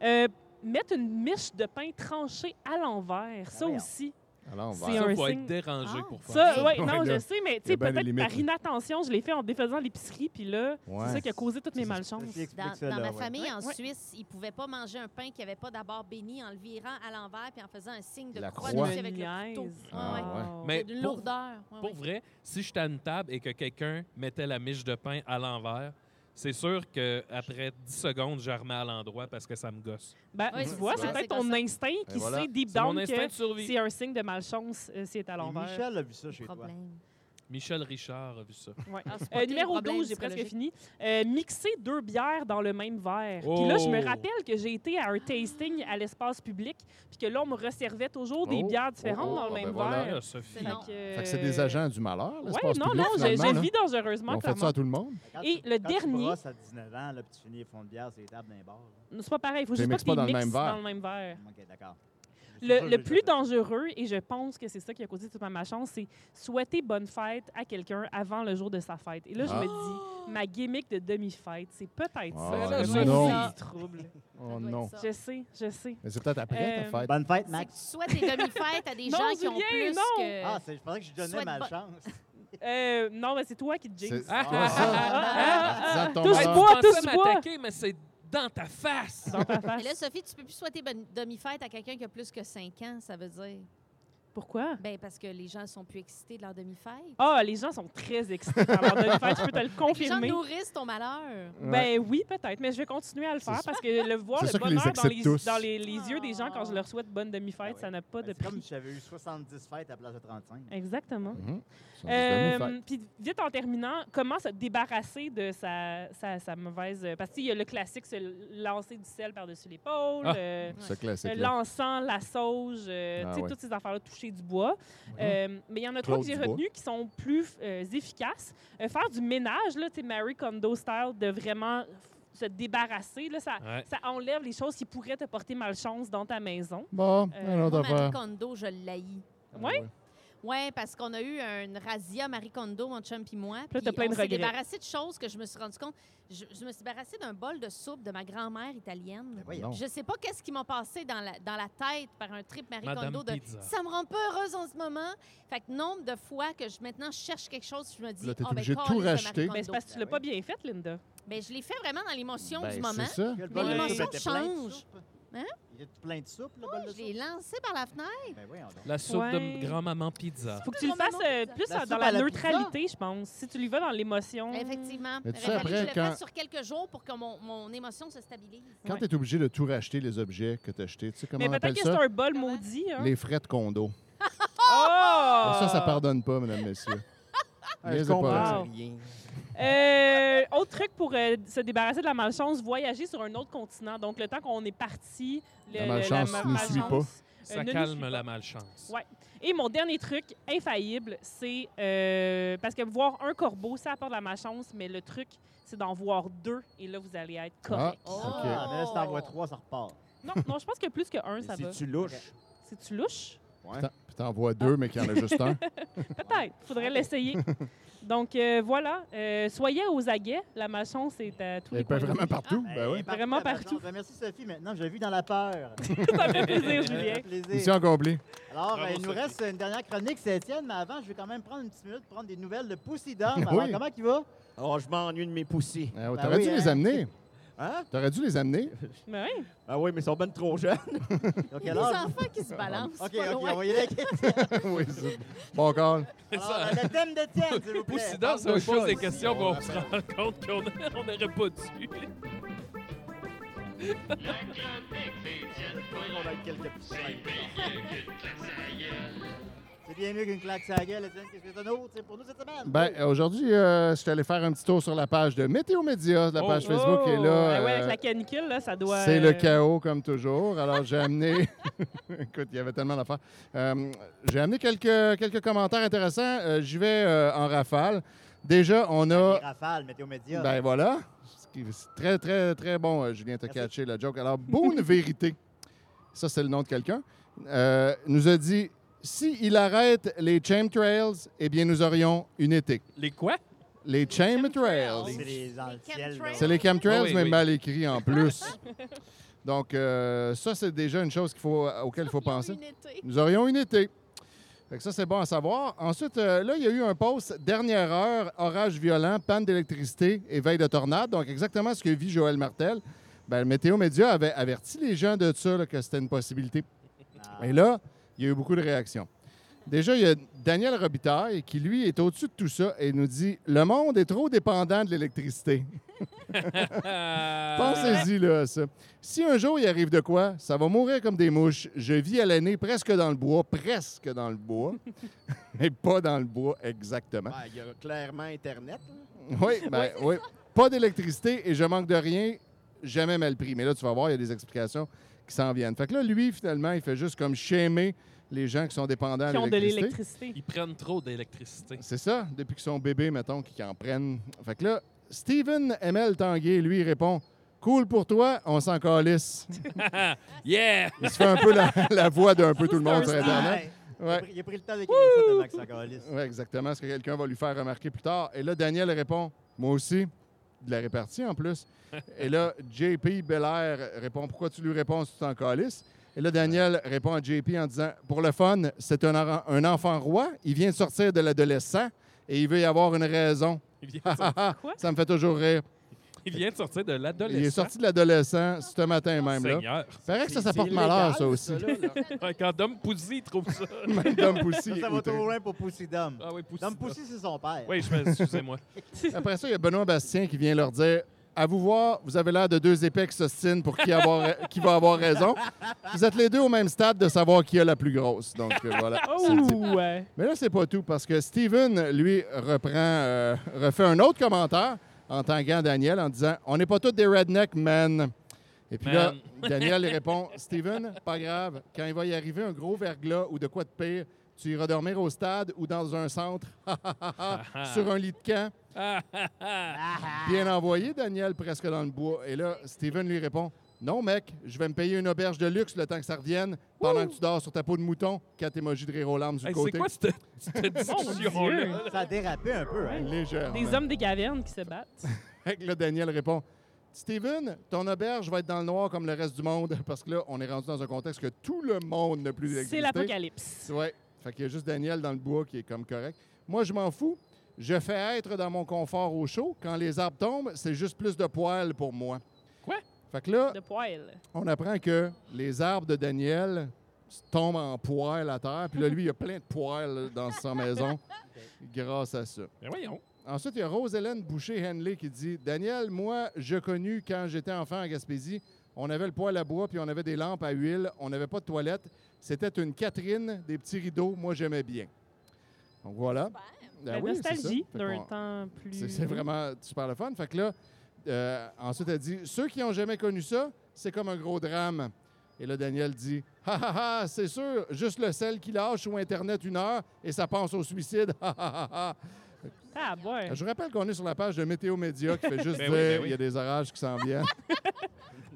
[SPEAKER 3] Euh, mettre une miche de pain tranchée à l'envers, ça
[SPEAKER 2] voyons.
[SPEAKER 3] aussi.
[SPEAKER 5] Alors, on va.
[SPEAKER 3] C'est
[SPEAKER 6] Ça,
[SPEAKER 3] un
[SPEAKER 6] faut
[SPEAKER 3] signe.
[SPEAKER 6] être dérangé
[SPEAKER 4] Ah.
[SPEAKER 6] pour faire
[SPEAKER 3] Ça,
[SPEAKER 5] Ouais.
[SPEAKER 3] ouais,
[SPEAKER 5] Ouais,
[SPEAKER 3] non,
[SPEAKER 5] là,
[SPEAKER 3] je sais, mais tu
[SPEAKER 5] y a
[SPEAKER 3] sais,
[SPEAKER 5] bien des
[SPEAKER 3] peut-être par
[SPEAKER 5] limites.
[SPEAKER 3] inattention, je l'ai fait en défaisant l'épicerie, puis là,
[SPEAKER 5] Ouais.
[SPEAKER 3] c'est ça qui a causé toutes mes malchances.
[SPEAKER 4] Dans,
[SPEAKER 2] Explique ça,
[SPEAKER 4] dans
[SPEAKER 2] là,
[SPEAKER 4] ma
[SPEAKER 2] ouais.
[SPEAKER 4] famille, en
[SPEAKER 3] Ouais.
[SPEAKER 4] Suisse, ils ne pouvaient pas manger un pain qui avait pas d'abord béni en le virant à l'envers puis en faisant un signe de
[SPEAKER 5] La
[SPEAKER 4] croix
[SPEAKER 5] croix.
[SPEAKER 4] dessus avec le couteau.
[SPEAKER 3] Niaise.
[SPEAKER 5] Ah,
[SPEAKER 4] Ouais, ouais.
[SPEAKER 5] ouais.
[SPEAKER 3] Wow.
[SPEAKER 6] Mais
[SPEAKER 4] C'est d'une
[SPEAKER 6] pour-
[SPEAKER 4] lourdeur. Ouais,
[SPEAKER 6] Pour
[SPEAKER 4] ouais.
[SPEAKER 6] vrai, si j'étais à une table et que quelqu'un mettait la miche de pain à l'envers, c'est sûr qu'après 10 secondes, je la remets à l'endroit parce que ça me gosse.
[SPEAKER 3] Ben,
[SPEAKER 4] Ouais,
[SPEAKER 3] tu
[SPEAKER 4] c'est
[SPEAKER 3] vois,
[SPEAKER 4] ça.
[SPEAKER 3] c'est
[SPEAKER 4] Ouais,
[SPEAKER 3] peut-être
[SPEAKER 4] c'est
[SPEAKER 3] ton
[SPEAKER 4] comme ça.
[SPEAKER 3] instinct qui
[SPEAKER 5] voilà.
[SPEAKER 3] sait deep
[SPEAKER 6] C'est mon
[SPEAKER 3] down
[SPEAKER 6] instinct
[SPEAKER 3] que
[SPEAKER 6] de survie.
[SPEAKER 3] euh, c'est un signe de malchance euh, si c'est à
[SPEAKER 2] Et
[SPEAKER 3] l'envers.
[SPEAKER 2] Michel a vu ça chez toi.
[SPEAKER 4] problème.
[SPEAKER 6] Michel Richard a vu ça.
[SPEAKER 3] Ouais.
[SPEAKER 4] Ah, c'est pas
[SPEAKER 3] Euh,
[SPEAKER 4] tes
[SPEAKER 3] numéro
[SPEAKER 4] problèmes
[SPEAKER 3] 12, j'ai presque
[SPEAKER 4] psychologiques.
[SPEAKER 3] fini. Euh, mixer deux bières dans le même verre. Puis là, je me
[SPEAKER 6] Oh!
[SPEAKER 3] rappelle que j'ai été à un tasting à l'espace public, puis que là, on me resservait toujours des
[SPEAKER 5] Oh,
[SPEAKER 3] bières différentes
[SPEAKER 5] oh, oh,
[SPEAKER 3] dans le
[SPEAKER 5] ah, ben
[SPEAKER 3] même
[SPEAKER 5] voilà.
[SPEAKER 3] verre.
[SPEAKER 6] Là, Sophie.
[SPEAKER 4] C'est non.
[SPEAKER 5] Fait que c'est des agents du malheur,
[SPEAKER 3] Oui,
[SPEAKER 5] l'espace
[SPEAKER 3] non,
[SPEAKER 5] public,
[SPEAKER 3] non, je,
[SPEAKER 5] finalement,
[SPEAKER 3] je
[SPEAKER 5] là.
[SPEAKER 3] vis dangereusement,
[SPEAKER 5] On fait ça
[SPEAKER 3] clairement.
[SPEAKER 5] à tout le monde.
[SPEAKER 2] Quand
[SPEAKER 3] Et
[SPEAKER 2] tu-
[SPEAKER 3] le
[SPEAKER 2] quand
[SPEAKER 3] dernier-
[SPEAKER 2] Tu brosses à 19 ans, là, puis tu finis les fonds de bière, c'est les tables d'un bar. là.
[SPEAKER 3] C'est pas pareil, il faut
[SPEAKER 5] Tu
[SPEAKER 3] juste pas
[SPEAKER 5] mixes
[SPEAKER 3] que
[SPEAKER 5] pas
[SPEAKER 3] tu
[SPEAKER 5] dans le
[SPEAKER 3] mixes
[SPEAKER 5] même verre.
[SPEAKER 3] dans le même verre.
[SPEAKER 2] OK, d'accord. Je suis sûr
[SPEAKER 3] Le,
[SPEAKER 2] que j'ai
[SPEAKER 3] le plus
[SPEAKER 2] fait ça.
[SPEAKER 3] dangereux, et je pense que c'est ça qui a causé toute ma malchance, c'est souhaiter bonne fête à quelqu'un avant le jour de sa fête. Et là, je
[SPEAKER 5] Ah.
[SPEAKER 3] me dis, ma gimmick de demi-fête, c'est peut-être
[SPEAKER 5] Ah,
[SPEAKER 3] ça.
[SPEAKER 6] non.
[SPEAKER 3] le
[SPEAKER 5] Non.
[SPEAKER 3] cause du trouble.
[SPEAKER 5] Oh
[SPEAKER 4] doit être
[SPEAKER 5] non.
[SPEAKER 4] ça.
[SPEAKER 3] Je sais, je sais.
[SPEAKER 5] Mais c'est peut-être après
[SPEAKER 3] Euh,
[SPEAKER 5] ta fête.
[SPEAKER 2] Bonne fête,
[SPEAKER 4] C'est que tu
[SPEAKER 2] Max.
[SPEAKER 4] souhaites des demi-fêtes à des
[SPEAKER 3] Non,
[SPEAKER 4] gens qui ont
[SPEAKER 3] Julien,
[SPEAKER 4] plus
[SPEAKER 3] non.
[SPEAKER 4] que...
[SPEAKER 2] Ah, c'est- je pensais que je donnais
[SPEAKER 4] Souhaite
[SPEAKER 2] ma
[SPEAKER 4] bo-
[SPEAKER 2] chance.
[SPEAKER 3] Euh, non, mais c'est toi qui te
[SPEAKER 5] C'est
[SPEAKER 3] jinx.
[SPEAKER 5] c'est
[SPEAKER 6] Ah,
[SPEAKER 5] toi,
[SPEAKER 3] Ah,
[SPEAKER 5] ça.
[SPEAKER 3] ah, ah,
[SPEAKER 5] Artisan de ton
[SPEAKER 3] Tous
[SPEAKER 5] malheur.
[SPEAKER 3] bois,
[SPEAKER 6] Je pensais
[SPEAKER 3] tous bois.
[SPEAKER 6] m'attaquer, mais c'est dans ta face.
[SPEAKER 3] dans ta face.
[SPEAKER 4] Mais là, Sophie, tu peux plus souhaiter bonne- demi-fête à quelqu'un qui a plus que 5 ans, ça veut dire.
[SPEAKER 3] Pourquoi?
[SPEAKER 4] Ben parce que les gens sont plus excités de leur demi-fête.
[SPEAKER 3] Ah, les gens sont très excités par leur demi-fête, je peux te le
[SPEAKER 4] Les gens
[SPEAKER 3] confirmer.
[SPEAKER 4] nourrissent ton malheur.
[SPEAKER 3] Ben oui, peut-être, mais je vais continuer à le faire
[SPEAKER 5] C'est
[SPEAKER 3] parce que le voir
[SPEAKER 5] c'est
[SPEAKER 3] le
[SPEAKER 5] ça qui les
[SPEAKER 3] bonheur dans,
[SPEAKER 5] excite
[SPEAKER 3] les,
[SPEAKER 5] tous. Ben
[SPEAKER 3] dans les, les yeux des gens quand je leur souhaite bonne demi-fête,
[SPEAKER 2] Ah ouais.
[SPEAKER 3] ça n'a pas de
[SPEAKER 2] C'est comme
[SPEAKER 3] prix.
[SPEAKER 2] si j'avais eu 70 fêtes à la place de 35.
[SPEAKER 3] Exactement.
[SPEAKER 5] Mhm. Ça, c'est
[SPEAKER 3] Euh,
[SPEAKER 5] une bonne fête.
[SPEAKER 3] Puis vite en terminant, comment se débarrasser de sa, sa, sa mauvaise. Parce qu'il y a le classique, se lancer du sel par-dessus l'épaule,
[SPEAKER 6] Ah.
[SPEAKER 3] euh,
[SPEAKER 5] Ce classique-là.
[SPEAKER 3] l'encens, la sauge, euh,
[SPEAKER 5] Ah
[SPEAKER 3] tu sais,
[SPEAKER 5] ouais.
[SPEAKER 3] toutes ces affaires-là, toucher du bois. Euh, mais il y en a trois
[SPEAKER 5] Claude
[SPEAKER 3] que j'ai
[SPEAKER 5] Dubois.
[SPEAKER 3] retenues qui sont plus euh, efficaces. Euh, faire du ménage, là, tu sais, Mary Kondo style, de vraiment f- se débarrasser, là, ça,
[SPEAKER 6] Ouais.
[SPEAKER 3] ça enlève les choses qui pourraient te porter malchance dans ta
[SPEAKER 2] Ah,
[SPEAKER 3] maison.
[SPEAKER 5] Bon,
[SPEAKER 3] Euh,
[SPEAKER 5] une autre
[SPEAKER 4] Moi, Marie
[SPEAKER 5] affaire.
[SPEAKER 4] Kondo, je l'haïs.
[SPEAKER 5] Ah
[SPEAKER 3] Ouais.
[SPEAKER 5] Ben,
[SPEAKER 4] Oui, parce qu'on a eu une razzia Marie Kondo, mon chum puis moi.
[SPEAKER 3] Puis là, t'as
[SPEAKER 4] puis
[SPEAKER 3] plein
[SPEAKER 4] on
[SPEAKER 3] de
[SPEAKER 4] s'est
[SPEAKER 3] regrets.
[SPEAKER 4] débarrassé de choses que je me suis rendu compte. Je, je me suis débarrassée d'un bol de soupe de ma grand-mère italienne.
[SPEAKER 5] voyons.
[SPEAKER 4] Je sais pas qu'est-ce qui m'a passé dans la, dans la tête par un trip Marie
[SPEAKER 6] Madame
[SPEAKER 4] Kondo de
[SPEAKER 6] Pizza.
[SPEAKER 4] ça me rend pas heureuse en ce moment. Fait que nombre de fois que je maintenant je cherche quelque chose, je me dis
[SPEAKER 5] Là, t'es
[SPEAKER 4] Ah, ben,
[SPEAKER 5] obligé de tout
[SPEAKER 4] câlisse Marie
[SPEAKER 5] racheter.
[SPEAKER 3] Ben, c'est
[SPEAKER 4] Kondo.
[SPEAKER 3] parce que
[SPEAKER 2] ah
[SPEAKER 3] tu l'as pas bien fait, Linda.
[SPEAKER 4] Ben, je l'ai fait vraiment dans l'émotion
[SPEAKER 5] Ben,
[SPEAKER 4] du moment.
[SPEAKER 5] C'est ça.
[SPEAKER 2] Mais
[SPEAKER 3] Mais les
[SPEAKER 4] mentions changent. Hein?
[SPEAKER 2] Il y a plein de soupe,
[SPEAKER 3] Oh,
[SPEAKER 2] le bol de
[SPEAKER 4] Je l'ai
[SPEAKER 2] soupe.
[SPEAKER 4] lancé par la fenêtre.
[SPEAKER 2] Ben voyons donc.
[SPEAKER 6] La soupe
[SPEAKER 3] Ouais.
[SPEAKER 6] de grand-maman pizza.
[SPEAKER 3] Faut que tu le fasses euh, plus
[SPEAKER 2] La
[SPEAKER 3] euh, dans
[SPEAKER 2] soupe
[SPEAKER 3] la,
[SPEAKER 2] à la
[SPEAKER 3] neutralité, je pense. Si tu lui vas dans l'émotion.
[SPEAKER 4] Effectivement.
[SPEAKER 5] Mais tu sais,
[SPEAKER 4] Fallait que
[SPEAKER 5] après,
[SPEAKER 4] je le fasse
[SPEAKER 5] quand-
[SPEAKER 4] sur quelques jours pour que mon, mon émotion se stabilise.
[SPEAKER 5] Quand tu es obligé de tout racheter, les objets que tu as achetés, tu sais comment
[SPEAKER 3] Mais
[SPEAKER 5] on
[SPEAKER 3] peut-être
[SPEAKER 5] appelle
[SPEAKER 3] que c'est
[SPEAKER 5] ça?
[SPEAKER 3] un bol maudit. Hein?
[SPEAKER 5] Les frais de condo. Ben,
[SPEAKER 3] Oh!
[SPEAKER 5] Ça, ça pardonne pas, mesdames, messieurs.
[SPEAKER 2] Ah, je
[SPEAKER 5] Niaisez pas.
[SPEAKER 2] comprends
[SPEAKER 3] Wow.
[SPEAKER 2] rien.
[SPEAKER 3] Euh, autre truc pour euh, se débarrasser de la malchance, voyager sur un autre continent. Donc, le temps qu'on est parti, le-
[SPEAKER 5] La malchance
[SPEAKER 3] ma-
[SPEAKER 5] nous suit pas.
[SPEAKER 3] euh,
[SPEAKER 6] Ça
[SPEAKER 3] ne nous suit
[SPEAKER 6] calme
[SPEAKER 3] pas.
[SPEAKER 6] la malchance.
[SPEAKER 3] Ouais. Et mon dernier truc infaillible, c'est euh, parce que voir un corbeau, ça apporte de la malchance, mais le truc, c'est d'en voir deux et là, vous allez être correct.
[SPEAKER 5] OK.
[SPEAKER 2] Ah, mais là, si t'envoies trois, ça repart.
[SPEAKER 3] Non, non, je pense que plus que un,
[SPEAKER 2] Mais
[SPEAKER 3] ça
[SPEAKER 2] si
[SPEAKER 3] va.
[SPEAKER 2] tu louches,
[SPEAKER 3] Si tu louches,
[SPEAKER 5] T'en- Puis t'en vois deux, mais qu'il y en a juste un.
[SPEAKER 3] peut-être. Faudrait l'essayer. Donc, euh, voilà. Euh, soyez aux aguets. La malchance est à tous les
[SPEAKER 5] Et pas
[SPEAKER 3] coins de
[SPEAKER 5] vraiment
[SPEAKER 3] rue.
[SPEAKER 5] partout.
[SPEAKER 2] Ah,
[SPEAKER 5] Ben oui.
[SPEAKER 3] Vraiment
[SPEAKER 2] la
[SPEAKER 3] partout.
[SPEAKER 2] chance. Ben, merci Sophie. Maintenant, j'ai vu dans la peur.
[SPEAKER 3] Ça fait plaisir,
[SPEAKER 2] Ça
[SPEAKER 3] Julien.
[SPEAKER 2] fait plaisir.
[SPEAKER 5] Mission comblée.
[SPEAKER 2] Alors,
[SPEAKER 6] Bravo,
[SPEAKER 2] euh, il nous
[SPEAKER 6] Sophie.
[SPEAKER 2] reste une dernière chronique, c'est Étienne, mais avant, je vais quand même prendre une petite minute pour prendre des nouvelles de Poussidon.
[SPEAKER 5] Oui.
[SPEAKER 2] Alors, comment il va?
[SPEAKER 8] Oh, je m'ennuie de mes poussies.
[SPEAKER 5] Ah,
[SPEAKER 2] Ben
[SPEAKER 5] T'aurais
[SPEAKER 2] oui,
[SPEAKER 5] dû les
[SPEAKER 2] hein.
[SPEAKER 5] amener.
[SPEAKER 8] Hein?
[SPEAKER 5] T'aurais dû les amener.
[SPEAKER 3] Mais Ben oui.
[SPEAKER 8] Ah oui, mais ils sont ben trop jeunes.
[SPEAKER 2] Donc,
[SPEAKER 4] Il y a des enfants qui
[SPEAKER 5] Ah,
[SPEAKER 4] se balancent.
[SPEAKER 2] OK,
[SPEAKER 4] pas
[SPEAKER 2] OK,
[SPEAKER 4] loin.
[SPEAKER 2] on va y aller avec Étienne.
[SPEAKER 5] oui, c'est- Bon, Carl.
[SPEAKER 2] Alors, euh, le thème d'Étienne, s'il vous plaît.
[SPEAKER 6] Poussidon, ça
[SPEAKER 2] Parle-nous
[SPEAKER 6] nous pose
[SPEAKER 2] de
[SPEAKER 6] des
[SPEAKER 2] Poussidon.
[SPEAKER 6] questions qu'on se rend compte qu'on on n'aurait pas dû.
[SPEAKER 8] On va être quelques poussies.
[SPEAKER 2] C'est bien mieux qu'une claque sur la gueule, Étienne. Qu'est-ce que t'as d'autre c'est pour nous cette semaine?
[SPEAKER 5] Ben,
[SPEAKER 2] Oui.
[SPEAKER 5] euh, aujourd'hui, euh, je suis allé faire un petit tour sur la page de Météo Média, la
[SPEAKER 6] Oh.
[SPEAKER 5] page Facebook
[SPEAKER 3] Oh!
[SPEAKER 5] est là.
[SPEAKER 3] Ah ouais, avec
[SPEAKER 5] euh,
[SPEAKER 3] la canicule, là, ça doit.
[SPEAKER 5] C'est le
[SPEAKER 3] euh,
[SPEAKER 5] chaos, comme toujours. Alors, j'ai amené. Écoute, il y avait tellement d'affaires. Euh, j'ai amené quelques, quelques commentaires intéressants. Euh, J'y vais euh, en rafale. Déjà, on
[SPEAKER 2] Les
[SPEAKER 5] a.
[SPEAKER 2] rafales, météo média.
[SPEAKER 5] euh, Ben voilà. Ce qui- C'est très, très, très bon, euh, Julien, t'as
[SPEAKER 2] Merci.
[SPEAKER 5] catché la joke. Alors, Bonne Vérité, ça, c'est le nom de quelqu'un, euh, nous a dit si il arrête les chemtrails, eh bien, nous aurions une éthique.
[SPEAKER 6] Les quoi?
[SPEAKER 5] Les
[SPEAKER 2] c'est
[SPEAKER 5] chemtrails.
[SPEAKER 2] les dans le
[SPEAKER 4] Les
[SPEAKER 2] ciel.
[SPEAKER 4] chemtrails.
[SPEAKER 5] C'est les chemtrails,
[SPEAKER 6] Ah oui,
[SPEAKER 5] mais
[SPEAKER 6] oui.
[SPEAKER 5] mal écrit en plus. Donc, euh, ça, c'est déjà une chose qu'il faut, euh, auquel il
[SPEAKER 4] Ils
[SPEAKER 5] faut
[SPEAKER 4] ont
[SPEAKER 5] penser.
[SPEAKER 4] une été.
[SPEAKER 5] Nous aurions une été. Fait que ça, c'est bon à savoir. Ensuite, euh, là, il y a eu un post dernière heure, orage violent, panne d'électricité, éveil de tornade. Donc, exactement ce que vit Joël Martel. Ben, le Météo Média avait averti les gens de ça, là, que c'était une possibilité.
[SPEAKER 2] Ah.
[SPEAKER 5] Et là, il y a eu beaucoup de réactions. Déjà, il y a Daniel Robitaille qui, lui, est au-dessus de tout ça et nous dit « Le monde est trop dépendant de l'électricité. »
[SPEAKER 3] Euh,
[SPEAKER 6] Euh,
[SPEAKER 5] Pensez-y là, à ça. Si un jour il arrive de quoi, ça va mourir comme des mouches. Je vis à l'année presque dans le bois, presque dans le bois, et pas dans le bois exactement.
[SPEAKER 8] Ah, il y a clairement Internet. là.
[SPEAKER 5] Oui, ben, oui. Pas d'électricité et je manque de rien, jamais mal pris. Mais là, tu vas voir, il y a des explications qui s'en viennent. Fait que là, lui, finalement, il fait juste comme chémer les gens qui sont dépendants
[SPEAKER 3] Qui ont de
[SPEAKER 5] de l'électricité.
[SPEAKER 3] l'électricité.
[SPEAKER 6] Ils prennent trop d'électricité.
[SPEAKER 5] C'est ça, depuis qu'ils sont bébés, mettons, qu'ils en prennent. Fait que là, Steven ML Tanguay, lui, répond Cool pour toi, on s'en calisse.
[SPEAKER 6] yeah!
[SPEAKER 5] Il se fait un peu la, la voix d'un peu tout le monde sur
[SPEAKER 3] c'est un
[SPEAKER 5] Internet.
[SPEAKER 2] Ah, Il a
[SPEAKER 5] Ouais.
[SPEAKER 2] pris- Il a pris le temps d'écrire ça de Max Sacralis.
[SPEAKER 5] Ouais, exactement, ce que quelqu'un va lui faire remarquer plus tard. Et là, Daniel répond Moi aussi, de la répartie en plus. Et là, JP Belair répond Pourquoi tu lui réponds si tu t'en calisses Et là, Daniel répond à JP en disant Pour le fun, c'est un, en- un enfant roi, il vient de sortir de l'adolescent et il veut y avoir une raison.
[SPEAKER 6] Il vient de
[SPEAKER 5] Ah,
[SPEAKER 6] sortir.
[SPEAKER 5] ah, ah,
[SPEAKER 3] Quoi?
[SPEAKER 5] ça me fait toujours rire.
[SPEAKER 6] Il vient de sortir de l'adolescence.
[SPEAKER 5] Il est sorti de l'adolescent ce matin même. Là.
[SPEAKER 6] Seigneur.
[SPEAKER 5] Paraît que ça, ça
[SPEAKER 2] Ah, C'est
[SPEAKER 5] porte
[SPEAKER 2] illégal,
[SPEAKER 5] malheur, ça aussi.
[SPEAKER 2] là, là.
[SPEAKER 6] Ouais, Quand Dom Pouzy trouve ça.
[SPEAKER 5] Même Dom
[SPEAKER 2] Ça,
[SPEAKER 5] Poussy
[SPEAKER 2] ça
[SPEAKER 5] est
[SPEAKER 2] va
[SPEAKER 5] outré.
[SPEAKER 2] trop loin pour Pussy Dom.
[SPEAKER 6] Ah oui, Pouzy.
[SPEAKER 2] Dom Pussy, c'est son père.
[SPEAKER 6] Oui, je m'excuse, excusez-moi.
[SPEAKER 5] Après ça, il y a Benoît Bastien qui vient leur dire À vous voir, vous avez l'air de deux épées qui s'ostinent pour qui, avoir, qui va avoir raison. Vous êtes les deux au même stade de savoir qui a la plus grosse. Donc euh, voilà. c'est dit.
[SPEAKER 6] Ah,
[SPEAKER 3] Oh, ouais.
[SPEAKER 5] Mais là, c'est pas tout, parce que Steven, lui, reprend, euh, refait un autre commentaire en tanguant Daniel en disant On n'est pas tous des rednecks, man. Et puis là, Daniel lui répond Steven, pas grave, quand il va y arriver un gros verglas ou de quoi de pire, tu iras dormir au stade ou dans un centre, Ah,
[SPEAKER 6] Ah,
[SPEAKER 5] sur un lit de camp. Bien envoyé, Daniel, presque dans le bois. Et là, Steven lui répond Non, mec, je vais me payer une auberge de luxe le temps que ça revienne, pendant que tu dors sur ta peau de mouton, quatre émojis de rire aux larmes du
[SPEAKER 6] Hey, c'est
[SPEAKER 5] côté.
[SPEAKER 6] quoi cette, cette discussion-là?
[SPEAKER 2] Ça a dérapé un peu. Hein?
[SPEAKER 5] Légère.
[SPEAKER 3] Des hommes des cavernes qui se battent.
[SPEAKER 5] Fait que là, Daniel répond Steven, ton auberge va être dans le noir comme le reste du monde, parce que là, on est rendu dans un contexte que tout le monde n'a plus d'électricité.
[SPEAKER 3] C'est l'apocalypse.
[SPEAKER 5] Ouais. Fait qu'il y a juste Daniel dans le bois qui est comme correct. Moi, je m'en fous. Je fais être dans mon confort au chaud. Quand les arbres tombent, c'est juste plus de poils pour moi.
[SPEAKER 6] Quoi?
[SPEAKER 5] Fait que là,
[SPEAKER 3] De poil.
[SPEAKER 5] on apprend que les arbres de Daniel tombent en poils à terre. Puis là, lui, il y a plein de poils dans sa maison grâce à ça.
[SPEAKER 6] Ben voyons.
[SPEAKER 5] Ensuite, il y a Rose-Hélène Boucher-Henley qui dit Daniel, moi, je connus quand j'étais enfant à Gaspésie. On avait le poêle à bois, puis on avait des lampes à huile. On n'avait pas de toilette. C'était une Catherine, des petits rideaux. Moi, j'aimais bien. Donc voilà. Ah
[SPEAKER 3] La
[SPEAKER 5] oui, c'est ça.
[SPEAKER 3] nostalgie
[SPEAKER 5] Fait
[SPEAKER 3] d'un
[SPEAKER 5] qu'on-
[SPEAKER 3] temps plus.
[SPEAKER 5] c'est c'est vraiment super le fun. Fait que là, euh, ensuite, elle dit Ceux qui n'ont jamais connu ça, c'est comme un gros drame. Et là, Daniel dit Ha ha ha, c'est sûr, juste le sel qui lâche ou Internet une heure et ça pense au suicide. Ha ha ha ha.
[SPEAKER 3] Ah, ouais.
[SPEAKER 5] Je vous rappelle qu'on est sur la page de Météo Média qui fait juste
[SPEAKER 6] Hein. Ben
[SPEAKER 5] dire
[SPEAKER 6] oui, ben oui.
[SPEAKER 5] il y a des orages qui s'en viennent.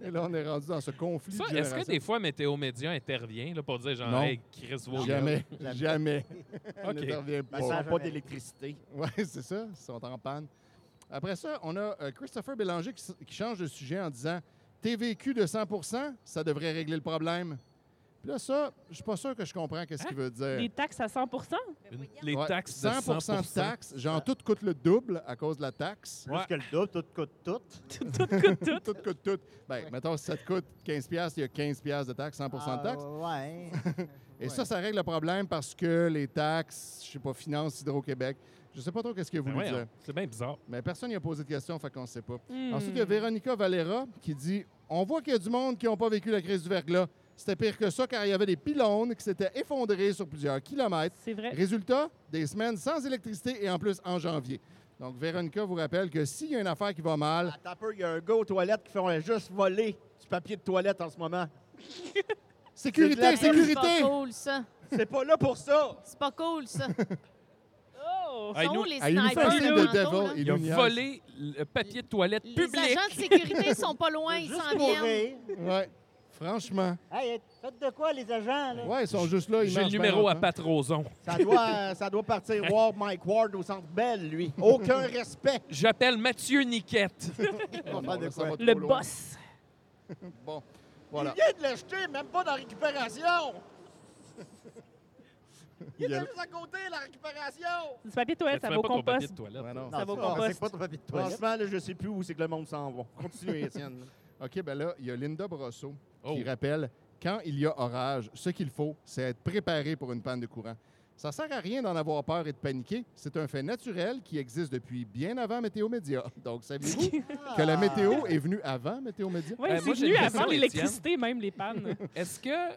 [SPEAKER 5] Et là, on est rendu dans ce conflit
[SPEAKER 6] Ça,
[SPEAKER 5] de
[SPEAKER 6] est-ce que
[SPEAKER 5] génération.
[SPEAKER 6] des fois Météo Média intervient là, pour dire genre,
[SPEAKER 5] Non.
[SPEAKER 6] hey, Chris Vaughan?
[SPEAKER 5] Jamais, jamais. On
[SPEAKER 6] OK.
[SPEAKER 5] n'intervient
[SPEAKER 8] Ben,
[SPEAKER 5] pas.
[SPEAKER 8] ça n'a
[SPEAKER 2] jamais.
[SPEAKER 8] pas d'électricité.
[SPEAKER 5] Oui, c'est ça. Ils sont en panne. Après ça, on a euh, Christopher Bélanger qui, s- qui change de sujet en disant TVQ de 100 ça devrait régler le problème. Puis là, ça, je suis pas sûr que je comprends qu'est-ce qu'il veut dire.
[SPEAKER 3] Des taxes à 100
[SPEAKER 6] Une- Hein? les
[SPEAKER 5] Ouais,
[SPEAKER 6] taxes de 100,
[SPEAKER 5] de taxes. Genre, tout coûte le double à cause de la taxe.
[SPEAKER 2] Plus que le double, tout coûte tout.
[SPEAKER 3] Tout coûte tout.
[SPEAKER 5] Tout coûte tout. Ben, mettons, si ça te coûte 15 il y a 15 de taxes, 100 de taxes.
[SPEAKER 2] Ah, Euh, Ouais.
[SPEAKER 5] Et ça, ça règle le problème parce que les taxes, je sais pas, Finance, Hydro-Québec, je sais pas trop qu'est-ce que vous
[SPEAKER 6] Ben
[SPEAKER 5] voulez
[SPEAKER 6] voyons,
[SPEAKER 5] dire.
[SPEAKER 6] c'est bien bizarre.
[SPEAKER 5] Mais personne n'y a posé de question, fait qu'on sait pas.
[SPEAKER 3] Hmm.
[SPEAKER 5] Ensuite, il y a Véronica Valera qui dit On voit qu'il y a du monde qui n'a pas vécu la crise du verglas. C'était pire que ça car il y avait des pylônes qui s'étaient effondrés sur plusieurs kilomètres.
[SPEAKER 3] C'est vrai.
[SPEAKER 5] Résultat, des semaines sans électricité et en plus en janvier. Donc, Véronica vous rappelle que s'il y a une affaire qui va mal,
[SPEAKER 8] Attends un peu, il y a un gars aux toilettes qui fait juste voler du papier de toilette en ce moment.
[SPEAKER 5] sécurité,
[SPEAKER 8] C'est de la-
[SPEAKER 4] C'est pas
[SPEAKER 5] sécurité!
[SPEAKER 4] cool, ça.
[SPEAKER 8] C'est pas là pour ça!
[SPEAKER 4] C'est pas cool, ça.
[SPEAKER 3] Oh!
[SPEAKER 6] Ah, il
[SPEAKER 4] Sont
[SPEAKER 6] nous-
[SPEAKER 4] où les
[SPEAKER 5] Ah, il nous fait un
[SPEAKER 4] snipers,
[SPEAKER 5] signe
[SPEAKER 4] là,
[SPEAKER 5] de
[SPEAKER 4] tantôt, là?
[SPEAKER 5] devil. Il
[SPEAKER 6] Il a
[SPEAKER 5] nous niaise.
[SPEAKER 6] volé le papier de toilette
[SPEAKER 4] Les
[SPEAKER 6] public.
[SPEAKER 4] agents de sécurité sont pas loin, ils
[SPEAKER 2] Juste
[SPEAKER 4] s'en
[SPEAKER 2] pour
[SPEAKER 4] viennent.
[SPEAKER 2] rire.
[SPEAKER 5] Ouais, franchement.
[SPEAKER 2] Hey, faites de quoi, les agents? Là?
[SPEAKER 5] Ouais, ils sont juste là. ils
[SPEAKER 6] J'ai le
[SPEAKER 5] marchent bien
[SPEAKER 6] numéro à
[SPEAKER 5] lentement.
[SPEAKER 6] Pat Roson.
[SPEAKER 8] Ça doit, ça doit partir voir Mike Ward au centre Bell, lui. Aucun respect.
[SPEAKER 6] J'appelle Mathieu Niquette.
[SPEAKER 5] Oh non,
[SPEAKER 2] Pas de
[SPEAKER 5] là, ça
[SPEAKER 2] quoi.
[SPEAKER 5] va trop
[SPEAKER 3] Le
[SPEAKER 5] loin.
[SPEAKER 3] boss.
[SPEAKER 5] Bon, voilà.
[SPEAKER 8] Il vient de le jeter, même pas dans la récupération. Il
[SPEAKER 5] Il y
[SPEAKER 8] était
[SPEAKER 5] a-
[SPEAKER 8] juste à côté, la récupération.
[SPEAKER 3] Du papier de
[SPEAKER 6] Mais
[SPEAKER 3] toilette,
[SPEAKER 6] tu
[SPEAKER 3] ça
[SPEAKER 6] mets
[SPEAKER 3] va au
[SPEAKER 6] pas ton papier
[SPEAKER 3] compost.
[SPEAKER 6] de toilette.
[SPEAKER 5] Ouais, non.
[SPEAKER 2] Non,
[SPEAKER 3] Ça va au
[SPEAKER 2] ça, on
[SPEAKER 3] compost.
[SPEAKER 2] sait pas ton papier de toilette.
[SPEAKER 8] Franchement, là, je sais plus où c'est que le monde s'en va. Continue, Étienne.
[SPEAKER 5] OK, ben là, il y a Linda Brosseau
[SPEAKER 6] Oh.
[SPEAKER 5] qui rappelle quand il y a orage, ce qu'il faut, c'est être préparé pour une panne de courant. Ça sert à rien d'en avoir peur et de paniquer. C'est un fait naturel qui existe depuis bien avant Météo Média. Donc, saviez-vous que la météo est venue avant Météo Média?
[SPEAKER 3] Oui,
[SPEAKER 6] Euh,
[SPEAKER 3] c'est
[SPEAKER 6] moi, j'ai
[SPEAKER 3] venu
[SPEAKER 6] une question,
[SPEAKER 3] avant l'électricité, même les pannes.
[SPEAKER 6] Est-ce que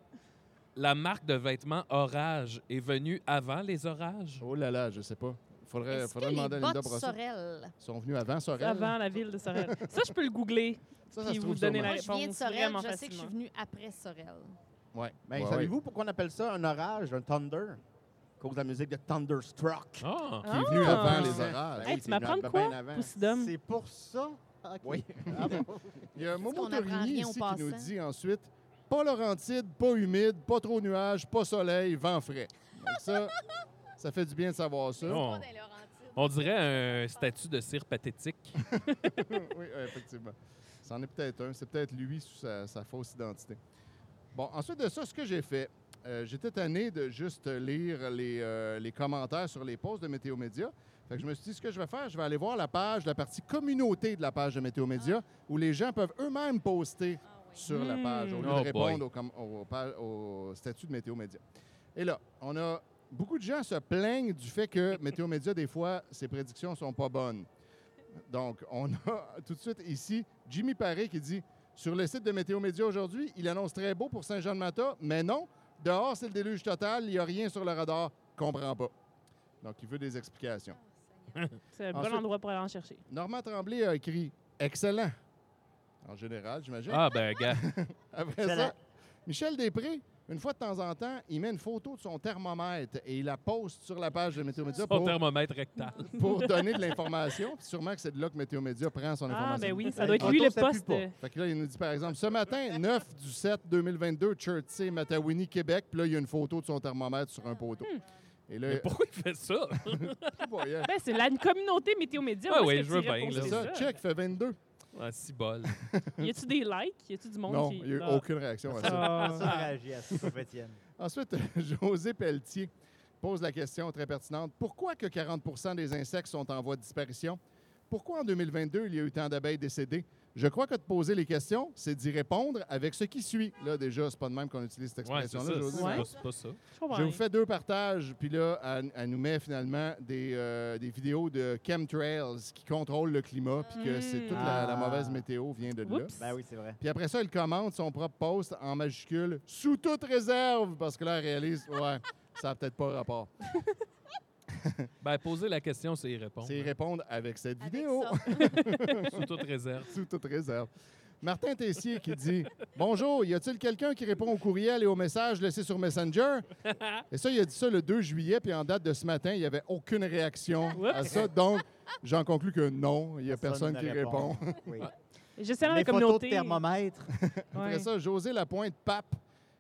[SPEAKER 6] la marque de vêtements Orage est venue avant les orages?
[SPEAKER 5] Oh là là, je sais pas. Faudrait,
[SPEAKER 4] Est-ce que
[SPEAKER 5] Euh, faudrait
[SPEAKER 4] les
[SPEAKER 5] demander à Linda
[SPEAKER 4] bottes
[SPEAKER 5] Brosseau.
[SPEAKER 4] Sorel?
[SPEAKER 5] Ils sont venus avant Sorel.
[SPEAKER 3] avant la ville de Sorel. Ça, je peux le googler.
[SPEAKER 5] Ça,
[SPEAKER 3] Puis
[SPEAKER 5] se
[SPEAKER 3] vous
[SPEAKER 5] trouve
[SPEAKER 3] donnez
[SPEAKER 4] Moi,
[SPEAKER 5] sûrement.
[SPEAKER 3] la-
[SPEAKER 4] je viens de
[SPEAKER 3] réponse
[SPEAKER 4] Sorel,
[SPEAKER 3] vraiment
[SPEAKER 4] je sais que je suis
[SPEAKER 3] facilement.
[SPEAKER 4] venue après Sorel.
[SPEAKER 5] Ouais.
[SPEAKER 8] Ben,
[SPEAKER 5] Ouais,
[SPEAKER 8] savez-vous pourquoi on appelle ça un orage, un thunder? À cause de la musique de Thunderstruck.
[SPEAKER 5] ouais.
[SPEAKER 6] Ah!
[SPEAKER 5] Qui est venu
[SPEAKER 3] Ah!
[SPEAKER 5] avant les orages.
[SPEAKER 3] Hey,
[SPEAKER 8] oui,
[SPEAKER 3] tu
[SPEAKER 8] c'est
[SPEAKER 3] m'apprends de
[SPEAKER 8] bien
[SPEAKER 3] quoi,
[SPEAKER 8] avant.
[SPEAKER 3] Poussidum?
[SPEAKER 2] C'est pour ça? Ok.
[SPEAKER 8] Oui.
[SPEAKER 2] Ah bon.
[SPEAKER 5] Il y a un Momo
[SPEAKER 4] qu'on apprend
[SPEAKER 5] Torigny
[SPEAKER 4] rien au
[SPEAKER 5] ici qui nous
[SPEAKER 4] passant.
[SPEAKER 5] dit ensuite pas Laurentide, pas humide, pas trop nuages, pas soleil, vent frais. Donc ça, ça fait du bien de savoir ça.
[SPEAKER 6] Non. Ah. Oh. On dirait un statut de cire pathétique.
[SPEAKER 5] oui, euh, effectivement. C'en est peut-être un. C'est peut-être lui sous sa, sa fausse identité. Bon, ensuite de ça, ce que j'ai fait, euh, j'étais tanné de juste lire les, euh, les commentaires sur les posts de Météo Média. Fait que je me suis dit, ce que je vais faire, je vais aller voir la page, la partie communauté de la page de Météo Média, où les gens peuvent eux-mêmes poster
[SPEAKER 4] Ah oui.
[SPEAKER 5] sur la page, au lieu
[SPEAKER 6] Oh
[SPEAKER 5] de
[SPEAKER 6] boy.
[SPEAKER 5] répondre au, com- au pa- au statut de Météo Média. Et là, on a beaucoup de gens se plaignent du fait que Météo Média, des fois, ses prédictions sont pas bonnes. Donc, on a tout de suite ici Jimmy Paré qui dit Sur le site de Météo Média aujourd'hui, il annonce très beau pour Saint-Jean-de-Mata, mais non, dehors, c'est le déluge total, il n'y a rien sur le radar, comprends pas. Donc, il veut des explications.
[SPEAKER 3] C'est un
[SPEAKER 5] Ensuite-
[SPEAKER 3] bon endroit pour aller en chercher.
[SPEAKER 5] Normand Tremblay a écrit Excellent. En général, j'imagine.
[SPEAKER 6] Ah, ben, gars.
[SPEAKER 5] Après
[SPEAKER 2] Excellent.
[SPEAKER 5] ça, Michel Després, une fois de temps en temps, il met une photo de son thermomètre et il la poste sur la page de Météo Média
[SPEAKER 6] Son
[SPEAKER 5] pour,
[SPEAKER 6] thermomètre rectal.
[SPEAKER 5] pour donner de l'information. Puis Sûrement que c'est de là que Météo Média prend son
[SPEAKER 3] Ah,
[SPEAKER 5] information.
[SPEAKER 3] ben oui, ça
[SPEAKER 2] Hey,
[SPEAKER 3] doit être
[SPEAKER 2] tantôt,
[SPEAKER 3] lui le
[SPEAKER 2] ça pue
[SPEAKER 3] poste.
[SPEAKER 2] pas.
[SPEAKER 3] euh,
[SPEAKER 5] Fait que là, il nous dit par exemple, ce matin, 9 du 7 2022, Chertsey, Matawini, Québec. Puis là, il y a une photo de son thermomètre sur un poteau.
[SPEAKER 3] Hmm.
[SPEAKER 5] Et là,
[SPEAKER 6] Mais pourquoi il fait ça?
[SPEAKER 5] voyons,
[SPEAKER 3] Ben, c'est la communauté Météo Média.
[SPEAKER 6] Ah
[SPEAKER 3] Où est-ce
[SPEAKER 6] oui,
[SPEAKER 3] que
[SPEAKER 6] je
[SPEAKER 3] tu
[SPEAKER 6] veux
[SPEAKER 3] irais
[SPEAKER 6] bien, là.
[SPEAKER 5] c'est
[SPEAKER 3] poster
[SPEAKER 5] ça, check, fait 22.
[SPEAKER 6] Ah, si bol.
[SPEAKER 3] Y a-tu des likes? Y a-tu du monde
[SPEAKER 5] Non,
[SPEAKER 3] qui.
[SPEAKER 5] il n'y a eu
[SPEAKER 3] Ah.
[SPEAKER 5] aucune réaction à ça.
[SPEAKER 2] Personne ne réagit à ça, sauf Étienne.
[SPEAKER 5] Ensuite, José Pelletier pose la question très pertinente. Pourquoi que 40 des insectes sont en voie de disparition? Pourquoi en 2022, il y a eu tant d'abeilles décédées? Je crois que de poser les questions, c'est d'y répondre avec ce qui suit. Là, déjà, c'est pas de même qu'on utilise cette
[SPEAKER 6] Ouais, c'est ça.
[SPEAKER 5] expression-là,
[SPEAKER 6] C'est
[SPEAKER 5] José.
[SPEAKER 3] Ouais.
[SPEAKER 6] pas- c'est pas ça.
[SPEAKER 3] Je comprends
[SPEAKER 5] Je vous
[SPEAKER 3] rien.
[SPEAKER 5] fais deux partages, puis là, elle, elle nous met finalement des, euh, des vidéos de chemtrails qui contrôlent le climat, puis que c'est toute la,
[SPEAKER 2] Ah.
[SPEAKER 5] la mauvaise météo vient de là.
[SPEAKER 3] Oups.
[SPEAKER 2] Ben oui, c'est vrai.
[SPEAKER 5] Puis après ça, elle commente son propre post en majuscule sous toute réserve parce que là, elle réalise, ouais, ça n'a peut-être pas rapport.
[SPEAKER 6] Ben, poser la question, c'est y répondre.
[SPEAKER 5] C'est y répondre avec cette
[SPEAKER 4] Avec
[SPEAKER 5] vidéo
[SPEAKER 4] ça.
[SPEAKER 6] Sous toute réserve.
[SPEAKER 5] sous toute réserve. Martin Tessier qui dit Bonjour, y a-t-il quelqu'un qui répond aux courriels et aux messages laissés sur Messenger Et ça, il a dit ça le 2 juillet, puis en date de ce matin, il n'y avait aucune réaction à ça. Donc, j'en conclus que non, il n'y a personne, qui
[SPEAKER 2] ne
[SPEAKER 5] répond.
[SPEAKER 2] Oui.
[SPEAKER 3] J'essaie dans la
[SPEAKER 2] Les photos de
[SPEAKER 3] communauté.
[SPEAKER 2] thermomètre.
[SPEAKER 5] Après
[SPEAKER 3] Ouais.
[SPEAKER 5] ça, José Lapointe Pape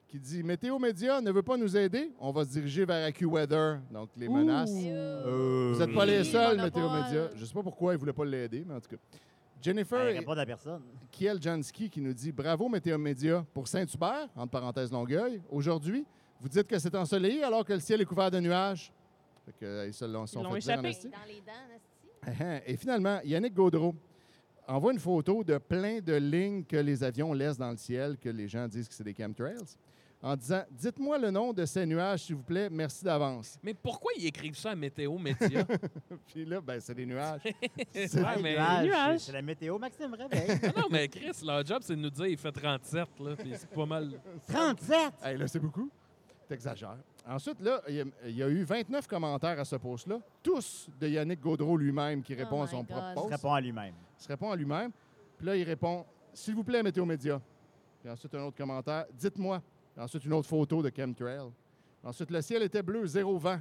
[SPEAKER 5] qui dit Météo Média ne veut pas nous aider, on va se diriger vers AccuWeather, donc les
[SPEAKER 3] Ouh.
[SPEAKER 5] menaces.
[SPEAKER 8] Euh,
[SPEAKER 5] Vous n'êtes pas les
[SPEAKER 4] Oui,
[SPEAKER 5] seuls,
[SPEAKER 4] monopole.
[SPEAKER 5] Météo Média. Je ne sais pas pourquoi ils ne voulaient pas l'aider, mais en tout cas. Jennifer
[SPEAKER 2] Elle
[SPEAKER 5] et-
[SPEAKER 2] répond à personne.
[SPEAKER 5] Kiel Jansky qui nous dit Bravo Météo Média pour Saint-Hubert, entre parenthèses Longueuil. Aujourd'hui, vous dites que c'est ensoleillé alors que le ciel est couvert de nuages. Fait que, euh, ils se l'ont, se sont
[SPEAKER 3] l'ont
[SPEAKER 5] fait dire en
[SPEAKER 3] échappé.
[SPEAKER 5] esti.
[SPEAKER 4] Dans les dents, Nasty.
[SPEAKER 5] Ahem. Hein? Et finalement, Yannick Gaudreau envoie une photo de plein de lignes que les avions laissent dans le ciel, que les gens disent que c'est des chemtrails, en disant Dites-moi le nom de ces nuages, s'il vous plaît, merci d'avance.
[SPEAKER 6] Mais pourquoi ils écrivent ça à Météo Média?
[SPEAKER 5] Puis là, ben, c'est des nuages.
[SPEAKER 6] C'est-
[SPEAKER 2] Ah,
[SPEAKER 6] mais-
[SPEAKER 2] nuages,
[SPEAKER 3] nuages.
[SPEAKER 2] C'est la météo, Maxime Réveil.
[SPEAKER 6] Ah non, mais Chris, leur job, c'est de nous dire il fait 37, là, puis c'est pas mal.
[SPEAKER 2] 37!
[SPEAKER 5] Hey, là, c'est beaucoup. T'exagères. Ensuite, là, il y, a- il y a eu 29 commentaires à ce post-là, tous de Yannick Gaudreau lui-même qui répond
[SPEAKER 4] Oh
[SPEAKER 5] à son
[SPEAKER 4] my
[SPEAKER 5] propre
[SPEAKER 4] God.
[SPEAKER 5] post.
[SPEAKER 2] Il répond à lui-même.
[SPEAKER 5] Il se répond à lui-même. Puis là, il répond S'il vous plaît, Météo Média. Puis ensuite, un autre commentaire Dites-moi. Puis Ensuite, une autre photo de Chemtrail. Ensuite, le ciel était bleu, zéro vent,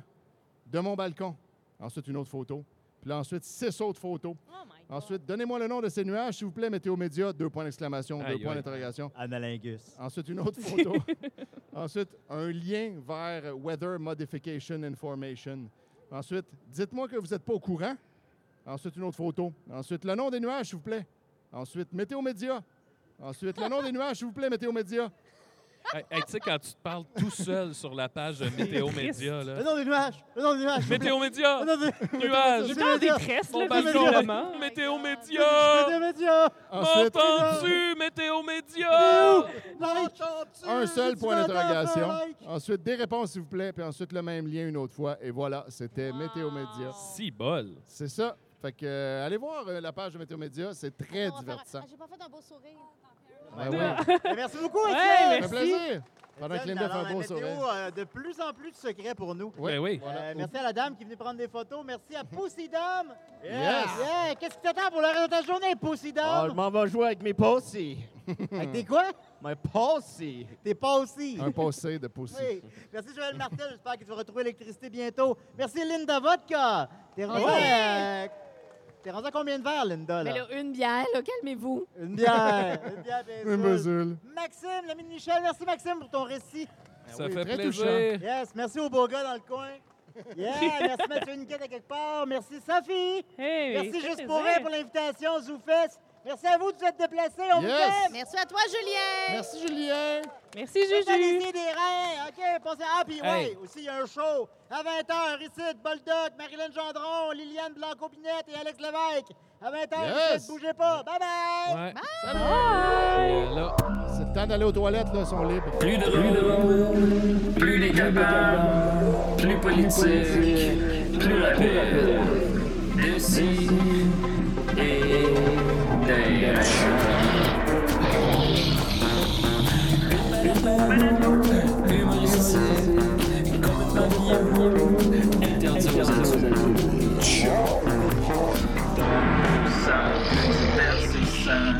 [SPEAKER 5] de mon balcon. Ensuite, une autre photo. Puis là, ensuite, six autres photos.
[SPEAKER 4] Oh my God.
[SPEAKER 5] Ensuite, donnez-moi le nom de ces nuages, s'il vous plaît, Météo Média. Deux points d'exclamation, deux
[SPEAKER 6] Aïe,
[SPEAKER 5] points
[SPEAKER 6] aïe.
[SPEAKER 5] d'interrogation.
[SPEAKER 2] Analingus.
[SPEAKER 5] Ensuite, une autre photo. Ensuite, un lien vers Weather Modification Information. Ensuite, dites-moi que vous n'êtes pas au courant. Ensuite, une autre photo. Ensuite, le nom des nuages, s'il vous plaît. Ensuite, Météo Média. Ensuite, le nom des nuages, s'il vous plaît, Météo Média.
[SPEAKER 6] Hey, hey, tu sais, quand tu te parles tout seul sur la page de Météo Média,
[SPEAKER 2] Le
[SPEAKER 5] Euh.
[SPEAKER 6] là.
[SPEAKER 2] nom des nuages! Le nom des nuages!
[SPEAKER 6] Météo
[SPEAKER 2] Le
[SPEAKER 6] Média!
[SPEAKER 2] nom des
[SPEAKER 6] Nuages!
[SPEAKER 3] J'ai dans des
[SPEAKER 2] Média.
[SPEAKER 3] tresses,
[SPEAKER 6] Mon
[SPEAKER 3] là,
[SPEAKER 6] balcon!
[SPEAKER 3] visiblement.
[SPEAKER 2] Météo
[SPEAKER 6] Météo Média!
[SPEAKER 2] Média!
[SPEAKER 5] Ensuite,
[SPEAKER 6] M'entends-tu, Météo Média?
[SPEAKER 2] Like!
[SPEAKER 5] un seul
[SPEAKER 2] Tu
[SPEAKER 5] point
[SPEAKER 2] m'entends pas,
[SPEAKER 5] d'interrogation.
[SPEAKER 2] Mike?
[SPEAKER 5] Ensuite, des réponses, s'il vous plaît. Puis ensuite, le même lien une autre fois. Et voilà, c'était
[SPEAKER 4] Wow.
[SPEAKER 5] Météo Média.
[SPEAKER 6] Si bol!
[SPEAKER 5] C'est ça. Fait que, euh, allez voir euh, la page de Météo Média. C'est
[SPEAKER 4] On va
[SPEAKER 5] très
[SPEAKER 4] faire un-
[SPEAKER 5] divertissant.
[SPEAKER 4] Ah, J'ai pas fait un beau sourire.
[SPEAKER 5] Ouais, ouais.
[SPEAKER 2] Mais Merci beaucoup,
[SPEAKER 3] Ouais,
[SPEAKER 5] Ça fait
[SPEAKER 2] Étienne!
[SPEAKER 3] merci.
[SPEAKER 5] plaisir. Pendant que
[SPEAKER 2] Étienne,
[SPEAKER 5] Linda fait
[SPEAKER 2] alors,
[SPEAKER 5] un beau
[SPEAKER 2] la météo,
[SPEAKER 5] sourire.
[SPEAKER 2] euh, de plus en plus de secrets pour nous.
[SPEAKER 6] Ben oui.
[SPEAKER 5] Voilà.
[SPEAKER 2] Euh, merci à la dame qui est venue prendre des photos. Merci à Poussidam.
[SPEAKER 8] Yes!
[SPEAKER 2] Yeah! Qu'est-ce qui t'attend pour le reste de ta journée,
[SPEAKER 8] Ah, je
[SPEAKER 2] Poussidam?
[SPEAKER 8] m'en vais jouer avec mes possi.
[SPEAKER 2] Avec tes quoi?
[SPEAKER 8] Mes possi.
[SPEAKER 2] T'es pas aussi.
[SPEAKER 5] Un passé de poussée.
[SPEAKER 2] Oui. Merci Joël Martel, j'espère que tu vas retrouver l'électricité bientôt. Merci Linda Vodka. T'es rendu, à, euh, t'es rendu à combien de verres, Linda?
[SPEAKER 4] Mais
[SPEAKER 2] Là?
[SPEAKER 4] là, une bière, là, calmez-vous.
[SPEAKER 2] Une bière. Une bière, bien sûr.
[SPEAKER 5] Une basule.
[SPEAKER 2] Maxime, l'ami de Michel, merci Maxime pour ton récit.
[SPEAKER 6] Ça
[SPEAKER 5] oui,
[SPEAKER 6] fait
[SPEAKER 5] très
[SPEAKER 6] plaisir.
[SPEAKER 2] Yes, merci aux beaux gars dans le coin. Yeah, merci Mathieu Niquette à quelque part. Merci Sophie.
[SPEAKER 3] Hey,
[SPEAKER 2] Merci
[SPEAKER 3] ça
[SPEAKER 2] Juste
[SPEAKER 3] fait
[SPEAKER 2] pour
[SPEAKER 3] plaisir.
[SPEAKER 2] rien pour l'invitation, Zoufès. Merci à vous de vous être déplacés. On
[SPEAKER 5] Yes.
[SPEAKER 2] vous aime.
[SPEAKER 4] Merci à toi, Julien.
[SPEAKER 5] Merci, Julien.
[SPEAKER 3] Merci,
[SPEAKER 2] Pas
[SPEAKER 3] Juju.
[SPEAKER 2] laisser des reins. OK, pensez. Ah, puis
[SPEAKER 6] Hey.
[SPEAKER 2] ouais, aussi, il y a un show à 20h ici, de Boldoc, Marilyn Gendron, Liliane Blanco-Pinette et Alex Lévesque. À 20h,
[SPEAKER 5] Yes.
[SPEAKER 2] ne bougez pas. Bye bye.
[SPEAKER 6] Ouais.
[SPEAKER 5] Euh, là, c'est le temps d'aller aux toilettes, là, ils sont libres.
[SPEAKER 1] Plus de rôle, plus les cabanes, plus politique, plus rapide. D'ici et d'ailleurs. Humoristique, complètement vieillot, interdit aux adultes. divertissant.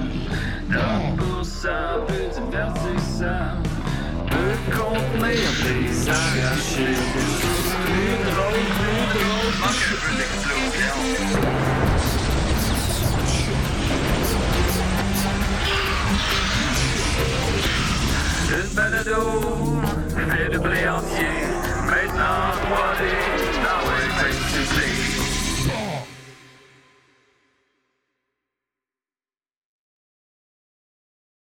[SPEAKER 1] Donc pour ça, un peu divertissant. Peut contenir des arrachés. Plus drôle, plus drôle, manque un peu d'explosion. Une balado, fait de blé entier,